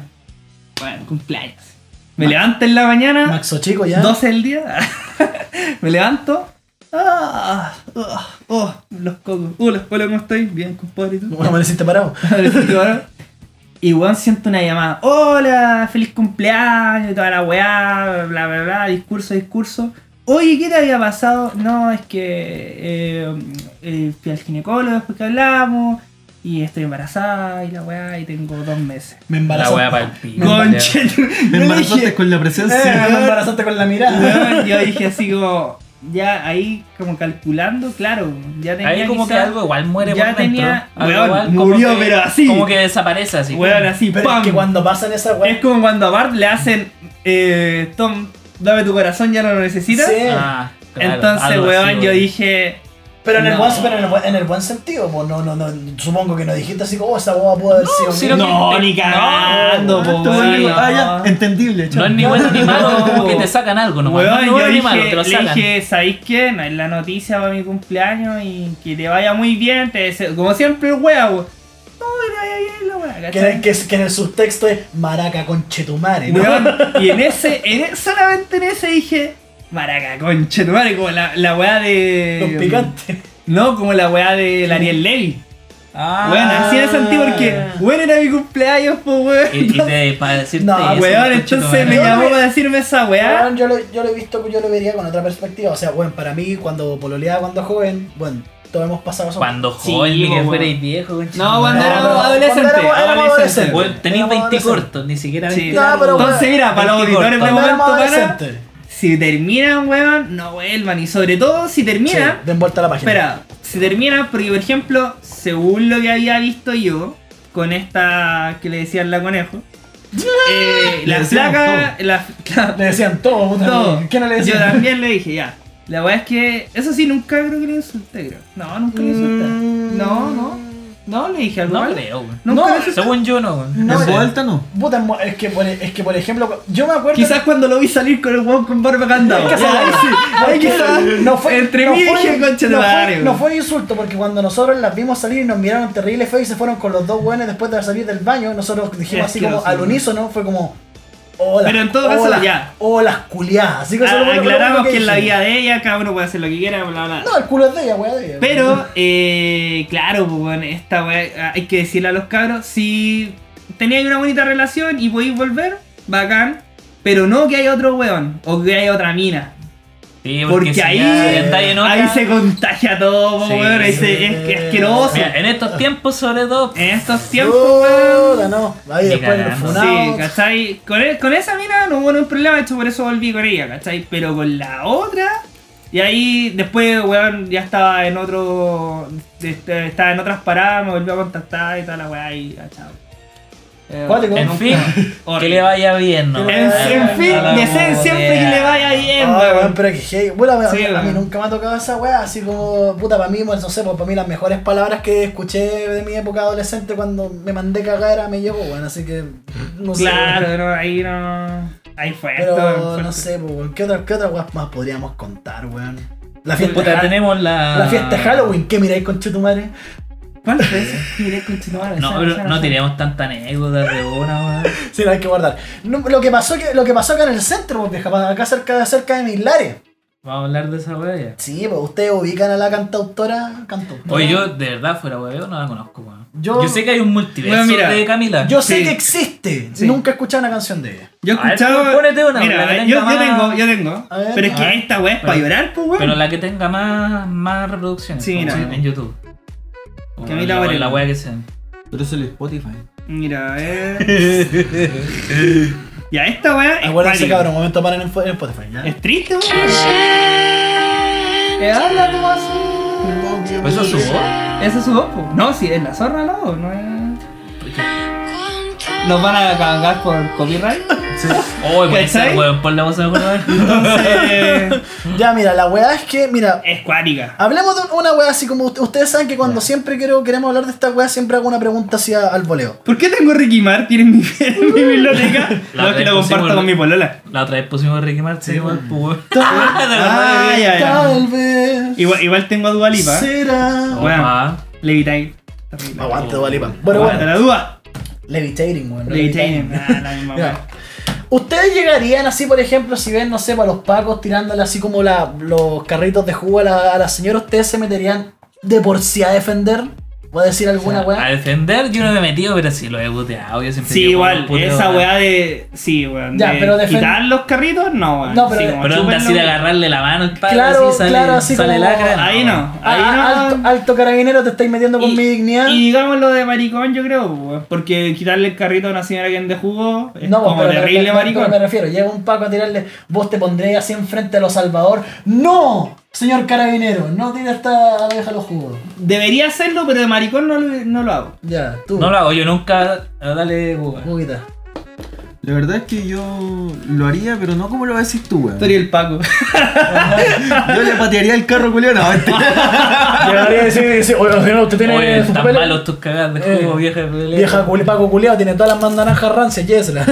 D: Bueno, cumpleaños. Me levanto en la mañana.
C: Maxo chico ya.
D: 12 del día. me levanto. Ah, ah, oh, los cocos. Hola, hola, ¿cómo estoy? Bien, compadre. ¿y tú?
C: Bueno, me hiciste parado.
D: y weón siento una llamada. Hola, feliz cumpleaños, y toda la weá, bla, bla, bla, discurso, discurso. Oye, ¿qué te había pasado? No, es que eh, eh, fui al ginecólogo después que hablamos y estoy embarazada y la weá y tengo dos meses.
C: Me
B: La
C: embarazó.
B: weá para el pico.
D: Conche,
E: Me embarazaste con la
C: Eh,
E: presencia. Ah,
C: me embarazaste con la mirada.
D: Weón, yo dije así como, ya ahí como calculando, claro, ya tenía
B: Ahí como que
D: quizá-
B: algo igual muere
D: ya
B: por dentro.
D: tenía-
B: Algo
D: weón,
B: igual como
D: murió,
B: que-
D: pero así.
B: Como que desaparece así. Ah,
D: Weón, así,
C: Pero
D: ¡pam!
C: es que cuando pasan esas
D: Es
C: weas.
D: como cuando a Bart le hacen, eh, Tom, dame tu corazón, ya no lo necesitas.
C: Sí.
B: Ah, claro,
D: Entonces,
B: algo así,
D: weón, yo dije,
C: Pero en, el
D: No.
C: buen, pero en, el, buen- en el buen sentido, pues no, no, no, supongo que no dijiste así como, oh, esa boba pudo haber sido
B: si
C: mía".
B: lo que-
D: no, ni cagando, po,
E: Tú,
D: weón,
E: amigo.
D: no.
E: Ah, ya, entendible,
B: No
E: chaval.
B: es ni bueno ni malo, como que te sacan algo nomás.
D: Weón,
B: no es ni
D: yo
B: bueno ni
D: dije,
B: malo, te lo
D: le
B: sacan.
D: dije, ¿sabéis qué? No es la noticia para mi cumpleaños y que te vaya muy bien, te deseo, como siempre, el huevo. No, vaya bien la weá,
C: Que, en el-
D: ¿cachai?
C: que, es- que en el subtexto es Maraca conchetumare. ¿no?
D: Weón, y en ese, en e- solamente en ese dije, maraca, conche, tu madre", como la, la weá de.
C: Los picantes.
D: No, como la weá de Ariel Levy.
B: Ah,
D: Weón, así me sentí porque, weón, era mi cumpleaños, pues weón.
B: Y, y te, para decirte
C: No,
B: eso,
D: Weón,
B: conche tu madre.
D: entonces me
C: Yo
D: llamó
C: me-
D: para decirme esa weá.
C: Weón, yo, lo, yo lo he visto, yo lo vería con otra perspectiva. O sea, bueno, para mí, cuando pololeaba, cuando joven, bueno, todos hemos pasado eso.
B: Cuando
D: Sí,
B: joven, ni que
D: weón.
B: fuerais viejo, conche
D: No,
B: tu
D: cuando
B: madre.
C: pero-
D: éramos adolescentes.
C: cuando éramos- éramos
D: adolescentes.
C: adolescentes.
B: Weón, tenéis
C: Éramos
B: 20
C: adolescentes.
B: cortos, ni siquiera
D: Sí.
B: 20
C: No,
B: largos.
C: pero
D: Entonces,
C: weón,
D: mira, para los
B: veinticorto.
D: auditores de
C: Cuando
D: este momento,
C: éramos
D: para.
C: adolescentes.
D: Si terminan, weón, no vuelvan. Y sobre todo, si
C: Sí,
D: terminan,
C: den vuelta a la página.
D: Espera, si termina, porque por ejemplo, según lo que había visto yo, con esta que le decían la conejo, eh,
E: Le
D: la
E: decíamos
D: placa, la, la-
C: Le decían todo, puta.
D: todo.
C: ¿Qué no le
D: Yo
C: decían?
D: también le dije, ya. La weá es que, eso sí, nunca creo que le insulté, creo. No, nunca le insulté. No, no, no le dije algo
B: No
D: mal.
B: creo, weón.
D: Nunca
C: Mm. No,
D: le insulté.
B: Según yo, no, weón.
C: No,
E: ¿En
C: sé.
E: voz alta no?
C: Puta, es mo- es que, por, es que por ejemplo, yo me acuerdo.
D: Quizás cuando lo vi salir con el weón con barba candado.
C: que-
D: Ya, Ah, ahí sí, ahí quizás.
C: no fue,
D: Entre
C: no
D: mí
C: fue-
D: dije, concha de
C: no,
D: madre,
C: fue, no
D: weón".
C: fue insulto, porque cuando nosotros las vimos salir y nos miraron terrible feo y se fueron con los dos buenos después de salir del baño, nosotros dijimos así como
D: Asqueroso,
C: al
D: weón.
C: unísono, fue como. Hola,
D: Pero en todo caso,
C: hola,
D: ya.
C: Hola, culiadas. Así que eso es lo
D: Ah,
C: único- lo único
D: Aclaramos que en la
C: dije.
D: vida de ella, cada uno puede hacer lo que quiera, bla, bla.
C: No, el culo es de ella, weá de ella.
D: Pero, eh, claro, pues, bueno, esta weá, hay que decirle a los cabros, si teníais una bonita relación y podéis volver, bacán, pero no que haya otro weón o que haya otra mina.
B: Sí,
D: Porque
B: si
D: ahí,
B: ya andáis en otra-
D: ahí se contagia todo, pues,
B: Sí,
D: weón, ahí
B: sí.
D: se- es, es asqueroso.
B: Mira, en estos tiempos, sobre todo,
D: En estos tiempos,
C: Hola,
D: weón.
C: no. Ahí
B: Ni
C: después el
B: cagando.
D: Sí,
C: funado.
D: ¿cachai? Con, e- con esa mina no hubo ningún problema, de hecho por eso volví con ella, ¿cachai? Pero con la otra, y ahí después, weón, ya estaba en otro. este, estaba en otras paradas, me volvió a contactar y toda la weá y ah, chao. Eh,
C: Cuático,
B: en
C: ¿no?
B: fin, que le vaya bien, ¿no?
D: En, en fin,
B: A Eh, la
D: deseen siempre que
B: moneda.
D: le vaya bien,
C: Ah,
D: weón.
C: weón, pero que hey, bueno, a-
D: Sí,
C: a, mí
D: weón.
C: nunca me ha tocado esa weá, así como, puta, para mí, bueno, no sé, pues, para mí las mejores palabras que escuché de mi época adolescente cuando me mandé cagar era me llevo, weón, así que, no sé. weón.
D: Claro, no, ahí no. Ahí fue esto.
C: Pero
D: fue
C: no
D: esto.
C: sé, pues, weón, ¿qué otra, qué otra weá más podríamos contar, weón? La fiesta,
B: Puta,
C: de Hall-
B: tenemos
D: ah.
B: la.
C: la fiesta de Halloween, ¿qué miráis con tu madre?
D: ¿Cuál fue esa? Miré, continuar.
B: No,
D: esa-
B: pero
D: esa-
B: no
D: esa-
B: tenemos tanta anécdota de una, weón.
C: Sí, la hay que guardar. No, lo, que pasó que, lo que pasó acá en el centro, pues, vieja, acá cerca, cerca de mis lares.
B: Vamos a hablar de esa weá ya.
C: Sí, pues, ustedes ubican a la cantautora, cantautora.
B: Oye, yo de verdad fuera hueveo no la conozco, weón.
C: Yo-
B: Yo, sé que hay un multiverso
D: Bueno, mira,
B: de Camila.
C: Yo sé
D: Sí.
C: que existe,
D: Sí.
C: nunca he escuchado una canción de ella.
D: Yo
B: A ver,
D: escuchaba.
B: ponete una, la
D: Mira,
B: que
D: yo,
B: tenga
D: yo
B: más-
D: tengo, yo tengo.
C: A ver,
D: pero es
C: a
D: que
B: ver.
D: esta weá es para
B: Pero-
D: llorar, pues weón.
B: Pero la que tenga más, más reproducciones
D: Sí,
B: como
D: mira.
B: en- en YouTube.
D: Camila
B: O la, o
D: Varela.
B: la weá que sea.
E: Pero es el Spotify.
D: Mira, eh. ya esta weá es.
C: Acuérdense,
D: cuática.
C: cabrón, un momento paran en, en Spotify, ¿ya?
D: Es triste, weón. ¿Qué habla como así?
B: ¿Pues eso su voz?
D: Ese es su voz, po. No, si es la zorra, no, no es. Nos van a cagar por copyright.
B: Oh, puede ser,
D: ¿Cachai?
B: weón, por la voz de weón.
D: Entonces.
C: Ya, mira, la weá es que, mira,
D: es cuática.
C: hablemos de una weá así como ust- ustedes saben que cuando siempre quiero, queremos hablar de esta weá, siempre hago una pregunta así a- al voleo.
D: ¿Por qué tengo Ricky Martin en mi, en mi biblioteca?
B: La
D: No, es que lo comparto
B: repusimos-
D: con mi polola.
B: La otra vez pusimos Ricky Martin igual, pues weón.
D: Ah,
C: Tal,
D: ya, ya.
C: tal vez.
D: Igual, igual tengo a Dualipa.
C: Será.
D: Bueno.
B: Opa.
D: Levitate. Terrible.
C: Aguante, Dualipa. Bueno,
D: Aguanta
C: bueno.
D: la duda.
C: Levitating, weón.
D: Levitating. Ah, la misma
C: Mira,
D: weá.
C: ¿Ustedes llegarían así, por ejemplo, si ven, no sé, para los pacos tirándole así como la- los carritos de jugo a la, a la señora, ¿ustedes se meterían de por sí a defender? ¿Voy a decir
B: A
C: alguna weá?
B: defender yo no me he metido, pero sí lo he buteado. Yo siempre
D: Sí,
B: digo,
D: igual,
B: puteo,
D: esa
B: weón.
D: weá de. Sí, weón.
C: Ya,
D: de
C: pero defen-
D: quitar los carritos, no, weón.
C: No, pero-
D: Sí, como
B: Pero onda
D: chúpenlo.
B: así de agarrarle la mano al padre,
C: Claro,
B: así sale,
C: claro, así
B: sale
C: como-
B: lacra.
D: Ahí no, ahí
C: Ah,
D: no.
C: alto, alto carabinero, te estáis metiendo con
D: Y-
C: mi dignidad.
D: Y digamos lo de maricón, yo creo, pues, weón, porque quitarle el carrito a una señora que ande jugo es
C: No, pues,
D: como
C: pero, me-
D: terrible
C: me,
D: maricón.
C: pero me refiero, llega un Paco a tirarle, vos te pondréis así enfrente de los Salvador. ¡No! Señor carabinero, no tira esta abeja a los jugos.
D: Debería hacerlo, pero de maricón no lo, no lo hago.
C: Ya, tú,
B: No lo hago yo nunca. Ah, Dale, weón.
C: juguita.
E: La verdad es que yo lo haría, pero no como lo decís tú, weón.
D: Tú eres el Paco.
E: Yo le patearía el carro, culiao. No, mentira.
C: Llegaría a decir, decir, oye, señor, usted
B: Oye,
C: sus
B: están
C: papeles?"
B: malos tus cagadas de
C: Eh,
B: juego, vieja de pelea.
C: Vieja culi, Paco culiao, tiene todas las mandanajas rancias, llévesela.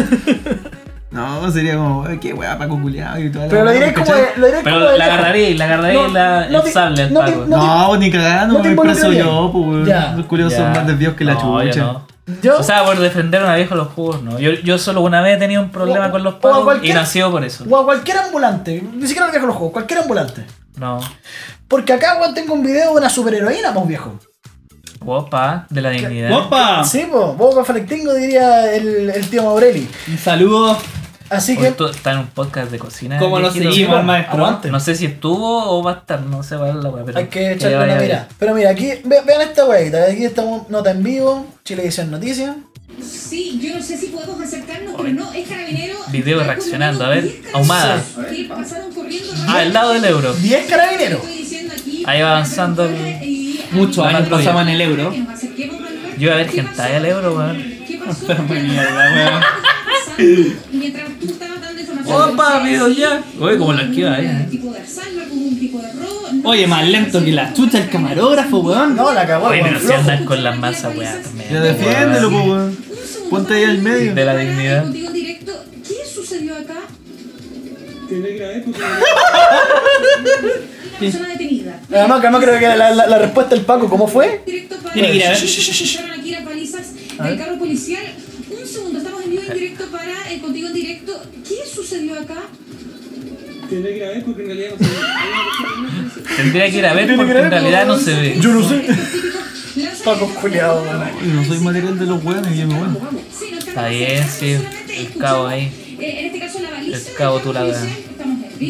E: No, sería como, "Ay, qué weá, Paco culiao. y toda la
C: Pero lo
E: weá,
C: diré como
E: ¿cachai?
C: de, lo diré como
B: Pero
C: de
B: la
C: vieja.
B: agarraría y la agarraría
C: No,
B: y la,
C: no te-
B: el sable al
C: no te-
B: pago.
E: No, pues, ni cagando,
C: no te
E: me preso
C: involucraría.
E: yo, pues, weón.
C: Ya.
E: Los culiados son
B: Ya.
E: más desvíos que la
B: No, yo
E: chucha.
B: no.
C: Yo,
B: O sea, por defender a una vieja los jugos, no. Yo, yo solo una vez he tenido un problema
C: O-
B: con los
C: o a
B: pagos y
C: cualquier-
B: nació por eso.
C: o a cualquier ambulante, ni siquiera lo viejo los juegos, cualquier ambulante.
B: No.
C: Porque acá, weón, tengo un video de una superheroína, pues viejo.
B: Opa, de la dignidad.
D: ¡Opa!
C: Sí, pues, Boba Falectingo diría el, el tío Maurelli.
D: Un saludo.
C: Así que,
B: Esto está en un podcast de cocina.
D: ¿Cómo lo
B: viejito.
D: seguimos,
C: bueno,
D: maestro?
C: aguante.
B: No sé si estuvo o va a estar, no sé, va a la weá, pero.
C: hay que
B: le
C: echarle
B: vaya
C: una
B: bien.
C: mirada. Pero mira, aquí, ve- vean esta weita. Aquí estamos, nota en vivo, Chilevisión Noticias.
G: Sí, yo no sé si podemos acercarnos, pero no, es carabinero.
B: Video
G: Hay
B: reaccionando, a
G: como
B: ver,
G: diez carabineros
B: ahumada.
G: que pasaron corriendo
B: Ah, el lado del euro.
C: 10 carabineros.
G: Estoy diciendo aquí-
B: Ahí va avanzando el-
G: Y-
D: Muchos
B: Van
D: años
B: al
D: pasaban el euro.
G: Que nos acerquemos, Manuel.
B: Yo iba a ver
G: ¿Qué
B: gente
G: pasó?
B: ahí al euro, weón.
G: ¿Qué pasó?
D: mierda, weón.
G: Mientras tú estabas dando información.
B: Opa, video
G: sí,
B: ya. Oye, como la esquiva ahí.
G: Un
B: eh.
G: tipo de arsalva, como un tipo de robo. no
D: Oye,
G: sé,
D: más lento que la chucha el camarógrafo, weón.
C: No, la cagó,
B: Oye,
C: weón,
B: pero si
C: flojo.
B: andas con las masas, weón. también,
E: Ya
B: weón.
E: defiéndelo, po, weón.
G: Un segundo,
E: Ponte ahí al
G: Pablo,
E: medio.
B: De la
G: para,
B: dignidad.
G: y contigo en directo. ¿Qué sucedió acá? Una persona detenida.
C: Además, que además creo que la, la- la respuesta del Paco, ¿cómo fue?
G: Directo para-
D: Tiene que ir a ver.
G: Shh, shh, shh, shh. Entraron aquí las balizas del carro policial. Un segundo, estamos en vivo en directo para el contigo en directo. ¿Qué sucedió acá?
B: Tendría que ir a ver porque
C: Tiene que ir a
B: en
C: ver,
B: realidad no
C: weón.
B: se ve.
C: Yo no sé.
G: Lanza-
C: Paco culiao, weón.
E: Yo no soy material de los weones, yo me voy.
G: Sí, no
B: Está bien, sí. El cabo ahí.
G: Eh, en este caso la baliza.
B: El cabo tú la
G: ves.
B: ves.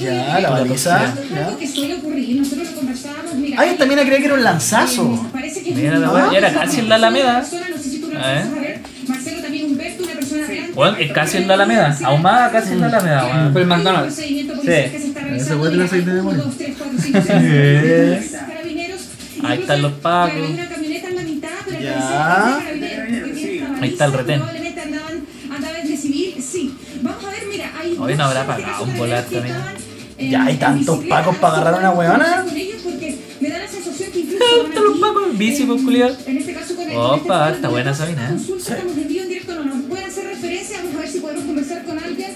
C: Ya, la baliza. ya.
G: que suele ocurrir, nosotros lo conversábamos, mira. eh,
C: Ah, yo también creía que era un lanzazo.
G: Parece que es
B: Mira
G: un-
B: la
G: Ah,
B: weá, ya era
G: una
B: casi en la Alameda.
G: persona, no sé si tú lo
B: A
G: alcanzas
B: ver.
G: a ver. Marcelo también Humberto, una persona blanca.
B: Weón, es casi en la Alameda. Ahumada casi en la Alameda, weón.
D: Fue el
G: Un
D: McDonald's.
G: procedimiento policial que se está realizando.
E: weá tiene aceite de
G: Uno,
E: bueno.
G: dos, tres, cuatro, cinco, seis, siete, carabineros.
B: Ahí están los
G: Claro,
B: pacos.
G: hay una camioneta en la mitad, pero al
C: Ya.
G: parecer ese carabinero que tiene esta
B: Ahí está el
G: baliza,
B: retén.
G: probablemente andaban- andaban de civil, sí. Vamos a ver, mira, hay
B: Hoy no habrá
G: dos, en este
B: pagado
G: caso,
B: un volar
G: carabineros que
B: también.
G: estaban, eh,
C: Ya, hay
G: en
C: tantos
G: bicicleta,
C: pacos para agarrar una huevona.
G: con ellos porque me da la sensación que incluso
B: Ah,
G: van
B: están los
G: aquí,
B: pacos en bici,
G: eh,
B: pues, culiao.
G: en este caso con el-
B: Opa,
G: en este caso
B: está
G: con
B: buena
G: el-
B: Sabina, ¿eh?
G: consulta, estamos en vivo en directo, no nos pueden hacer referencia, vamos a ver si podemos conversar con alguien.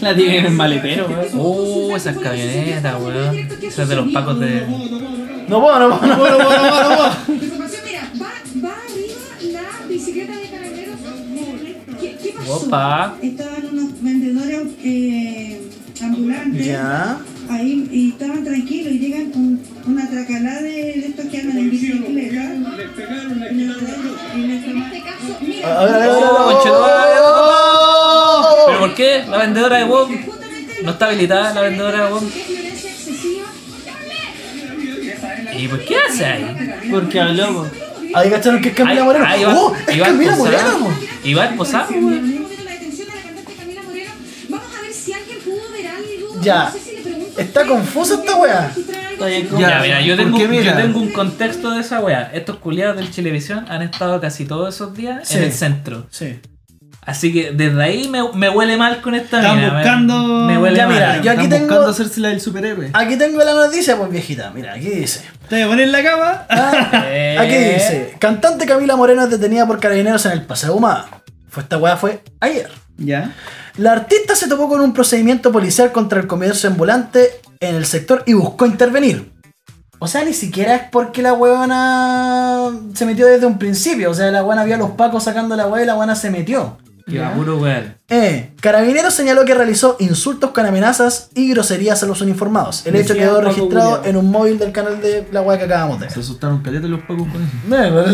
D: La tienen en el maletero, weón.
B: Uh, esas camionetas, weón. Esas de los pacos de.
C: No puedo, no puedo, no puedo, no puedo, no puedo.
G: Información, mira, va, va arriba la bicicleta de carabineros. ¿Qué, qué pasó?
B: Opa.
G: Estaban unos vendedores eh, ambulantes
C: Ya.
G: ahí y estaban tranquilos y llegan un- una tracalada de, de estos que andan en bicicleta. Y les tomaron-
C: A ver, a ver, a ver, a ver.
B: Oh, conchetumare.
C: Oh.
B: ¿Pero por qué? La vendedora de WoW. No está habilitada
G: este
B: la vendedora de WoW. ¿Y por qué hace ahí?
D: Porque habló,
C: pues.
D: po.
C: Ahí cacharon que es Camila
B: Ahí-
C: Moreno.
B: ahí va-
C: ¡Oh! Es
B: ahí va
C: Camila
B: esposada.
C: Moreno.
B: Y va esposada, weón.
C: Ya. Está confusa esta weá.
B: Ya,
E: Ya,
B: mira, yo
E: ¿por
B: tengo,
E: qué
B: un-
E: mira?
B: yo tengo un contexto de esa wea. Estos culiados del Chilevisión han estado casi todos esos días
C: Sí.
B: en el centro.
C: Sí.
B: Así que desde ahí me, me huele mal con esta
D: Están
B: mina, me-
D: buscando-
B: Me, huele
C: Ya,
B: mal.
C: mira, yo aquí
E: Están
C: tengo-
E: buscando hacerse la del superhéroe.
C: Aquí tengo la noticia, pues viejita. Mira, aquí dice.
D: Te pones en la cama.
C: Ah,
B: Eh.
C: Aquí dice. Cantante Camila Moreno es detenida por carabineros en el Paseo Humada. Fue esta weá fue ayer.
D: Ya.
C: La artista se topó con un procedimiento policial contra el comercio ambulante en el sector y buscó intervenir. O sea, ni siquiera es porque la huevona se metió desde un principio. O sea, la huevona vio a los pacos sacando la hueá y la huevona se metió.
B: Yo apuro weón.
C: Eh, Carabineros señaló que realizó insultos con amenazas y groserías a los uniformados. El hecho
D: Decía
C: quedó
D: Paco
C: registrado
D: Culeado.
C: en un móvil del canal de la hueá que acabamos de
E: Se
C: ver.
E: asustaron caletes los pacos con eso.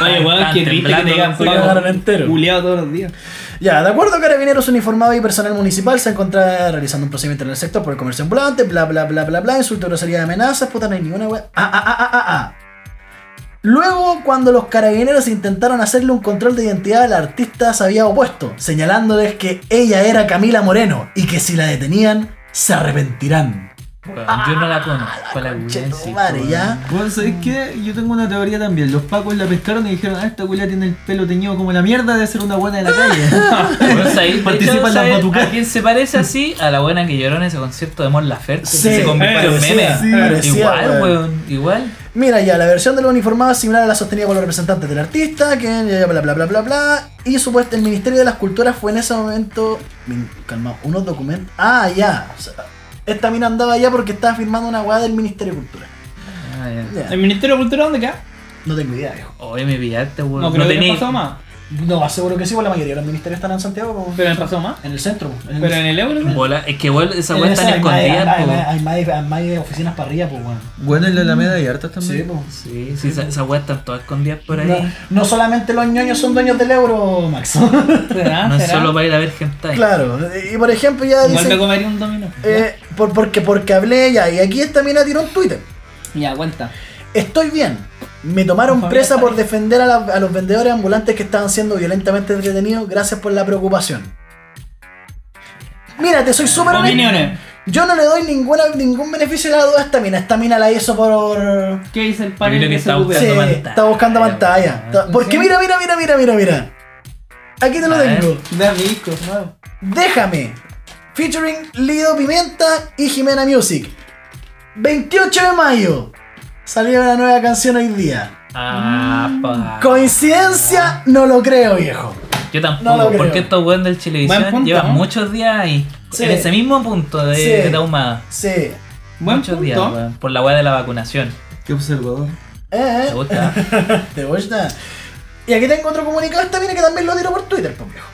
D: Oye, weón,
B: Están
D: qué triste que
B: temblando,
D: te digan
B: se cagaron
D: Paco. Culeado todos los días.
C: Ya, de acuerdo, carabineros uniformados y personal municipal se encuentra realizando un procedimiento en el sector por el comercio ambulante, bla, bla, bla, bla, bla, insulto, grosería de amenazas, puta, no hay ninguna wea. Ah, ah, ah, ah, ah, ah. Luego, cuando los carabineros intentaron hacerle un control de identidad, la artista se había opuesto, señalándoles que ella era Camila Moreno y que si la detenían, se arrepentirán.
B: Weón, Yo no la conozco, Ah, la weón. sí,
C: Madre,
B: weón.
C: ya.
E: Bueno, ¿sabes
C: Mm.
E: qué? Yo tengo una teoría también. Los pacos la pescaron y dijeron, ah, esta culia tiene el pelo teñido como la mierda de ser una buena de la calle.
B: Weón, ¿sabes?
E: Participa
B: De hecho,
E: en las
B: ¿sabes
E: batucadas.
B: ¿A quién se parece así? A la buena que lloró en ese concierto de Mon Laferte.
C: Sí,
B: que se convirtió en
C: parecía,
B: meme.
C: sí, parecía,
B: igual,
C: weón.
B: weón. Igual.
C: Mira ya, la versión de los uniformados es similar a la sostenida por los representantes del artista, que bla bla bla bla bla. Y supuesto el Ministerio de las Culturas fue en ese momento. min- Calmado, unos documentos. Ah, ya. o sea, esta mina andaba ya porque estaba firmando una guada del Ministerio de Cultura.
B: Ah, ya.
C: Ya.
D: ¿El Ministerio de Cultura dónde queda?
C: No tengo idea, viejo.
B: Oye, me pillaste, weón.
D: No creo que
B: tení-
D: en Rasoma.
C: No, aseguro que sí, porque la mayoría de los ministerios están en Santiago. como-
D: Pero en Rasoma.
C: En el centro. pues, En el-
D: Pero en el euro. ¿no?
B: Bola, es que weón, esa
C: en pues.
B: weón
C: esa
B: están
C: hay más- hay
B: escondidas,
C: más- hay
B: po.
C: más- Hay más de- hay más de oficinas para arriba, pues, weón.
E: Bueno, en la Alameda hay hartas también.
C: Sí, pues.
B: Sí, sí, esa- esas weas están todas escondidas por ahí.
C: No, no solamente los ñoños son dueños del euro, Max.
D: ¿Será?
C: Ah,
B: No es
D: ¿Será?
B: solo para ir a ver gente ahí.
C: claro. Y por ejemplo, ya
D: Igual me
C: dice.
D: comería un dominó.
C: eh, por, porque, porque hablé ella. Y aquí esta mina tiró un Twitter.
D: Ya, aguanta.
C: Estoy bien. Me tomaron
D: Por favor,
C: presa
D: está
C: por defender a, la- a los vendedores ambulantes que estaban siendo violentamente entretenidos. Gracias por la preocupación. Mira, te soy súper honesto.
D: Opiniones.
C: Yo no le doy ninguna, ningún beneficio a la duda a esta mina. Esta mina la hizo por.
D: ¿Qué dice el
B: Yo
D: panel
B: creo que
D: que se
B: está
D: ocupa?
C: Sí,
B: buscando pantalla. Eh,
C: está buscando pantalla. Está- Porque mira, mira, mira, mira, mira, mira. Aquí te lo
B: A ver.
C: tengo.
D: Da disco, wow.
C: Déjame. Featuring Lido Pimenta y Jimena Music. 28 de mayo. Salió una nueva canción hoy día.
B: Ah, pa.
C: Coincidencia, no lo creo, viejo.
B: Yo
C: No lo
B: tampoco,
C: creo.
B: porque estos weón del
D: Buen
B: Chilevisión
D: punto,
B: llevan
D: ¿no?
B: muchos días ahí.
C: Sí.
B: En ese mismo punto de,
C: Sí.
B: de Tahumada.
C: Sí. Eh,
D: Buen
B: muchos
D: punto.
B: días, weón. Por la wea de la vacunación.
E: Qué observador.
C: Eh,
B: ¿Te gusta?
C: eh. Te gusta. Y aquí tengo otro comunicado esta mina que también lo tiro por Twitter, pues viejo.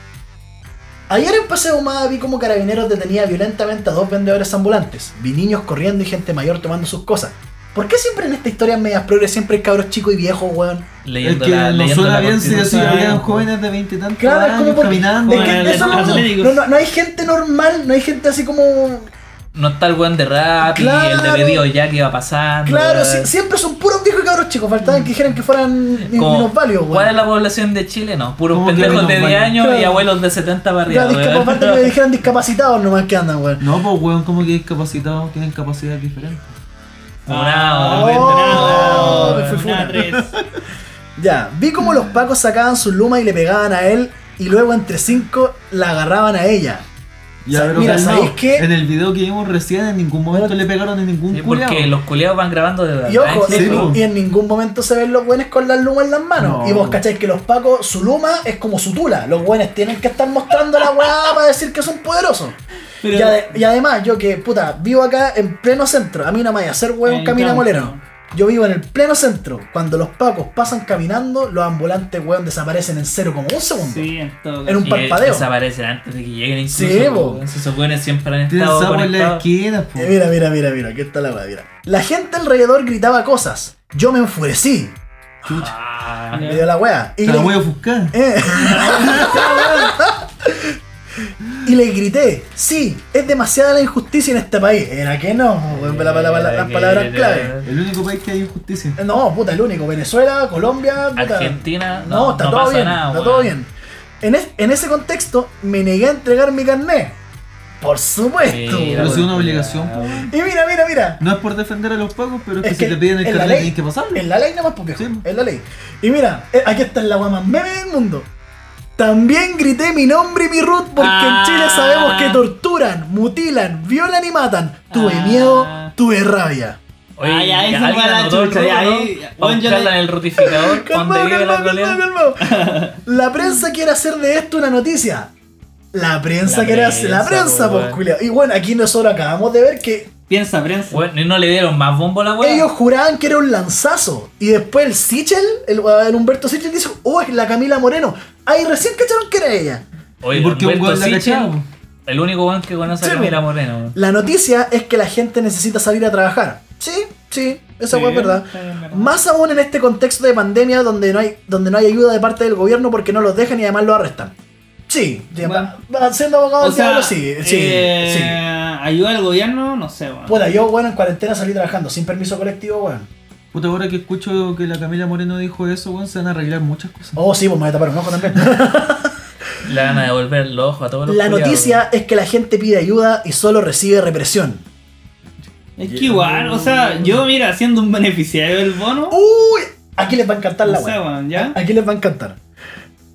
C: Ayer en Paseo Humada vi como carabineros detenía violentamente a dos vendedores ambulantes. Vi niños corriendo y gente mayor tomando sus cosas. ¿Por qué siempre en esta historia medias progres siempre hay cabros chicos y viejos, weón?
E: Es
B: leyendo
E: que
B: la,
E: no
B: leyendo
E: suena
B: la
E: bien si
B: constitución.
E: decía habían jóvenes de veintitantos
C: Claro, es como
E: años
C: por...
E: caminando.
C: es que
D: en el
C: eso no,
D: Atlético.
C: no, no, no hay gente normal, no hay gente así como...
B: No está el weón de rap y el de
C: Claro.
B: pedido ya que iba pasando.
C: Claro,
B: weón.
C: si- siempre son puros viejos y cabros chicos. Faltaban que dijeran que fueran min-
B: Como,
C: minusválidos,
B: ¿Cuál es
C: weón.
B: la población de Chile? No, puros
E: Como que
B: pendejos de
E: minusválidos.
B: 10 años y
C: Claro.
B: abuelos de 70 para arriba.
C: Claro, discapa-
B: weón.
C: falta que me dijeran discapacitados nomás que andan, weón.
E: No, pues weón, como que discapacitados tienen capacidades diferentes.
D: ah,
B: Funado,
C: Oh,
B: weón,
C: me
B: funado.
C: fui
D: Una,
C: funa.
D: tres.
C: Ya, vi como los pacos sacaban su luma y le pegaban a él y luego entre cinco la agarraban a ella.
E: Ya,
C: Sa-
E: pero
C: mira,
E: calmao,
C: ¿sabéis qué?
E: En el video que vimos recién, en ningún momento le pegaron a ningún
B: Sí,
E: culiao.
B: porque los culiados van grabando de verdad. ¿eh?
C: Y ojo,
E: sí,
C: en-
E: po.
C: y en ningún momento se ven los buenos con las lumas en las manos.
E: No.
C: Y vos cacháis que los pacos, su luma es como su tula. Los buenos tienen que estar mostrando la weá para decir que son poderosos.
D: Pero-
C: y, ade- y además, yo que, puta, vivo acá en pleno centro. A mí no me vaya a hacer hueón
D: En
C: camina
D: campo.
C: molero. Yo vivo en el pleno centro. Cuando los pacos pasan caminando, los ambulantes hueón desaparecen en 0,1 segundo.
D: Sí, en todo
C: En
D: caso.
C: un parpadeo.
B: Desaparecen antes de que lleguen incluso.
C: Sí, po.
B: weón. Si Esos weones siempre han
E: Tienen
B: estado
E: sapo en la
B: conectados.
E: esquina,
C: Eh,
E: pues.
C: Mira, mira, mira, mira, aquí está la weá, mira. La gente alrededor gritaba cosas. Yo me enfurecí.
B: Ah,
C: Me dio la weá. Y,
E: Te la
C: le-
E: voy a buscar.
C: eh. y le grité, sí, es demasiada la injusticia en este país. Era que no, weón, la- la- la- la-
B: Eh,
C: las palabras clave.
E: El único país que hay injusticia.
C: No, puta, el único. Venezuela, Colombia, puta.
B: Argentina,
C: No,
B: no,
C: está
B: no
C: todo
B: pasa
C: bien.
B: nada,
C: está
B: weón.
C: todo bien. En, es- en ese contexto, me negué a entregar mi carnet. Por supuesto.
B: Mira,
E: Pero sí es una
B: weón,
E: obligación,
B: culiao.
E: po.
C: Y mira, mira, mira.
E: No es por defender a los pagos, pero es que,
C: Es
E: si te piden el
C: en la
E: carnet
C: ley-
E: tienes que pasarlo.
C: En la ley nomás, porque
E: Sí.
B: pues.
C: es la ley. Y mira, eh, aquí está la agua más meme del mundo. También grité mi nombre y mi root porque
D: Ah.
C: en Chile sabemos que torturan, mutilan, violan y matan. Tuve
D: Ah.
C: miedo, tuve rabia.
B: Oye,
E: Ah,
D: Ay, ay,
B: ya
D: se
B: alguien
D: fue la
B: anotó el
D: chucha,
B: robo,
D: ya,
B: ¿no?
D: ahí,
B: Pa'
D: weón, yo
B: buscarla
D: le-
B: en el rutificador, donde
C: Calmao,
B: vive la
C: calmao,
B: colea.
C: calmao, calmao. La prensa quiere hacer de esto una noticia. La prensa
B: La
C: quiere hacer. La
B: prensa,
C: prensa,
B: po,
C: pues,
B: weón.
C: culiao. Y bueno, aquí nosotros acabamos de ver que
D: Piensa, prensa.
B: Bueno, y no le dieron más bombo a la weá.
C: Ellos juraban que era un lanzazo. Y después el Sichel, el, el Humberto Sichel, dice: Oh, es la Camila Moreno. Ahí recién cacharon que era ella.
B: Oye,
E: ¿Y por qué un
B: Humberto
E: weón la
B: Sichel,
E: cachaba, po?
B: El único weón que conoce
C: Sí,
B: a Camila
C: po.
B: Moreno. weón.
C: La noticia es que la gente necesita salir a trabajar. Sí, sí, esa
D: Sí,
C: hueá es verdad.
D: está bien, verdad.
C: Más aún en este contexto de pandemia donde no hay, donde no hay ayuda de parte del gobierno porque no los dejan y además los arrestan. Sí, ya,
D: Bueno.
C: va- siendo abogado
D: O
C: del diablo,
D: sea,
C: sí, sí,
D: eh,
C: sí.
D: ayuda al gobierno, no sé, weón.
C: Puta, yo, bueno, en cuarentena salí trabajando sin permiso colectivo, bueno.
E: Puta, ahora que escucho que la Camila Moreno dijo eso, weón, se van a arreglar muchas cosas.
C: Oh, sí, pues me voy a tapar un ojo también.
B: Le van a devolver el ojo a todos los
C: La
B: culiados,
C: noticia es que la gente pide ayuda y solo recibe represión.
D: Es que igual, o sea, yo mira, siendo un beneficiario del bono,
C: Uy, aquí les va a encantar Uh, la
D: no sé,
C: wea.
D: weón, ¿ya?
C: Aquí les va a encantar.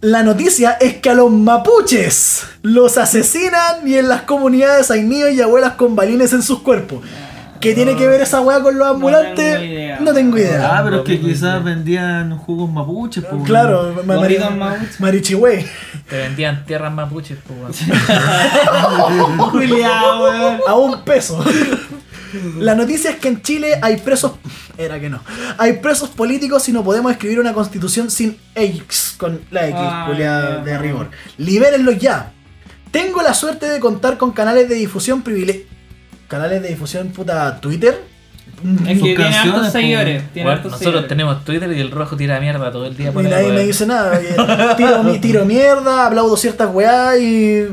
C: La noticia es que a los mapuches los asesinan y en las comunidades hay niños y abuelas con balines en sus cuerpos. ¿Qué tiene que ver esa wea con los ambulantes?
D: tengo idea.
C: No tengo idea.
E: Ah, pero es que quizás vendían jugos mapuches, pues.
C: Claro, ma- mari-
D: Gorritos mapuches.
C: Marichihue.
B: weón. Te vendían tierras mapuches, po, weón.
C: Oh,
D: Julián, weón.
C: a un peso. La noticia es que en Chile hay presos. Era que no. Hay presos políticos y no podemos escribir una constitución sin X. Con la X,
D: Ay,
C: culiada
D: Dios.
C: de rigor. Libérenlos ya. Tengo la suerte de contar con canales de difusión privile... Canales de difusión puta Twitter.
D: Es que tiene
E: canciones,
D: hartos
E: po,
D: seguidores.
B: Bueno,
D: Tiene hartos
B: pues, nosotros
D: seguidores.
B: tenemos Twitter y el rojo tira mierda todo el día por
C: y
B: ahí,
C: nadie
B: weón.
C: me dice nada. oye, Tiro, mi- tiro mierda, aplaudo ciertas weá y.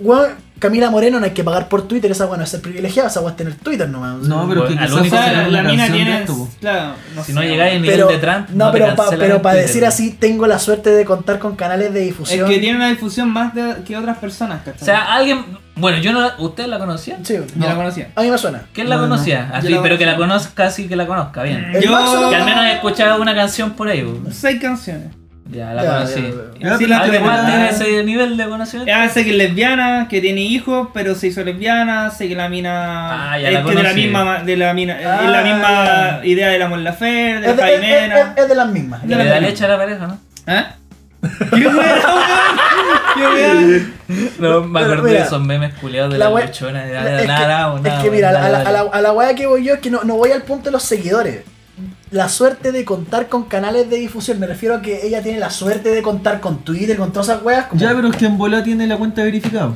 C: Weón, Camila Moreno no hay que pagar por Twitter, esa weá no es ser privilegiada, esa weá es tener Twitter nomás.
E: No, pero que
B: Bueno, al
E: quizás
D: O
B: único
D: sea,
E: sacaron
D: la,
E: una
D: mina
E: canción de
D: tiene.
E: esto, po.
D: Claro,
B: pues. Si no
D: sé,
B: llegáis al
D: weón.
B: nivel de Trump,
C: no,
B: no te
C: pero, pa-
B: cancelan
C: pero
B: en
C: para
B: Twitter.
C: decir así, tengo la suerte de contar con canales de
D: Es
C: difusión.
D: que tiene una difusión más de- que otras personas, ¿cachai?
B: O sea, alguien. Bueno, yo no. ¿Ustedes la conocían?
C: Sí,
D: yo la
C: no.
D: conocía.
C: A mí me suena.
B: ¿Quién la
E: No, no.
B: conocía? Así,
D: Yo la
B: pero que la
D: conocía.
B: conozca, así que la conozca bien.
C: El
D: Yo-
C: máximo-
B: Que al menos he escuchado una canción por ahí. weón.
D: Seis canciones.
B: Ya, la
C: Ya,
B: conocí.
C: ya, ya,
E: Ya
D: Sí,
E: te la
D: la
E: tengo.
B: Además,
D: temporada-
B: tiene ese nivel de conocimiento.
D: Ya sé que es lesbiana, que tiene hijos, pero se hizo lesbiana, sé que la mina
B: Ah, ya
D: es
B: la
D: que de la
B: conocí.
D: misma ma- de la mina,
C: Ah,
D: es la misma
C: ya. Eh,
D: idea de la Mon Laferte, de
C: Es de, es-
D: Jaimena.
C: es- es de las mismas.
B: Y le da leche a la pareja, ¿no?
D: ¿Eh? ¿Qué weá, weón? ¿Qué weá?
B: No, me
C: Pero
B: acordé
C: mira,
B: de esos memes culiados de
C: la
B: la
C: wea-
B: luchona. de
C: es
B: Nada,
C: que-
B: nada,
C: Es
B: nada.
C: que mira,
B: dale,
C: a la,
B: dale.
C: a la- a la weá que voy yo es que no, no voy al punto de los seguidores. La suerte de contar con canales de difusión. Me refiero a que ella tiene la suerte de contar con Twitter, con todas esas weas. Como,
E: Ya, pero es que en bola tiene la cuenta verificada.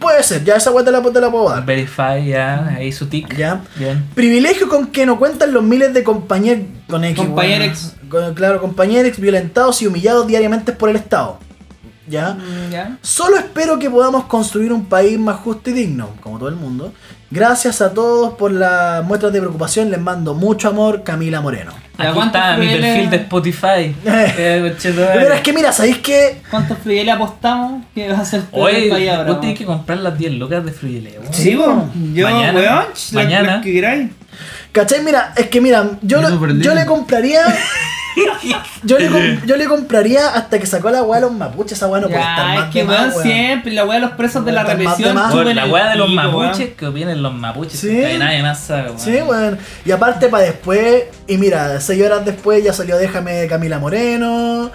C: Puede ser, ya esa wea te la, te la puedo dar.
B: Verify, ya, ahí su tic.
C: Ya.
B: Bien.
C: Privilegio con que no cuentan los miles de compañeros con X,
D: Compañerex.
C: weón. Con- claro, compañeros violentados y humillados diariamente por el Estado. ¿Ya?
D: Mm, ¿Ya?
C: Solo espero que podamos construir un país más justo y digno, como todo el mundo. Gracias a todos por las muestras de preocupación. Les mando mucho amor, Camila Moreno.
D: Ya,
B: Aquí
D: ¿cuántos
B: está mi
D: fieles-
B: perfil de Spotify. Eh, conchetumare.
C: Pero es que mira, ¿sabéis qué?
D: ¿Cuántos frieles apostamos que vas a hacer todo el país
B: Oye,
D: ahora,
B: vos tenés
D: weón?
B: que comprar las 10 lucas de Frigileo.
D: Sí, weón. Yo,
B: Mañana.
D: weón, ch, lo-
B: Mañana.
D: lo que queráis.
C: ¿Cachai? Mira, es que mira, yo,
E: Yo no
C: lo-
E: perdí.
C: yo le compraría. yo, le com- yo le compraría hasta que sacó la weá a los mapuches. Esa weá no puede estar
D: Ya,
C: más
D: es que
C: de más,
D: weón,
C: weón.
D: siempre, la weá de los presos de la
C: Puede estar más de
D: represión.
C: más.
D: chupen
B: Ah, la
D: el
B: weá de los
D: pico, weón.
B: mapuches, que opinen los mapuches.
C: Sí.
B: Que nadie más sabe, weón.
C: Sí, weón. Y aparte para después, y mira, seis horas después ya salió Déjame de Camila Moreno.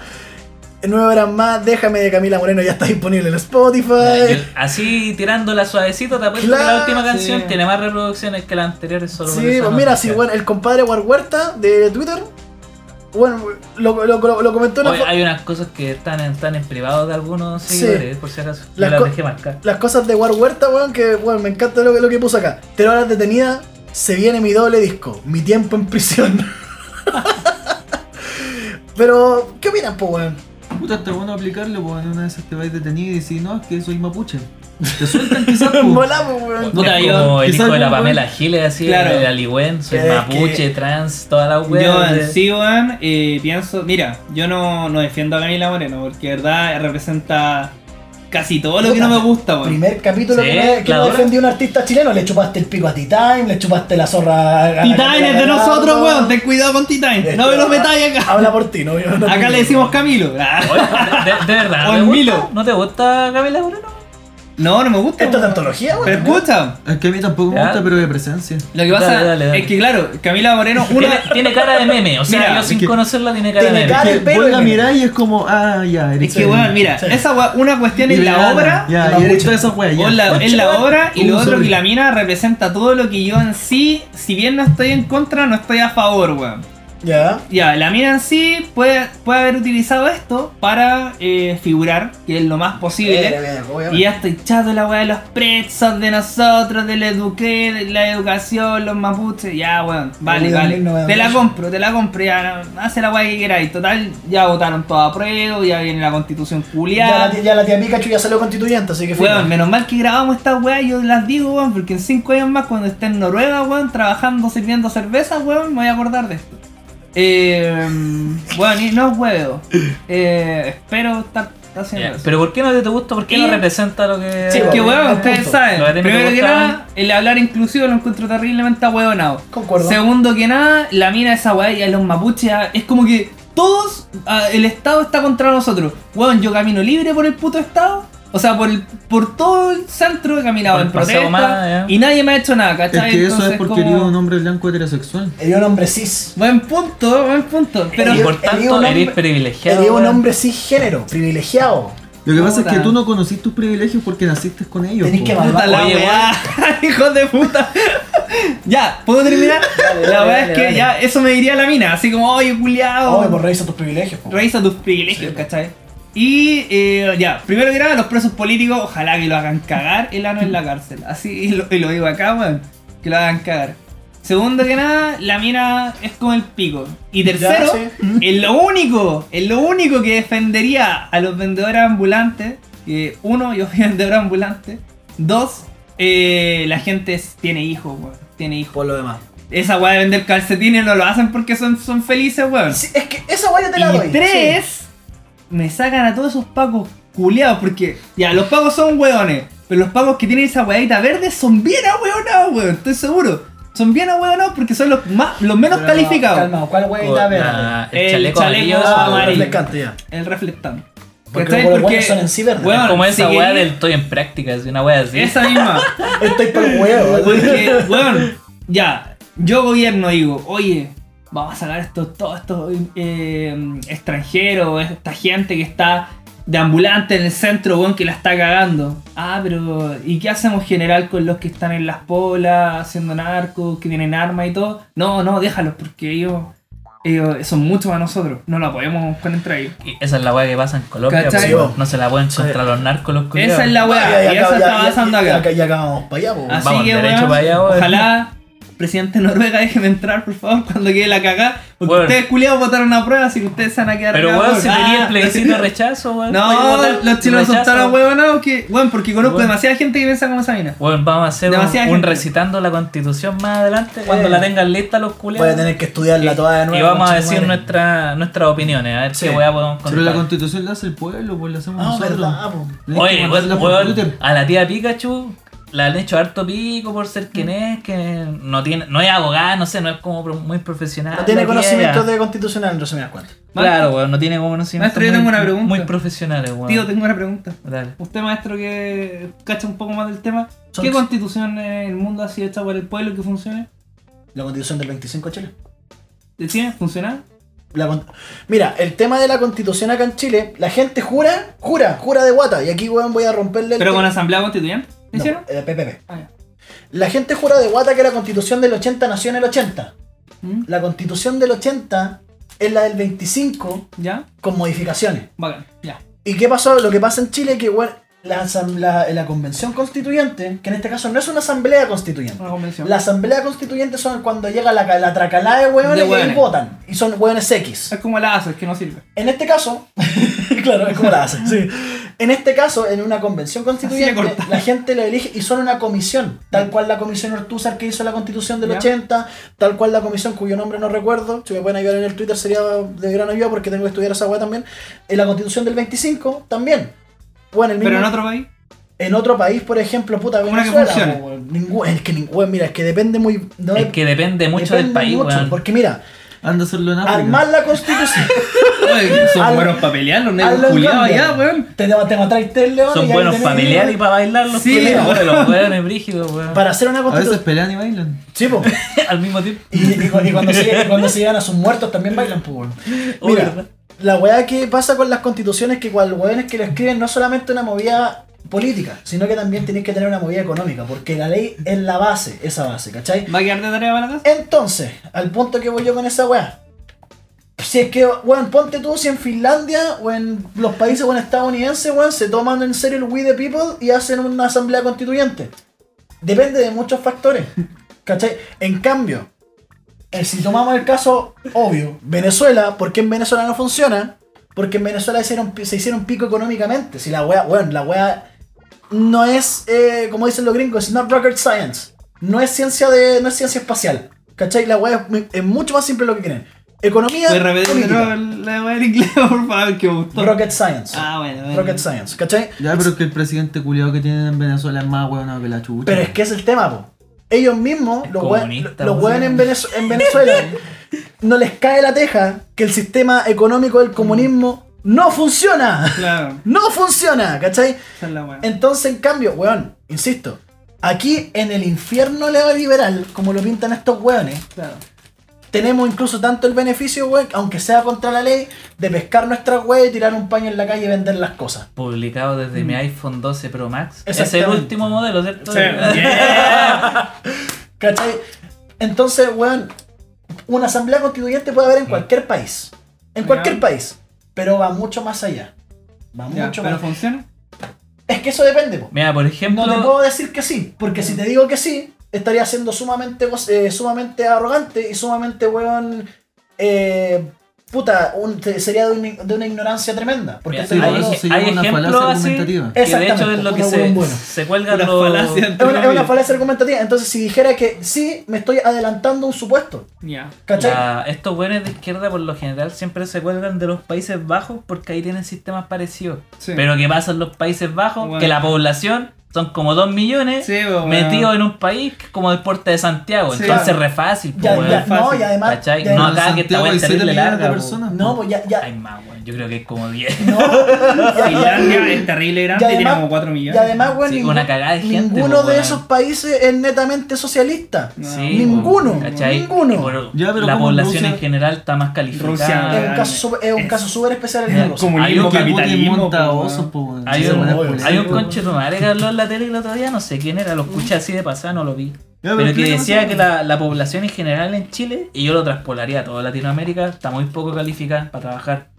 C: Nueve horas más, Déjame de Camila Moreno ya está disponible en
B: Ya, yo-
C: Spotify.
B: Así tirándola suavecito, te apuesto que
C: Claro,
B: la última canción
D: sí.
B: tiene más reproducciones que la anterior. es Solo por
C: Sí,
B: esa
C: pues mira,
B: noticia.
C: sí, bueno, el compadre War Huerta de Twitter, bueno, lo, lo- lo- lo comentó en
B: Oye, hay unas cosas que están en, están en privado de algunos
C: Sí.
B: seguidores, eh, por si acaso. Yo
C: Las
B: Las,
C: co-
B: dejé marcar.
C: las cosas de War Huerta, weón, que weón, me encanta lo, que- lo que puso acá. Tres horas detenida, se viene mi doble disco, mi tiempo en prisión. Pero, ¿qué opinan, pues, weón?
E: Puta, está bueno aplicarlo, pues en una de esas te vais detenido y decís, no, es que soy mapuche. Te sueltan quizás, po.
C: Volamos, weón.
D: Puta,
B: es
D: yo-
B: como el
E: quizás
B: hijo de la
E: algún
B: Pamela Giles, así,
D: Claro.
B: el Aligüen, soy
C: Es que-
B: mapuche, trans, toda la weá.
D: Yo
B: de-
D: en sí, weón, eh, pienso, mira, yo no, no defiendo a Camila Moreno porque de verdad representa casi todo lo que no me gusta, weón.
C: Primer capítulo
B: Sí,
C: que me- que
B: la
C: me
B: hora.
C: defendió un artista chileno, le chupaste el pico a T-Time, le chupaste la zorra a
D: Titán es de
C: Gallardo.
D: nosotros, weón, ten cuidado con Titán, no me lo metáis acá.
C: Este, Habla por ti, no yo no-
D: Acá le decimos Camilo. Ah,
B: Oye, de, de verdad,
D: O
B: ¿te
D: el
B: gusta?
D: Milo.
B: ¿no te gusta Camila Moreno?
D: No, no me gusta.
C: Esto es de
D: weón.
C: antología,
D: Pero
C: weón.
D: escucha,
E: Es que a mí tampoco me
B: Ya.
E: gusta, pero de presencia.
D: lo que pasa
B: Dale, dale, dale.
D: es que, claro, Camila Moreno,
B: Tiene,
D: una.
B: tiene cara de meme, o sea,
D: Mira,
B: yo sin
E: es que-
B: conocerla tiene cara de
C: Tiene
B: meme.
C: cara- Ah,
E: Que
C: el pelo
E: vos
C: es
E: la
C: menos.
E: mirás y es como, ah, ya, eres
D: Es que, weón, mira,
C: Sí.
D: esa weá- una cuestión es la
E: Liberana,
D: obra
E: Ya, y eres toda esa wea, ya.
D: O la- es la obra y
E: Uh,
D: lo otro
E: sorry.
D: que la mina representa todo lo que yo en sí, si bien no estoy en contra, no estoy a favor, weón.
C: Ya.
D: Ya, la mina en sí puede, puede haber utilizado esto para eh, figurar, que es lo más
C: Mira,
D: posible.
C: mira,
D: Y
C: obviamente.
D: ya estoy chato de la weá de los presos, de nosotros, del eduqué, de la educación, los mapuches. Ya, weón, vale,
C: Uy,
D: vale.
C: no me da
D: te la
C: mucho.
D: compro, te la compro, ya, no, hace la weá que queráis. Total, ya votaron toda a prueba, ya viene la constitución
C: Ya la
D: culiada.
C: tía- ya la tía Pikachu ya salió constituyente, así que fue.
D: Weón, menos mal que grabamos estas weas, yo las digo, weón, porque en 5 años más, cuando esté en Noruega, weón, trabajando, sirviendo cerveza, weón, me voy a acordar de esto. Eh, weón, y no huevo. Eh, espero estar haciendo
B: Ya,
D: eso.
B: Pero ¿por qué no te gusta? ¿Por qué
D: Y-
B: no representa lo que...
C: Sí,
D: Es que,
C: Al
D: weón, ustedes
C: punto.
D: saben,
B: Lo que a ti no te
D: primero que
B: gusta.
D: nada, el hablar inclusivo lo encuentro terriblemente ahueonado.
C: Concuerdo.
D: Segundo que nada, la mina esa weá y a los mapuches, ah, es como que todos, ah, el Estado está contra nosotros. Weón, yo camino libre por el puto Estado. O sea, por, el- por todo el centro he caminado
B: Por el
D: en
B: paseo
D: protesta
B: Humada, ya.
D: y nadie me ha hecho nada,
E: Es
D: ¿cachai?
E: que eso
D: Entonces,
E: es porque
D: como-
E: eres un hombre blanco heterosexual.
C: Era un hombre cis.
D: Buen punto, buen punto. Pero
B: y por
C: Sería un
B: tanto,
C: hombre-
B: eres privilegiado.
C: Era un
B: weón.
C: hombre cisgénero, privilegiado.
E: Lo que pasa es que
D: Puta.
E: tú no conocís tus privilegios porque naciste con ellos.
C: Tenís
E: po.
C: que
D: puta
C: valorar.
D: la
B: Oye,
D: weá, hijo de puta. Ya, ¿puedo terminar?
B: Dale, dale,
D: la verdad
B: dale,
D: es que
B: dale.
D: ya eso me diría la mina, así como, oye, culiao.
C: Obvio, pues revisa tus privilegios. po.
D: revisa tus privilegios, ¿cachai? Y eh, ya, primero que nada, los presos políticos, ojalá que lo hagan cagar el ano en la cárcel. Así, y lo, y lo digo acá, weón, que lo hagan cagar. Segundo que nada, la mina es como el pico. Y tercero,
C: sí.
D: es lo único, es lo único que defendería a los vendedores ambulantes. que, uno, yo soy vendedor ambulante. Dos, eh, la gente es- tiene hijos, weón, tiene hijos.
B: Por lo demás.
D: Esa weá de vender calcetines no lo hacen porque son, son felices, weón.
C: Sí, es que esa guay yo te la doy.
D: Y tres, me sacan a todos esos pacos culeados porque ya, los pacos son hueones, pero los pacos que tienen esa hueadita verde son bien ahueonados, weón, estoy seguro. Son bien ahueonados porque son los, más, los menos
C: Pero,
D: calificados.
C: Calma, ¿cuál
B: Con
C: güeyita verde?
B: la-
D: El
B: el chaleco,
D: chaleco
B: amarillo,
C: Ah,
D: amarillo.
C: refrescante, ya.
D: El reflectante.
C: Porque
D: ¿Cachai?
C: los hueones son en sí verdes.
D: hueón,
B: Es como
D: si
B: esa weá
D: querí-
B: del estoy en práctica, es una weá así.
D: Esa misma.
C: Estoy por el huevo.
D: Porque, weón, ya, yo gobierno digo, oye, vamos a sacar estos, todos estos eh, extranjeros, esta gente que está de ambulante en el centro, weón, que la está cagando. Ah, pero, ¿y qué hacemos general con los que están en las polas, haciendo narcos, que tienen armas y todo? No, no, déjalos, porque ellos, ellos son mucho para nosotros, no la podemos contra ellos.
B: Y esa es la weá que pasa en Colombia.
D: ¿Cachai?
B: pues, no se la pueden contra los narcos los culiados.
D: Esa es la
C: Ya,
D: weá,
C: ya,
D: y
C: ya,
D: eso
C: ya,
D: está
C: ya,
D: pasando
C: ya,
D: acá.
C: ya, ya, acá vamos para allá, po.
D: Así
B: Vamos,
D: que,
B: derecho
D: weón,
B: para allá, weón.
D: ojalá, presidente Noruega, déjeme entrar, por favor, cuando quede la cagada. Porque
B: Weón.
D: ustedes, culiados, votaron a prueba, así que ustedes se van a quedar
B: Pero
D: acá,
B: weón, si
D: Ah.
B: tenía el plebiscito de rechazo, weón. podéis votar
D: No, los chilenos son
B: rechazo.
D: tan huevonados que, weón, porque conozco
B: Weón.
D: demasiada gente que piensa como Sabina.
B: Weón, vamos a hacer un,
D: Demasiada
B: un
D: gente.
B: recitando la constitución más adelante, cuando la tengan lista los
C: Voy a
B: culiados.
C: tener que estudiarla toda Eh, de nuevo.
B: Y vamos a decir
C: conchetumare.
B: nuestra, nuestras opiniones, a ver
C: Sí.
B: qué weá podemos
E: Pero la
B: contar.
E: constitución la hace el pueblo, pues la hacemos
C: Ah,
E: nosotros.
C: verdad, po.
E: Tenés que
B: Oye,
E: mandarla
B: weón,
E: por
B: weón,
E: Twitter.
B: a la tía Pikachu la han hecho harto pico por ser
C: Mm.
B: quien es, que no tiene, no es abogada, no sé, no es como pro- muy profesional.
C: No tiene
B: la tía
C: conocimientos
B: ya.
C: de constitucional, en resumidas cuentas.
B: Claro, weón, no tiene conocimientos
D: Maestro, yo
B: muy-
D: tengo una pregunta.
B: Muy profesionales, weón.
D: Tío, tengo una pregunta.
B: Dale.
D: Usted, maestro, que cacha un poco más del tema,
C: Son-
D: ¿qué constitución en el mundo ha sido hecha por el pueblo que funcione?
C: La constitución del 25 de Chile.
D: ¿De Chile? ¿Funciona?
C: La con- Mira, el tema de la constitución acá en Chile, la gente jura, jura, jura de guata. Y aquí, weón, voy a romperle el.
D: ¿Pero con asamblea constituyente?
C: No,
D: ¿Hicieron?
C: eh, PPP.
D: Ah, ya.
C: La gente jura de guata que la constitución del 80 nació en el 80.
D: ¿Mm?
C: La constitución del 80 es la del 25
D: ¿Ya?
C: con modificaciones.
D: Bacán, ya.
C: ¿Y qué pasó? Lo que pasa en Chile es que, weón, la, asam- la- eh, la convención constituyente, que en este caso no es una asamblea constituyente.
D: Una convención.
C: La asamblea constituyente son cuando llega la, ca- la tracalada de
D: De
C: hueones y ahí
D: hueones.
C: votan. Y son hueones X.
D: Es como la ASO, es que no sirve.
C: En este caso, claro, es como la hacen. sí. En este caso, en una convención
D: Así de
C: constituyente,
D: corta.
C: la gente lo elige y son una comisión, tal cual la comisión Ortúzar que hizo la constitución del
D: Ya.
C: 80, tal cual la comisión cuyo nombre no recuerdo, si me pueden ayudar en el Twitter sería de gran ayuda porque tengo que estudiar esa weá también. En la constitución del 25 también. Bueno, el mismo-
D: Pero en otro país.
C: en otro país, por ejemplo, puta,
D: Una que
C: Venezuela.
D: funcione.
C: po, weón. Ningún- es que, ningún- mira, es que depende muy... no
B: Es que depende mucho del
C: depende
B: país,
C: mucho,
B: weón.
C: Porque mira,
E: Anda a hacerlo en África.
C: armar la constitución...
D: Oye,
C: Al-
D: Son buenos para pelear, los
C: Hazlo
D: negros
C: en
D: culiados
C: Gambia.
D: allá, weón.
C: Te, te matáis tres leones. y
B: Son
C: ahí
B: buenos
C: tenés-
B: para pelear y para bailar los
D: Sí,
B: culiados,
D: weón.
B: los weones brígidos, weón.
C: Para hacer una
E: A veces
C: constitución.
E: pelean y bailan.
C: Sí, po.
B: Al mismo tiempo.
C: Y, y cu- y cuando se, llegan- y cuando se llegan a sus muertos también bailan, pues, weón. Mira,
B: ¿verdad?
C: la weá que pasa con las constituciones que cual weones que lo escriben no es solamente una movida política, sino que también tenéis que tener una movida económica, porque la ley es la base, esa base, ¿cachai?
D: ¿Va a quedar de tarea para la casa?
C: Entonces, al punto que voy yo con esa weá. Si es que, weón, ponte tú si en Finlandia o en los países weón, estadounidenses, weón, se toman en serio el We the People y hacen una asamblea constituyente. Depende de muchos factores. ¿Cachai? En cambio, eh, si tomamos el caso obvio, Venezuela, ¿por qué en Venezuela no funciona? Porque en Venezuela hicieron, pi- se hicieron pico económicamente. Si la wea, weón, la wea no es, eh, como dicen los gringos, it's not rocket science. No es ciencia de, no es ciencia espacial. ¿Cachai? La wea es, mu- es mucho más simple de lo que creen. Economía,
D: Voy a repetir de nuevo
C: política,
D: la weá en inglés, por favor, que me gustó.
C: rocket science.
D: Ah, bueno, bueno.
C: Rocket science, ¿cachai?
E: Ya, pero es que el presidente culiado que tienen en Venezuela es más huevonado que la chucha.
C: Pero es que es el tema, po. Ellos mismos,
B: Es
C: los hue-
B: comunista,
C: los
B: po,
C: hueones en, Venez- en Venezuela, no les cae la teja que el sistema económico del comunismo no funciona.
D: Claro,
C: No funciona, ¿cachai?
D: esa es la weá.
C: Entonces, en cambio, weón, insisto, aquí en el infierno liberal, como lo pintan estos weones,
D: Claro.
C: tenemos incluso tanto el beneficio, weón, aunque sea contra la ley, de pescar nuestras weas y tirar un paño en la calle y vender las cosas.
B: Publicado desde mi iPhone 12 Pro Max. Es el
C: Exactamente.
B: último modelo, ¿cierto?
D: Yeah.
C: ¿Cachai? Entonces, weón, una asamblea constituyente puede haber en cualquier país. En cualquier
D: Ya.
C: país. Pero va mucho más allá. Va
D: Ya,
C: mucho
D: pero
C: más
D: funciona.
C: Es que eso depende, po.
B: Mira, por
C: No
B: ejemplo,
C: te puedo decir que sí, porque si te digo que sí, estaría siendo sumamente, goz- eh, sumamente arrogante y sumamente, weón, eh, puta, un- te- sería de una, de una ignorancia tremenda. Porque
B: mira,
C: estoy
B: hay,
E: Sí, por
C: hablando-
E: eso se
B: hay
E: llama una
B: ejemplos
E: falacia
B: así
E: argumentativa.
B: que de hecho
C: Exactamente,
B: es lo que
C: una
B: se,
C: hueón buena.
B: se cuelgan
D: Una
B: los...
D: falacia
C: es una, es una
D: antinomial.
C: falacia argumentativa. Entonces, si dijera que sí, me estoy adelantando un supuesto.
D: Ya.
C: ¿Cachai?
B: La- estos buenos de izquierda por lo general siempre se cuelgan de los Países Bajos porque ahí tienen sistemas parecidos.
D: Sí.
B: Pero ¿qué pasa en los Países Bajos?
D: Bueno.
B: Que la población son como 2 millones
D: Sí, pues,
B: metidos
D: weón.
B: en un país que es como el puerto de Santiago.
D: Sí.
B: Entonces
C: Claro.
B: re fácil, pues,
C: Ya,
B: weón.
C: ya, no,
D: fácil,
C: y además.
B: ¿Cachai?
C: y además-
B: No, acá que esta
E: Santiago
B: weón
E: hay
B: es
E: 7
B: terrible
E: millones de
B: larga. po.
E: personas.
C: no, pues ya, ya,
B: Hay más, weón. Yo creo que es como 10.
C: no, ya-
D: Finlandia es terrible grande,
C: Y
D: tiene
C: además-
D: como 4
C: Y
D: millones.
C: además, weón,
B: Sí,
C: ningún-
B: una cagada de gente,
C: ninguno
B: po,
C: de
B: weón.
C: esos países es netamente socialista.
D: No.
B: Sí,
C: Ninguno,
B: po, ¿cachai?
C: ninguno.
B: Y por-
E: Ya, pero
B: la
E: ¿cómo en
B: población
E: Rusia?
B: en general está más calificada.
D: Rusia,
C: es un
D: Ah,
C: caso super- es un
D: es-
C: caso súper especial en
B: Ya,
C: el
D: como-
B: Hay
D: Comunismo,
B: un
E: Que Putin
D: capitalismo,
E: monta
D: po,
E: osos,
D: weón.
E: po, weón.
B: Hay
E: Sí,
B: un,
E: weón,
C: obvio,
E: por
B: hay
E: eso,
B: un
E: weón.
B: conche de tu madre que habló en la tele el otro día, no sé quién
C: Mm.
B: era, lo escuché así de pasada, no lo vi.
E: Ya,
B: Pero
E: pero
B: que
E: explícame
B: decía
E: eso.
B: que la, la población en general en Chile, y yo lo traspolaría a toda Latinoamérica, está muy poco calificada para trabajar.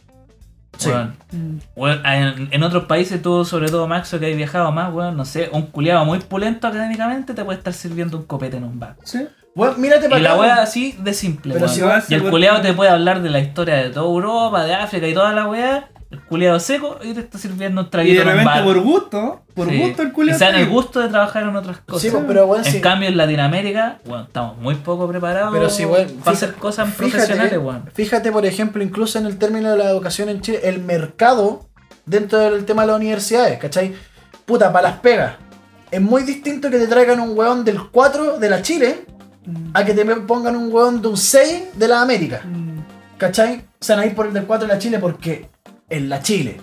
C: Sí. Mm.
B: Weón. Weón, en, en otros países, tú, sobre todo Maxo, que has viajado más, weón, no sé, un culiado muy pulento académicamente te puede estar sirviendo un copete en un bar.
D: Sí.
C: Bueno, mírate
B: Y
C: para
B: la
C: acá.
B: wea
C: weón.
B: así de simple,
C: Pero
B: weón.
C: si
D: vas-
B: Y el culiado te puede hablar de la historia de toda Europa, de África y toda la wea. El culiado seco y te está sirviendo un
D: Y
B: traguito
D: de
B: en un
D: repente
B: bar.
D: por gusto, por
B: Sí.
D: gusto el culo.
B: Quizá en el gusto de trabajar en otras cosas.
C: Sí, pues, pero weón,
B: en
C: sí.
B: cambio, en Latinoamérica, bueno, estamos muy poco preparados
C: Pero sí, weón,
B: para
C: fija-
B: hacer cosas
C: Fíjate,
B: profesionales, weón.
C: fíjate, por ejemplo, incluso en el término de la educación en Chile, el mercado dentro del tema de las universidades, ¿cachai? Puta, para las pegas. Es muy distinto que te traigan un weón del 4 de la Chile
D: Mm.
C: a que te pongan un weón de un 6 de la América.
D: Mm,
C: ¿Cachai? O sea, no ir por el del 4 de la Chile porque en la Chile.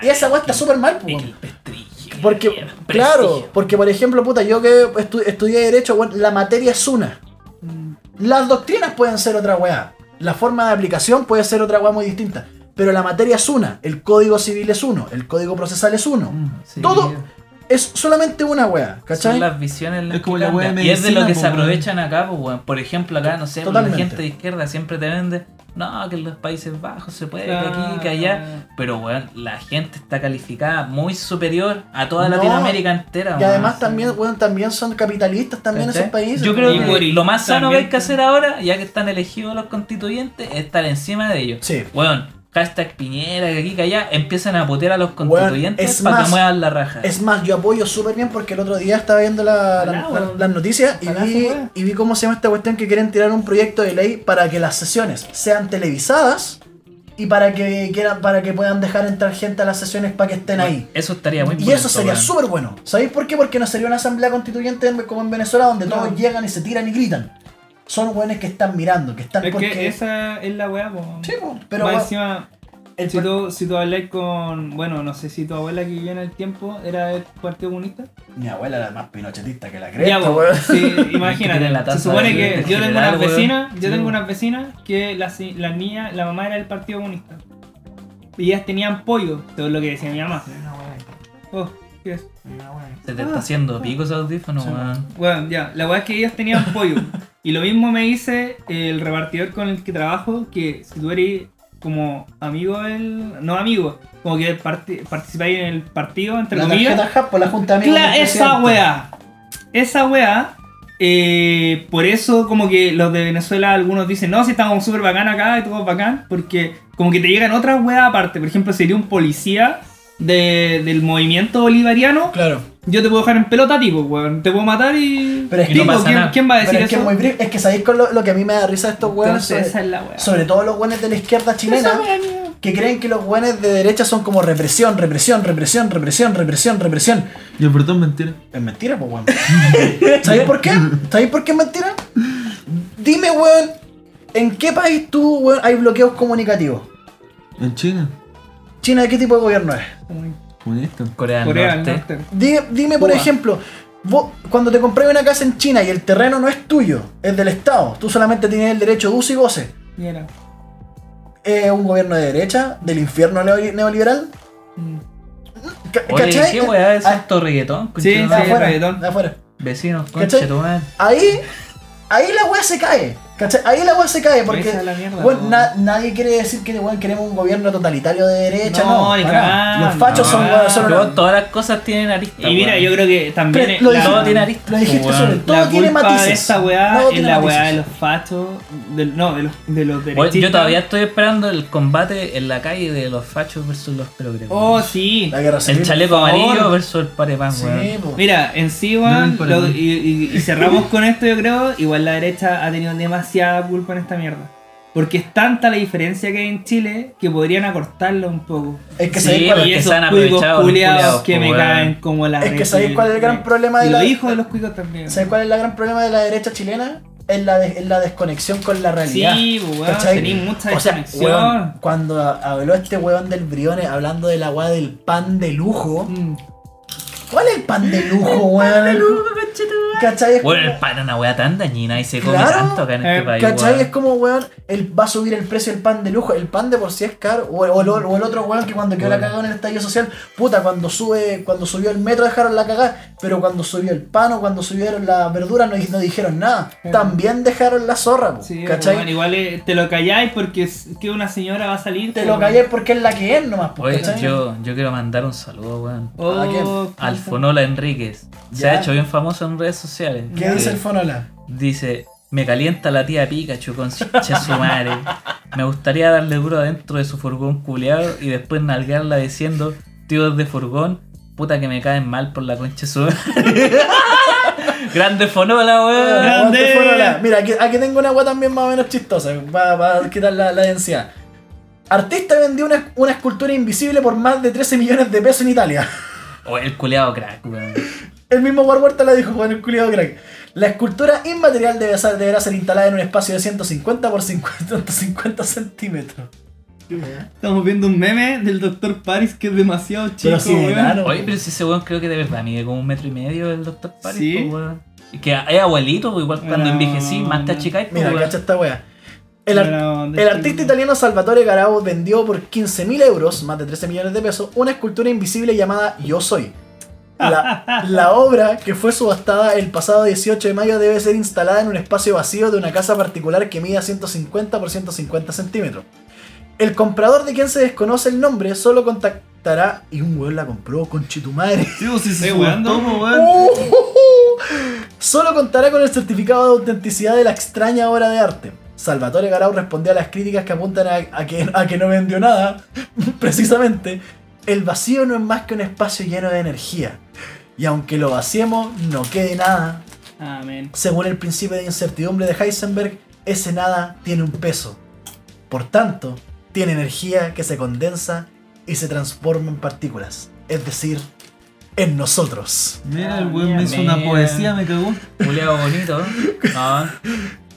C: Y esa weá está súper mal,
B: Es
C: pues, weón.
B: que el prestigio,
C: Porque,
B: el
C: claro,
B: prestigio.
C: porque por ejemplo, puta, yo que estu- estudié Derecho, weón, la materia es una.
B: Mm.
C: Las doctrinas pueden ser otra weá. La forma de aplicación puede ser otra weá muy distinta. Pero la materia es una. El código civil es uno. El código procesal es uno.
B: Mm, Sí.
C: eh, Todo es solamente una weá, ¿cachai?
B: Son las visiones las
E: Es como
B: que
E: la wea de
B: cambian. Y es de
E: medicina,
B: lo que
E: po,
B: se
E: weón.
B: aprovechan acá, pues, weón. Por ejemplo, acá, no sé, pues, la
C: Totalmente.
B: gente de izquierda siempre te vende. No, que en los Países Bajos se puede, que Eh, aquí, que allá. Pero, weón, la gente está calificada muy superior a toda
C: No.
B: Latinoamérica entera,
C: Y
B: weón.
C: además también, weón, también son capitalistas también
B: ¿Cachai?
C: esos países. pues.
B: Yo creo
D: Y
B: que
D: Boric
B: lo más sano que
D: también.
B: hay que hacer ahora, ya que están elegidos los constituyentes, es estar encima de ellos.
C: Sí.
B: Weón, hashtag Piñera, que aquí, que allá, empiezan a putear a los
C: Weón,
B: constituyentes
C: es
B: para
C: más,
B: que muevan la raja.
C: Es más, yo apoyo súper bien porque el otro día estaba viendo la- la-
D: Ojalá,
C: la-
D: weón.
C: las noticias y
D: Ojalá
C: vi,
D: se pueda.
C: y vi cómo se llama esta cuestión que quieren tirar un proyecto de ley para que las sesiones sean televisadas y para que quieran, para que puedan dejar entrar gente a las sesiones para que estén ahí.
B: Eso estaría muy
C: Y eso sería
B: weón.
C: súper bueno. ¿Sabéis por qué? Porque no sería una asamblea constituyente en- como en Venezuela donde
D: Claro.
C: todos llegan y se tiran y gritan. Son buenos que están mirando, que están
D: Es
C: porque...
D: que esa es la weá, po.
C: Sí, po, pero
D: Más
C: weón,
D: encima,
C: el
D: si
C: pro-
D: tú, si tú habláis con. Bueno, no sé si tu abuela que vivía en el tiempo era del Partido Comunista.
C: mi abuela era más pinochetista que la
D: Ya,
C: cresta,
D: po,
C: weón.
D: sí,
B: Tiene la
D: imagínate.
B: taza
D: Se supone
B: de-
D: que
B: de
D: yo tengo
B: general,
D: unas vecinas, yo
B: Sí.
D: tengo unas vecinas que las la niña, la mamá era del Partido Comunista. Y ellas tenían pollo, todo lo que decía mi mamá. Oh, ¿qué es?
B: Se te está
D: Ah,
B: haciendo pico ese audífono, weón.
D: Bueno, ya, la weá es que ellas tenían pollo. Y lo mismo me dice el repartidor con el que trabajo, que si tú eres como amigo del... No amigo, como que parti- participáis en el partido, entre
C: La
D: comillas.
C: tarjeta Hub por la Junta de Amigos
D: Claro,
C: del
D: esa
C: Presidente.
D: weá. Esa weá. eh, por eso, como que los de Venezuela, algunos dicen, no, si estamos súper bacán acá y todo bacán. Porque, como que te llegan otras weas aparte. Por ejemplo, sería un policía de- del movimiento bolivariano.
C: Claro.
D: Yo te puedo dejar en pelota, tipo, weón. Te puedo matar y.
C: Pero es que
D: Tipo,
B: no pasa
D: ¿quién,
B: nada.
D: quién va a decir
C: Pero es que,
D: eso?
C: es muy bri- es que sabéis con lo, lo que a mí me da risa de estos hueones, sobre,
D: Entonces, esa es la wea.
C: sobre todo los hueones de la izquierda
D: Esa
C: chilena,
D: wea, mía.
C: que creen que los hueones de derecha son como represión, represión, represión, represión, represión, represión.
E: Y el perdón, mentira.
C: Es mentira, pues hueón. ¿Sabéis por qué? ¿Sabéis por qué es mentira? Dime, hueón, ¿en qué país tú, hueón, hay bloqueos comunicativos?
E: En China.
C: China, ¿de qué tipo de gobierno es?
E: Comunista.
B: Corea del
D: Corea del
B: Norte.
D: Norte.
C: Di- dime, por
D: Cuba.
C: ejemplo, vos, cuando te compré una casa en China y el terreno no es tuyo, es del Estado, tú solamente tienes el derecho de uso y goce.
D: Mira.
C: eh, un gobierno de derecha, del infierno neo- neoliberal.
D: Mm.
C: Ca-
B: Oye,
C: ¿Cachai?
B: qué weá es
C: Ah,
B: esto reggaetón?
D: Sí,
B: conchetumare?
C: de afuera,
D: reggaetón.
C: de afuera.
B: Vecinos,
C: ¿Cachai?
B: conchetumare.
C: Ahí Ahí la weá se cae. ¿Cachai? Ahí la weá se cae porque
D: Esa es la mierda,
C: weón,
D: no.
C: na- nadie quiere decir que weón, queremos un gobierno totalitario de derecha.
D: No,
C: No,
D: ni
C: para nada.
D: cagando,
C: Los fachos son,
D: no.
C: weón, son
B: Pero
C: una-
B: todas las cosas tienen aristas.
D: Y mira,
B: weón.
D: yo creo que también.
C: Pero
D: es-
C: lo
D: la-
C: dijiste-
B: todo tiene aristas,
C: Lo dijiste
B: weón.
C: sobre todo,
D: la
C: tiene
D: culpa
C: matices.
D: de esta weá
C: Todo
D: es
C: tiene
D: la
C: matices.
D: weá de los fachos, del- no, de los, de los
B: Weón,
D: derechistas.
B: Yo todavía estoy esperando el combate en la calle de los fachos versus los progres.
D: Oh,
B: weón.
D: sí.
C: La guerra
B: el
C: civil.
B: chaleco
D: por favor.
B: amarillo versus el parepán,
C: Sí,
B: weón.
C: po.
D: Mira, en sí,
E: No
D: weón,
E: me
D: lo-
E: importa.
D: y, y- y cerramos con esto, yo creo. Igual la derecha ha tenido demasiada culpa en esta mierda. Porque es tanta la diferencia que hay en Chile que podrían acortarlo un poco.
C: Es que
B: Sí,
C: sabéis cuál es-
B: porque
D: y
B: se
D: esos
B: han
D: cuicos
B: aprovechado los
D: culiados
B: culiados,
D: que
B: po,
D: me
B: weón.
D: caen como la
C: Es que
D: red
C: ¿sabéis cuál es el
D: de-
C: gran problema de
D: Y
C: la-
D: los hijos de los cuicos también.
C: ¿Sabes cuál es la gran problema de la derecha chilena? Es la, de- es la desconexión con la realidad.
D: Sí, pues, weón,
C: ¿Cachai?
D: tenéis mucha
C: O sea,
D: desconexión.
C: weón, cuando a- habló este weón del Briones hablando de la weá del pan de lujo.
D: Mm.
C: ¿Cuál es el pan de lujo, weón? Pan de lujo, ¿Cachai? Es
B: Bueno, el
C: como-
B: pan es una weá tan dañina y se come
C: Claro.
B: tanto acá en este
D: Eh,
B: país.
C: ¿Cachai?
B: weón.
C: Es como, weón, él va a subir el precio del pan de lujo. El pan de por sí es caro. O, o el, o el otro weón que cuando quedó la
B: Bueno.
C: cagada en el estallido social, puta, cuando sube, cuando subió el metro dejaron la cagada. Pero cuando subió el pan o cuando subieron las verduras no, di- no dijeron nada. También dejaron la zorra, po,
D: Sí, pues,
C: ¿cachai?
D: weón, igual eh, te lo calláis porque es que una señora va a salir.
C: Te
D: po,
C: lo
D: weón.
C: callé porque es la que es nomás, po,
B: Oye,
C: ¿cachai?
B: yo, yo quiero mandar un saludo, weón.
D: Oh,
C: ¿A quién?
D: puta.
B: Al Fonola Enríquez. Se
C: Ya.
B: ha hecho bien famoso en redes sociales.
C: ¿Qué dice el Fonola?
B: Dice, me calienta la tía Pikachu con su che su madre. Me gustaría darle duro adentro de su furgón culeado y después nalgarla diciendo, tíos de furgón, puta que me caen mal por la concha de su madre". Grande fonola, weón.
D: ¡Grande!
C: Aguante Forola. Mira, aquí, aquí tengo una agua también más o menos chistosa, para, quitar la, la densidad. Artista vendió una, una escultura invisible por más de 13 millones de pesos en Italia.
B: O el culeado crack, weón.
C: El mismo War Huerta la dijo con el culiado crack. La escultura inmaterial debe ser- deberá ser instalada en un espacio de 150 por 150 centímetros.
D: Estamos viendo un meme del Dr. Paris que es demasiado chico,
C: Pero así de
D: weón.
C: enano.
B: Oye, pero si ese weón creo que de verdad mide como un metro y medio el Dr. Paris,
D: Sí.
B: po, weón. Y Que es abuelito, pues, igual cuando
D: No,
B: envejecí, más te
D: no.
B: achicáis, po,
C: Mira,
B: weón.
C: cacha esta wea. El, ar-
D: Buena onda,
C: El
D: sí,
C: artista
D: weón.
C: italiano Salvatore Garau vendió por 15.000 euros, más de 13 millones de pesos, una escultura invisible llamada Yo Soy. La, la obra, que fue subastada el pasado 18 de mayo, debe ser instalada en un espacio vacío de una casa particular que mida 150 por 150 centímetros. El comprador de quien se desconoce el nombre solo contactará. Y un weón la compró, conche tu madre.
E: Sí, vos si se
D: Estoy
E: subastó,
D: weando.
E: po,
C: Oh.
E: weón.
C: Solo contará con el certificado de autenticidad de la extraña obra de arte. Salvatore Garau respondió a las críticas que apuntan a, a que, a que no vendió nada. Precisamente, el vacío no es más que un espacio lleno de energía. Y aunque lo vaciemos, no quede nada.
D: Amén.
C: Según el principio de incertidumbre de Heisenberg, ese nada tiene un peso. Por tanto, tiene energía que se condensa y se transforma en partículas. Es decir, en nosotros.
E: Mira, el
D: Ah,
E: weón me hizo
B: mira.
E: una poesía, me cagó.
B: Culeado bonito. No,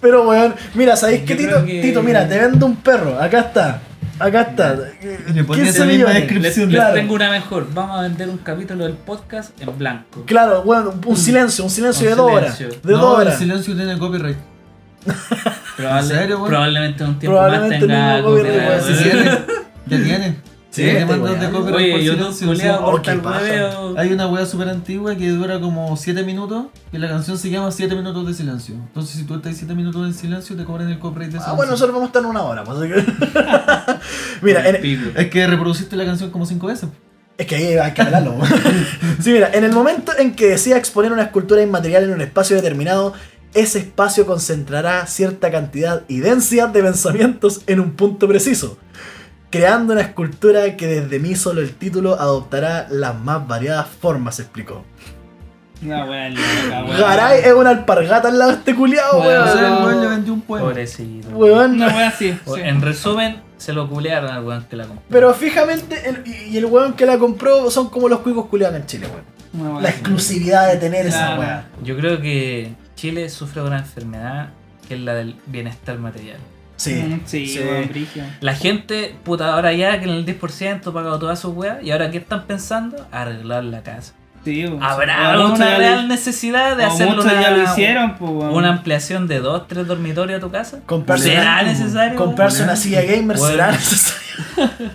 C: Pero weón, mira, ¿sabéis
B: Yo
C: qué, Tito?
B: creo que-
C: Tito, mira, te vendo un perro. Acá está. Acá está.
E: Le
C: 15
E: ponía esa misma
C: millones.
E: descripción.
C: Claro.
B: Tengo una mejor. Vamos a vender un capítulo del podcast en blanco.
C: Claro, weón, un silencio, un silencio
B: Un
C: de dos horas.
B: silencio.
C: De dos
E: No, el
C: horas.
E: silencio tiene copyright.
B: Probable-
E: ¿En serio, weón?
B: probablemente un tiempo
C: Probablemente
B: más tenga
C: no, copyright,
B: copyright,
C: weón.
E: Si
B: weón.
C: Sí,
E: tiene, ya tiene.
C: Sí,
E: Tiene
C: te
E: mandato
C: weón.
E: de copyright por
B: este Oye, YouTube
E: silencio,
B: culeado
E: sí.
C: Oh,
B: corta
C: qué
B: el
C: paja.
B: hueveo.
E: Hay una weá súper antigua que dura como 7 minutos y la canción se llama 7 minutos de silencio. Entonces, si tú estás 7 minutos en silencio, te cobran el copyright de
C: Ah,
E: silencio.
C: bueno, nosotros vamos a estar en una hora. pues, así que- mira, en-
B: Pico.
E: Es que reproduciste la canción como 5 veces.
C: es que ahí hay que hablarlo. weón. sí, mira, en el momento en que decida exponer una escultura inmaterial en un espacio determinado, ese espacio concentrará cierta cantidad y densidad de pensamientos en un punto preciso. creando una escultura que desde mí solo el título adoptará las más variadas formas, explicó.
D: Una weá loca, weón.
C: Garay eh. es una alpargata al lado de este culiado,
B: Bueno,
E: O
C: weón.
E: sea, el weón le vendió un poema.
B: Pobrecito.
C: Weón.
D: Una weá así.
B: O-
D: sí.
B: En resumen, se lo culearon al weón que la compró.
C: Pero fijamente, el- y y el weón que la compró son como los cuicos culiados en Chile, weón.
D: Una weá
C: La
D: así.
C: exclusividad de tener esa
D: Claro.
C: weá.
B: Yo creo que Chile sufre una enfermedad que es la del bienestar material.
C: Sí.
D: Mm, Sí,
C: Sí.
D: weón, brígido.
B: La gente, puta, ahora ya que en el 10% pagado todas sus weas, y ahora ¿qué están pensando? Arreglar la casa.
D: Sí, weón.
B: ¿Habrá
D: O muchos
B: alguna
D: ya lo-
B: real necesidad de
D: o
B: hacer
D: muchos
B: una,
D: ya lo hicieron, pues, weón.
B: una ampliación de dos, tres dormitorios a tu casa?
C: Comprarse
B: ¿Será
C: una-
B: necesario?
C: Comprarse una silla gamer
B: Weón.
C: será necesario.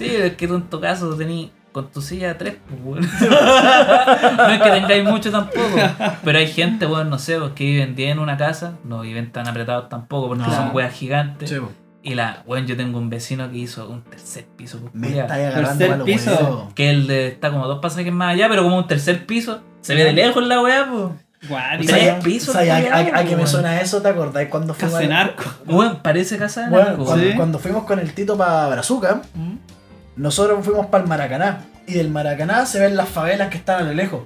B: Sí, es que tú en tu caso tení con tu silla de tres, pues, weón. no es que tengáis mucho tampoco. Pero hay gente, weón, no sé, pues, que viven 10 en una casa, no viven tan apretados tampoco, porque
C: No.
B: son weas gigantes.
C: Sí, po.
B: Y la, weón, yo tengo un vecino que hizo un tercer piso, pues,
E: Me
B: culiao.
E: está agarrando
D: Tercer
E: a los
D: piso.
E: huevos.
B: Que el de, está como dos pasajes más allá, pero como un tercer piso. Se ve de lejos la wea, pues.
D: Guau,
C: O
B: Tres
C: sea,
B: pisos,
C: o sea, a- a- a, que me
B: weón.
C: suena eso, ¿te acordás cuando fuimos? al-
D: Casenarco.
B: Weón, parece casa de
C: Bueno,
B: narco,
C: cuando,
D: Sí.
C: cuando fuimos con el Tito para Brazuca, nosotros fuimos para el Maracaná. Y del Maracaná se ven las favelas que están a lo lejos.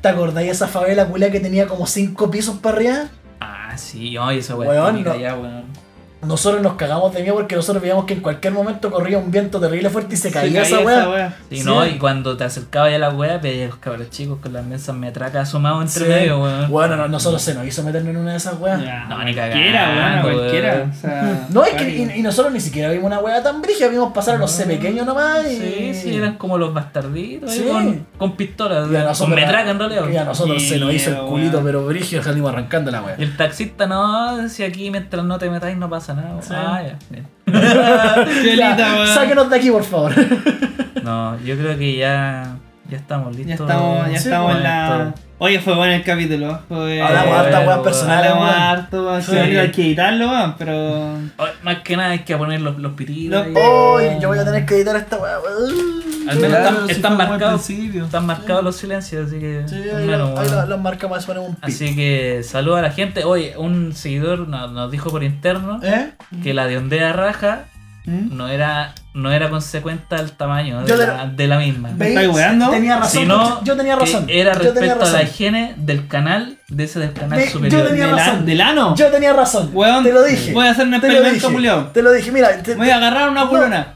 C: ¿Te acordáis esa favela culia que tenía como cinco pisos para arriba?
B: Ah, sí, ay, esa wea
C: Weón,
B: es típica
C: no.
B: ya, weón.
C: Nosotros nos cagamos de miedo porque nosotros veíamos que en cualquier momento corría un viento terrible fuerte y se caía esa weá.
B: Sí,
C: Sí.
B: no, y cuando te acercabas ya a la wea, veías a los cabros chicos con las mensas metracas asomados entre
C: Sí.
B: medio, weón.
C: Bueno, no, nosotros se nos hizo meternos en una de esas weas.
B: No, ni
D: Cualquiera, weón,
B: cagando,
D: cualquiera.
B: weón.
D: O sea,
C: No, es que
D: cualquiera.
C: y, y nosotros ni siquiera vimos una wea tan brigia, vimos pasar a los C pequeños nomás y.
B: Sí, sí, eran como los bastarditos ahí
C: Sí.
B: con, con pistolas,
C: Y a
B: con
C: nosotros,
B: metraca en realidad.
C: y a nosotros se nos hizo el
D: Miedo,
C: culito,
D: weón.
C: pero brigio salimos arrancando la wea.
B: Y el taxista, no, si aquí mientras no te metáis no pasa nada. Ah, ya. bien.
D: Qué
C: Ya,
D: linda, weón.
C: Sáquenos de aquí, por favor.
B: No, yo creo que ya, ya estamos
D: Ya
B: listos.
D: estamos, ya
C: Sí, pues,
D: estamos en la.
B: bueno,
D: Oye, fue bueno el capítulo. Fue...
C: Hablamos
B: Eh,
C: harta
B: bueno,
C: weas personales,
D: Hablamos
C: weón.
D: harto, weón.
B: Sí.
D: Se me hay que editarlo, weón, pero.
B: Ay, Más que nada hay que poner los, los pitidos.
D: Los-
B: ahí.
C: Hoy yo voy a tener que editar esta wea. weón.
B: Al menos
E: Claro,
B: están,
E: sí
B: están
E: fue un buen
B: marcados,
E: principio.
B: están marcados los silencios, así que.
C: Sí, ahí
B: hermano,
C: lo- ahí
B: bueno.
C: lo- los marcamos más poner un pip.
B: Así que saludo a la gente. Oye, un seguidor no- nos, dijo por interno
C: ¿Eh?
B: que la de ondea raja
D: ¿Mm?
B: no era, no era consecuente al tamaño de
C: Yo
B: la, de la misma.
C: ¿Veis?
D: estáis weando?
C: Tenía razón.
B: Si no,
C: yo tenía
B: que
C: razón.
B: Era
C: yo tenía
B: respecto a la
C: razón.
B: higiene del canal, de ese del canal
C: Ve, yo
B: superior.
C: tenía
D: ¿Del,
C: razón.
D: an- del ano?
C: Yo tenía razón.
D: Weón,
C: te lo dije.
D: voy a hacer un
C: Te lo
D: experimento,
C: dije.
D: culiao.
C: Te lo dije. Mira, te-
D: Voy a agarrar una
C: No.
D: culona.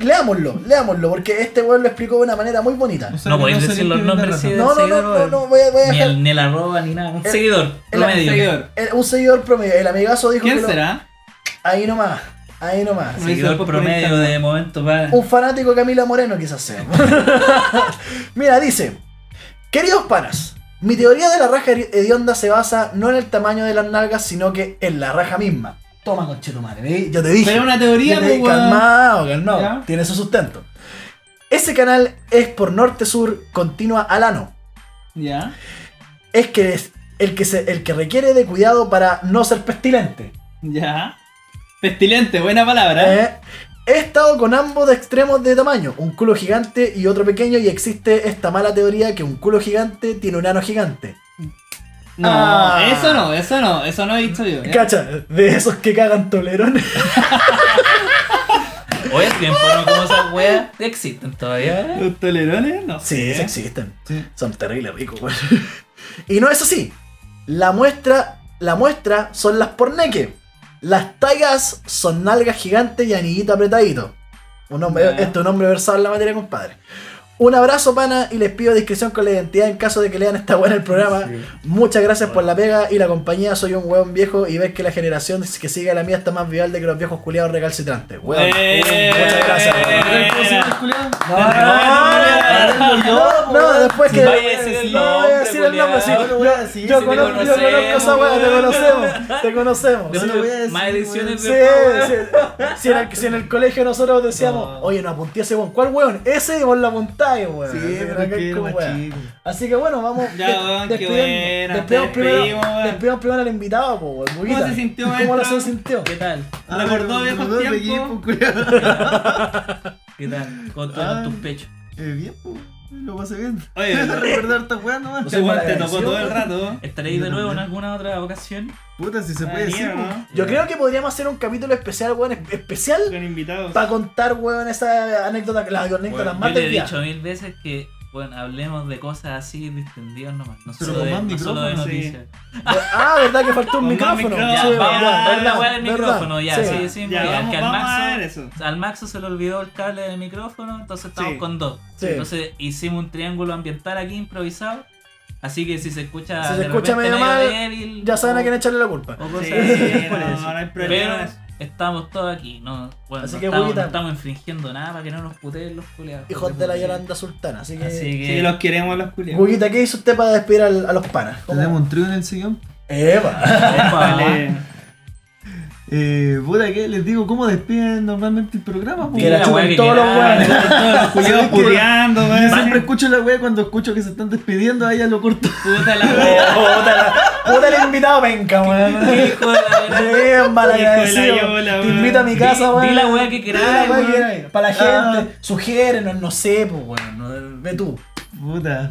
C: leámoslo, leámoslo, porque este weón lo explicó de una manera muy bonita.
E: O sea,
B: No
E: que
B: podéis
E: se
B: decir los
E: limpien la
B: nombres
E: raja.
B: sí, del
C: No, no, no,
B: seguidor,
C: no,
B: weón.
C: no, voy a, voy a
B: ni,
C: dejar.
B: el, ni el arroba ni nada. Un
C: El-
B: seguidor,
C: Eh, el-
B: promedio.
D: Seguidor.
C: el- un seguidor promedio, el amigazo dijo
D: ¿Quién
C: que lo-
D: será?
C: ahí nomás, ahí nomás.
D: Sí.
B: Seguidor
D: Lo hizo por
B: promedio
D: Instagram.
B: de momento para.
C: Un fanático de Camila Moreno quizás sea. Mira, dice, queridos panas, mi teoría de la raja hedionda se basa no en el tamaño de las nalgas, sino que en la raja misma. Toma conchetumare, ¿veis? Yo te dije.
D: Pero una teoría,
C: Yo te
D: pues,
C: dije,
D: weón.
C: calmado, calmado.
D: Ya.
C: Tiene su sustento. Ese canal es por norte-sur, continua al ano.
D: Ya.
C: Es que es el que, se, el que requiere de cuidado para no ser pestilente.
D: Ya. Pestilente, buena palabra.
C: Eh, He estado con ambos de extremos de tamaño, un culo gigante y otro pequeño, y existe esta mala teoría que un culo gigante tiene un ano gigante.
D: No,
C: Ah.
D: eso no, eso no, eso no he dicho yo. ¿eh? ¿ya?
C: Cacha, de esos que cagan tolerones.
B: Oye, es bien porno como esas weas existen todavía. ¿eh?
D: ¿Los tolerones? No
C: Sí,
D: sé.
C: sí existen.
E: Sí.
C: Son terribles ricos, weón. Y no es así. La muestra, la muestra son las porneque. Las taigas son nalgas gigantes y anillito apretadito. Un hombre,
D: Ya.
C: Este es un hombre versado en la materia, compadre. Un abrazo, pana, y les pido discreción con la identidad en caso de que lean esta buena el programa. Muchas gracias por la pega y la compañía. Soy un hueón viejo y ves que la generación que sigue a la mía está más vivalde que los viejos culiados recalcitrantes. Hueón.
D: Eh.
C: Muchas gracias, hueón.
E: ¿Pero cómo se llama el culiao?
C: No, no, después que.
B: Vaya a decir el
C: no voy a
B: nombre,
C: decir el nombre, sí.
B: culiao.
E: No lo voy a decir,
C: Yo,
E: si te
C: conozco, yo
E: conocemos,
C: conozco esa weá, te conocemos. Te conocemos.
E: Yo
C: Sí,
E: no lo voy a decir,
B: Más ediciones
C: sí,
B: de esta wea.
C: sí. Si, en el, si en el colegio nosotros decíamos, oye, no apunté a ese weón. ¿Cuál weón? Ese vos lo apuntáis, weón.
E: Sí,
C: Así,
E: pero
C: acá
E: que
C: es
E: era
C: como
E: más
C: weón.
E: chico.
C: Así que bueno, vamos.
D: Ya,
C: des-
D: weón, qué buena,
C: despidamos
D: te
C: primero,
D: despedimos, weón.
C: despidamos primero al invitado, po, weón. Buguita.
D: se sintió,
C: ¿Cómo lo
D: maestro?
C: se sintió?
B: ¿Qué tal?
E: Ah, pero
D: Recordó viejos
E: recordó el
D: tiempos.
E: equipo, culiao.
B: ¿Qué tal? Con, tu-
E: Ah.
B: con tus pechos.
E: Eh, bien, pues, lo pasé bien.
D: Oye,
E: Recordar esta weá nomás.
D: no sé, weón, te tocó
C: agradecido,
D: todo el
C: weón.
D: rato.
B: ¿Estaréis de nuevo en alguna otra ocasión?
E: Puta, si se
D: Ah,
E: puede decir.
D: mierda,
E: pues.
D: ¿no?
C: Yo creo que podríamos hacer un capítulo especial, weón. es- Especial
D: Con invitados.
C: para contar, weón, esa anécdota, las anécdotas
E: Weón,
C: más
B: Yo le
C: del
B: he
C: día.
B: dicho mil veces que, bueno, hablemos de cosas así distendidas nomás. No
E: Pero
B: solo
E: con
B: de,
E: más
B: no solo de
E: micrófono,
D: sí.
B: noticias.
C: Ah, verdad que faltó un
D: Con más
C: micrófono.
D: micrófono.
B: Ya,
D: Sí,
B: vamos,
D: verdad,
B: vamos a jugar el
C: verdad.
B: micrófono, ya,
C: Sí.
B: sí, decimos,
D: Ah, Ya,
B: ya,
D: vamos,
B: que al
D: vamos
B: Maxo-
D: a ver eso.
B: Al Maxo se le olvidó el cable del micrófono, entonces estamos
D: Sí.
B: con dos.
C: Sí.
B: Entonces hicimos un triángulo ambiental aquí improvisado. Así que si se escucha,
C: Si se
B: de
C: escucha
B: repente
C: medio mal,
B: débil,
C: Ya saben a
B: o-
C: quién echarle la culpa.
B: o
D: Sí,
B: cosas así,
D: no,
B: por eso.
D: no hay
B: Pero
D: problema.
B: estamos todos aquí, no, bueno,
C: Así
B: no
C: que,
B: estamos,
C: Buguita.
B: no estamos infringiendo nada para que no nos puteen los culeados.
C: Hijos de la Yolanda Sultana. Así que.
B: Así que,
D: Sí, los queremos los culiados.
C: Guguita, ¿qué hizo usted para despedir al- a los panas? ¿Cómo?
E: Tenemos un trío en el sillón.
C: Eva.
B: opa,
D: Vale.
E: Eh, puta, ¿qué les digo? ¿Cómo despiden normalmente el programa? pues? po?
B: Tiene la
E: Chupan
B: weá que
E: todos los
B: queráis,
E: weones.
B: chupan todos los
D: Culeados
E: ¿Sabes qué?
D: puteando,
E: Yo
D: weón.
E: siempre escucho la wea cuando escucho que se están despidiendo, ahí ya lo corto.
D: Puta la wea.
C: Puta, la- puta el invitado penca, weón.
B: Hijo de la gran-
C: Bien malagradecido.
D: Hijo de la yola,
C: Te
D: weón.
C: invito a mi casa,
B: Di-
C: weón.
B: di la weá que queráis, weón.
C: Para la
E: Ah.
C: gente, sugérenos, no sé, pues, weón. no- Ve tú.
E: Puta.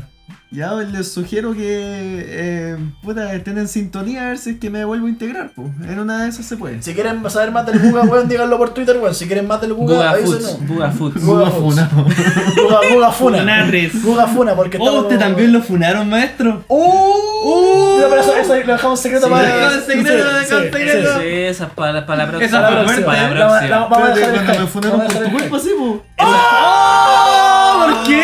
E: Ya pues, les sugiero que eh, puta, estén en sintonía a ver si es que me vuelvo a integrar, pues. En una de esas se puede.
C: Si quieren saber más del Guga, weón, díganlo por Twitter, weón. Si quieren más del Guga,
B: Buga
C: avísenos.
B: Foods. Buga Foods.
C: Buga
E: Fue funado.
C: Guga, Guga Funa.
D: Funatres.
C: Guga Funa, porque
D: Oh, usted también lo funaron, maestro. Oh.
C: ¡Uh! No, pero eso, eso lo dejamos secreto
B: Sí,
C: para.
B: lo
D: dejamos secreto, lo dejamos secreto.
B: Sí, esas para la, para la próxima.
D: Esa
B: para
D: fue
B: la próxima.
C: eh,
D: fuerte,
B: para la próxima.
C: Vamos a
E: Espérate,
C: dejar el
E: cuando
C: hype,
E: me funaron
C: vamos a
E: por tu
C: dejar el
E: culpa, sí, po.
D: ¿Por qué?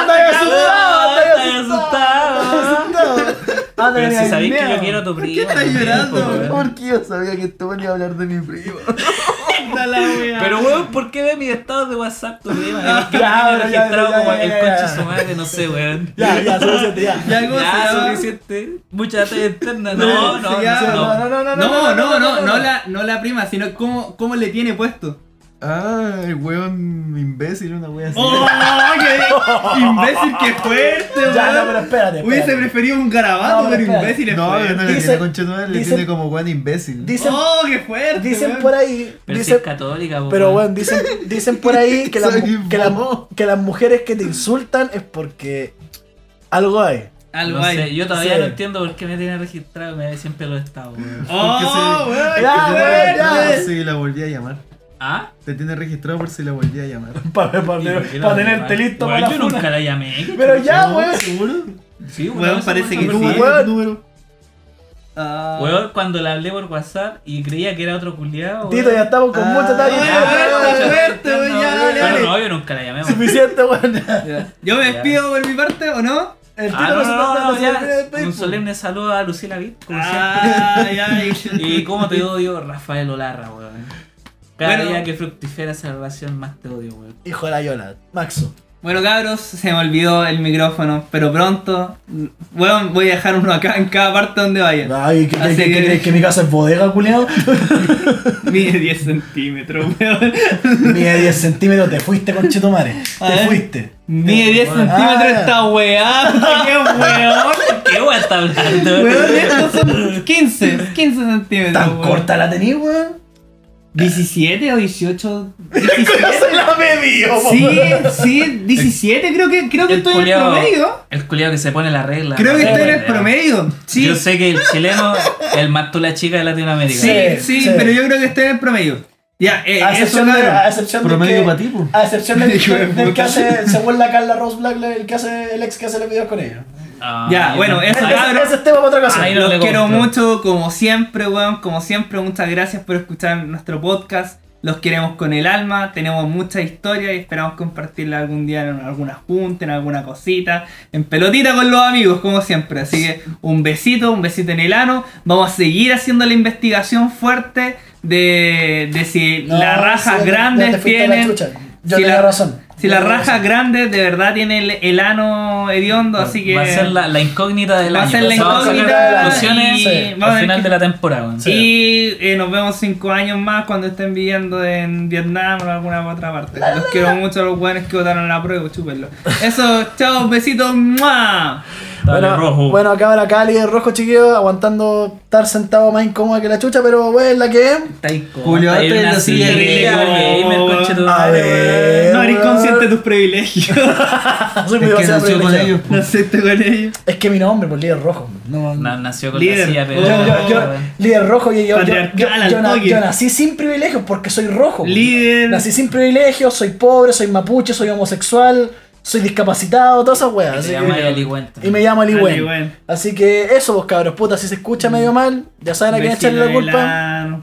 C: Anda
B: ¡Está
C: asustado,
B: bueno,
C: anda
B: está asustado.
C: Ah,
B: Pero
C: tenía
B: si sabéis que
C: miedo.
B: yo quiero a tu primo.
D: estás
B: también,
D: llorando,
B: po, weón.
E: Porque yo sabía que esto venía a hablar de mi primo.
D: Puta la wea.
B: Pero weón, ¿por qué ve mis estados de WhatsApp tu prima? Yo me he
C: ya, Ah, ya,
B: registrado
C: ya,
B: como
C: ya,
B: el
C: ya,
B: conche
C: ya.
B: su madre, no sé, weón.
C: Ya, ya, suficiente, ya.
D: Ya, ¿cómo se
B: Ya,
D: llama?
B: suficiente. Mucha data interna. No, no,
D: se llama-
B: no.
C: No, no, no, no,
D: No, no, no, no la, no la prima, sino cómo, cómo le tiene puesto.
E: Ah, el weón imbécil, una wea así.
D: ¡Oh, qué imbécil, qué fuerte,
C: Ya, no,
D: weón!
C: pero espérate.
D: Hubiese
C: espérate.
D: preferido un garabato,
C: No, pero
D: pero
C: espérate.
D: imbécil es
E: No, yo no
D: fuerte.
E: le
C: Dicen-
E: tiene conchetumare, le
C: dicen-
E: tiene como weón imbécil.
C: Dicen,
D: ¡Oh, qué fuerte!
C: dicen
D: weón.
C: por ahí.
B: Pero si
C: dicen-
B: es católica, po,
C: Pero
B: weón.
C: bueno, dicen, dicen por ahí que, las mu- que, las- que las mujeres que te insultan es porque algo hay.
D: Algo
B: No
D: ahí.
B: sé, yo todavía
C: Sí.
B: no entiendo por qué me tiene registrado, me da siempre los estados, weón.
D: ¡Oh,
E: Porque se-
D: weón! ¡Qué
C: Ya,
D: fuerte!
C: weón,
E: Ah,
C: ya.
E: sí, la volví a llamar.
B: ¿Ah?
E: Te tiene registrado por si la volví a llamar.
C: Para, tenerte listo
B: Weón,
C: para la
B: Yo
C: funa.
B: nunca la llamé.
C: Pero ya,
E: No,
C: weón.
E: ¿Seguro?
B: Sí, una
D: Weón,
B: vez
D: parece que
B: conversamos,
D: sí.
B: pero-
C: Weón.
E: ¿Qué número?
D: Ah.
B: Weón, cuando la hablé por WhatsApp y creía que era otro culiado.
C: Tito, ya estamos con
E: Ah,
C: mucho
D: Weón, weón,
C: talento.
D: está fuerte, weón, ya, dale,
B: Pero
D: dale.
B: no, yo nunca la llamé. weón.
C: Suficiente, weón.
D: Yo me despido por mi parte, ¿o no?
C: El Tito
B: Ah, no,
C: no se
B: no,
C: trata
B: no,
C: de
B: ya.
C: hacer el
B: Un
C: Facebook.
B: solemne saludo a Lucila Vitt, como
D: Ah, ya,
B: siempre.
D: y-
B: Y cómo te odio, Rafael Olarra, weón. Cada
D: Bueno.
B: día que fructifera esa relación, más te odio, weón.
C: Hijo de la Yola, Maxo.
D: Bueno, cabros, se me olvidó el micrófono, pero pronto, weón, voy a dejar uno acá en cada parte donde vaya.
C: Ay, ¿qué, qué-
D: Así
C: qué-
D: que-
C: qué crees que mi casa es bodega, culiao?
D: Mide 10 centímetros, weón.
C: Mide 10 centímetros, te fuiste, conchetumare.
D: A ver.
C: Te fuiste.
D: Mide 10 centímetros
C: Ah.
D: esta weá, puta, qué weón.
B: ¿Qué weón está hablando?
D: Weón, estos son 15, 15 centímetros.
C: Tan
D: weón.
C: corta la tenía, weón.
D: 17 o 18.
C: Se la medí,
D: Sí, sí, 17 creo que creo que estoy en el
B: culiao-
D: promedio.
B: El culiao que se pone la regla.
D: Creo que
B: weón.
D: estoy en el promedio. Sí,
B: Yo sé que el chileno es el más tula chica de Latinoamérica.
D: sí,
C: Sí,
D: sí,
C: sí. Ah,
D: pero yo creo que estoy en el promedio. Ya, eh,
C: A
D: eso
C: excepción, de, a
D: cabrón.
C: excepción del
E: Promedio
C: que-
E: pa' ti, po.
C: A excepción del,
D: Hijo de
C: del- del que
D: puta.
C: hace, según la Carla Rose Black, el, que hace, el ex que hace los videos con ella.
B: Ah,
D: Ya, bueno, eso
C: Ese,
B: Ay,
D: cabrón.
C: ese es tema para otra cosa.
B: Ahí
D: Los
B: le
D: quiero
B: compro.
D: mucho, como siempre, weón. Como siempre, muchas gracias por escuchar nuestro podcast. Los queremos con el alma. Tenemos mucha historia y esperamos compartirla algún día en alguna junta, en alguna cosita, en pelotita con los amigos, como siempre. Así que un besito, un besito en el ano. Vamos a seguir haciendo la investigación fuerte de, de si
C: No,
D: las rajas
C: sí,
D: grandes
C: te fuiste a la
D: tienen.
C: chucha. Yo
D: si
C: tenía
D: la-
C: razón.
D: Si
C: Yo
D: las
C: tenía
D: rajas
C: razón.
D: grandes de verdad tienen el, el ano hediondo, así que.
B: Va a ser la, la incógnita del
D: Va a
B: año.
D: ser la
B: O sea, vamos a sacar
C: incógnita del año.
B: conclusiones
C: Sí.
D: Vamos a
B: al
D: ver
B: final
D: qué-
B: de la temporada. weón.
D: Y eh, nos vemos cinco años más cuando estén viviendo en Vietnam o en alguna otra parte. Los quiero mucho a los buenos que votaron la prueba, chúpenlo. Eso, chao, besitos, ¡mua!
B: Dale,
C: bueno,
B: rojo.
C: bueno, acá ahora Cali, el rojo chiquillo, aguantando estar sentado más incómodo que la chucha, pero bueno, es la que es.
B: Está incómodo.
E: Julio,
B: Está ahí
E: antes
B: una
E: de la
B: silla
E: silla,
B: gamer,
D: weón.
B: gamer, conchetumare,
C: A ver.
B: weón.
D: No eres
C: weón.
D: consciente de tus privilegios.
C: Soy muy
E: Es que
C: demasiado
E: nació con
C: privilegiado.
E: ellos. pues.
D: no acepto con ellos.
C: Es que mi nombre, por líder rojo. No,
B: Na- Nació con
D: Líder.
B: la silla, pero.
D: Yo-
C: Yo, yo, líder rojo y yo, yo, yo,
D: Patriarcal
C: yo
D: al
C: na-
D: toque.
C: yo nací sin privilegios porque soy rojo.
D: Líder.
C: Nací sin privilegios, soy pobre, soy mapuche, soy homosexual, soy discapacitado, todas esas weas. así
B: Se
C: que-
B: llama Yaligüente.
C: y me llamo Ali
D: Ali
C: Wen.
D: Wen.
C: Así que eso vos cabros, puta, si se escucha medio mal, ya saben a quién
D: Vecino
C: echarle la
D: de
C: culpa.
D: Lano.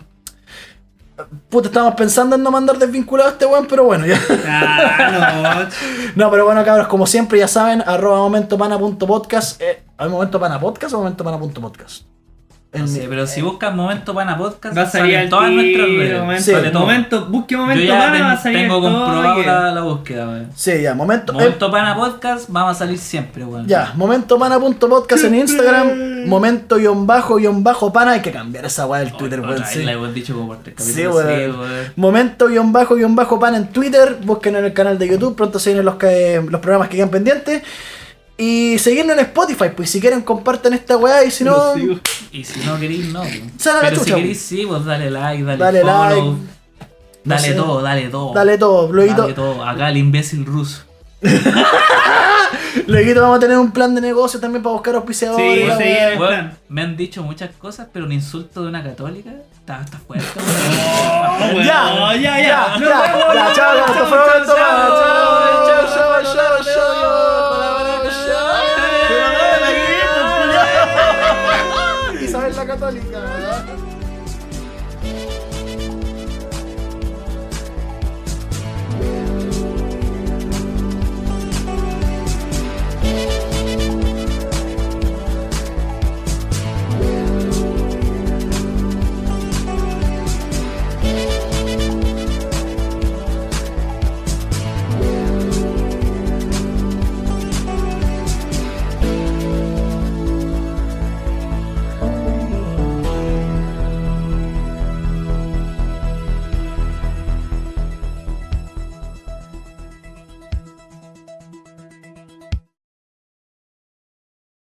C: Puta, estábamos pensando en no mandar desvinculado a este weón, pero bueno, ya.
D: Ah,
C: No, pero bueno, cabros, como siempre, ya saben, arroba momentopana.podcast. Eh, ¿Hay momentopana podcast o momentopana.podcast? En
B: No
C: mi-
B: sé, pero si buscas Momento Pana Podcast,
D: Va a salir
B: salen
D: al
B: todas nuestras
D: tiro,
B: redes.
D: momento,
C: Sí.
B: sale todo.
D: momento, busque momento
B: Yo ya
D: pana, va a
B: ten-
D: salir
B: tengo
D: todo,
B: comprobado
D: oye.
B: la, la búsqueda, weón.
C: Sí, ya, momento. eh,
B: Momento Pana Podcast, vamos a salir siempre, weón.
C: ya, momentopana.podcast en Instagram, momento-bajo-pana. Hay que cambiar esa weá del Twitter,
B: Otra
C: weón.
B: vez
C: sí.
B: La hemos dicho como por tres
C: Sí,
B: capítulos,
C: weón.
B: sí, weón.
C: Momento guión bajo guión bajo pan en Twitter, busquen en el canal de YouTube, pronto se vienen los, que- los programas que quedan pendientes. Y seguirnos en Spotify, pues si quieren compartan esta weá y si no,
B: Y si no queréis, no. weón.
C: Sale a la
B: Pero si
C: chucha,
B: queréis, sí, pues dale like, dale,
C: Dale
B: follow.
C: like. No
B: Dale
C: sé.
B: todo, dale todo.
C: dale todo. Luego,
B: Dale todo. Acá el imbécil ruso.
C: luego vamos a tener un plan de negocio también para buscar auspiciadores.
D: Sí,
C: la
D: sí,
C: weá.
D: El
B: Weón,
D: plan.
B: me han dicho muchas cosas, pero un insulto de una católica está, está fuerte.
D: Oh, weón,
C: Ya,
D: ya,
C: ya,
D: ya. Nos
C: ya,
D: vemos,
C: ya,
D: nos
C: chao,
D: vemos,
C: hasta
D: chao,
C: pronto,
D: chao,
C: mano, chao,
D: chao,
C: chao, chao, chao, chao. Isabel la Católica.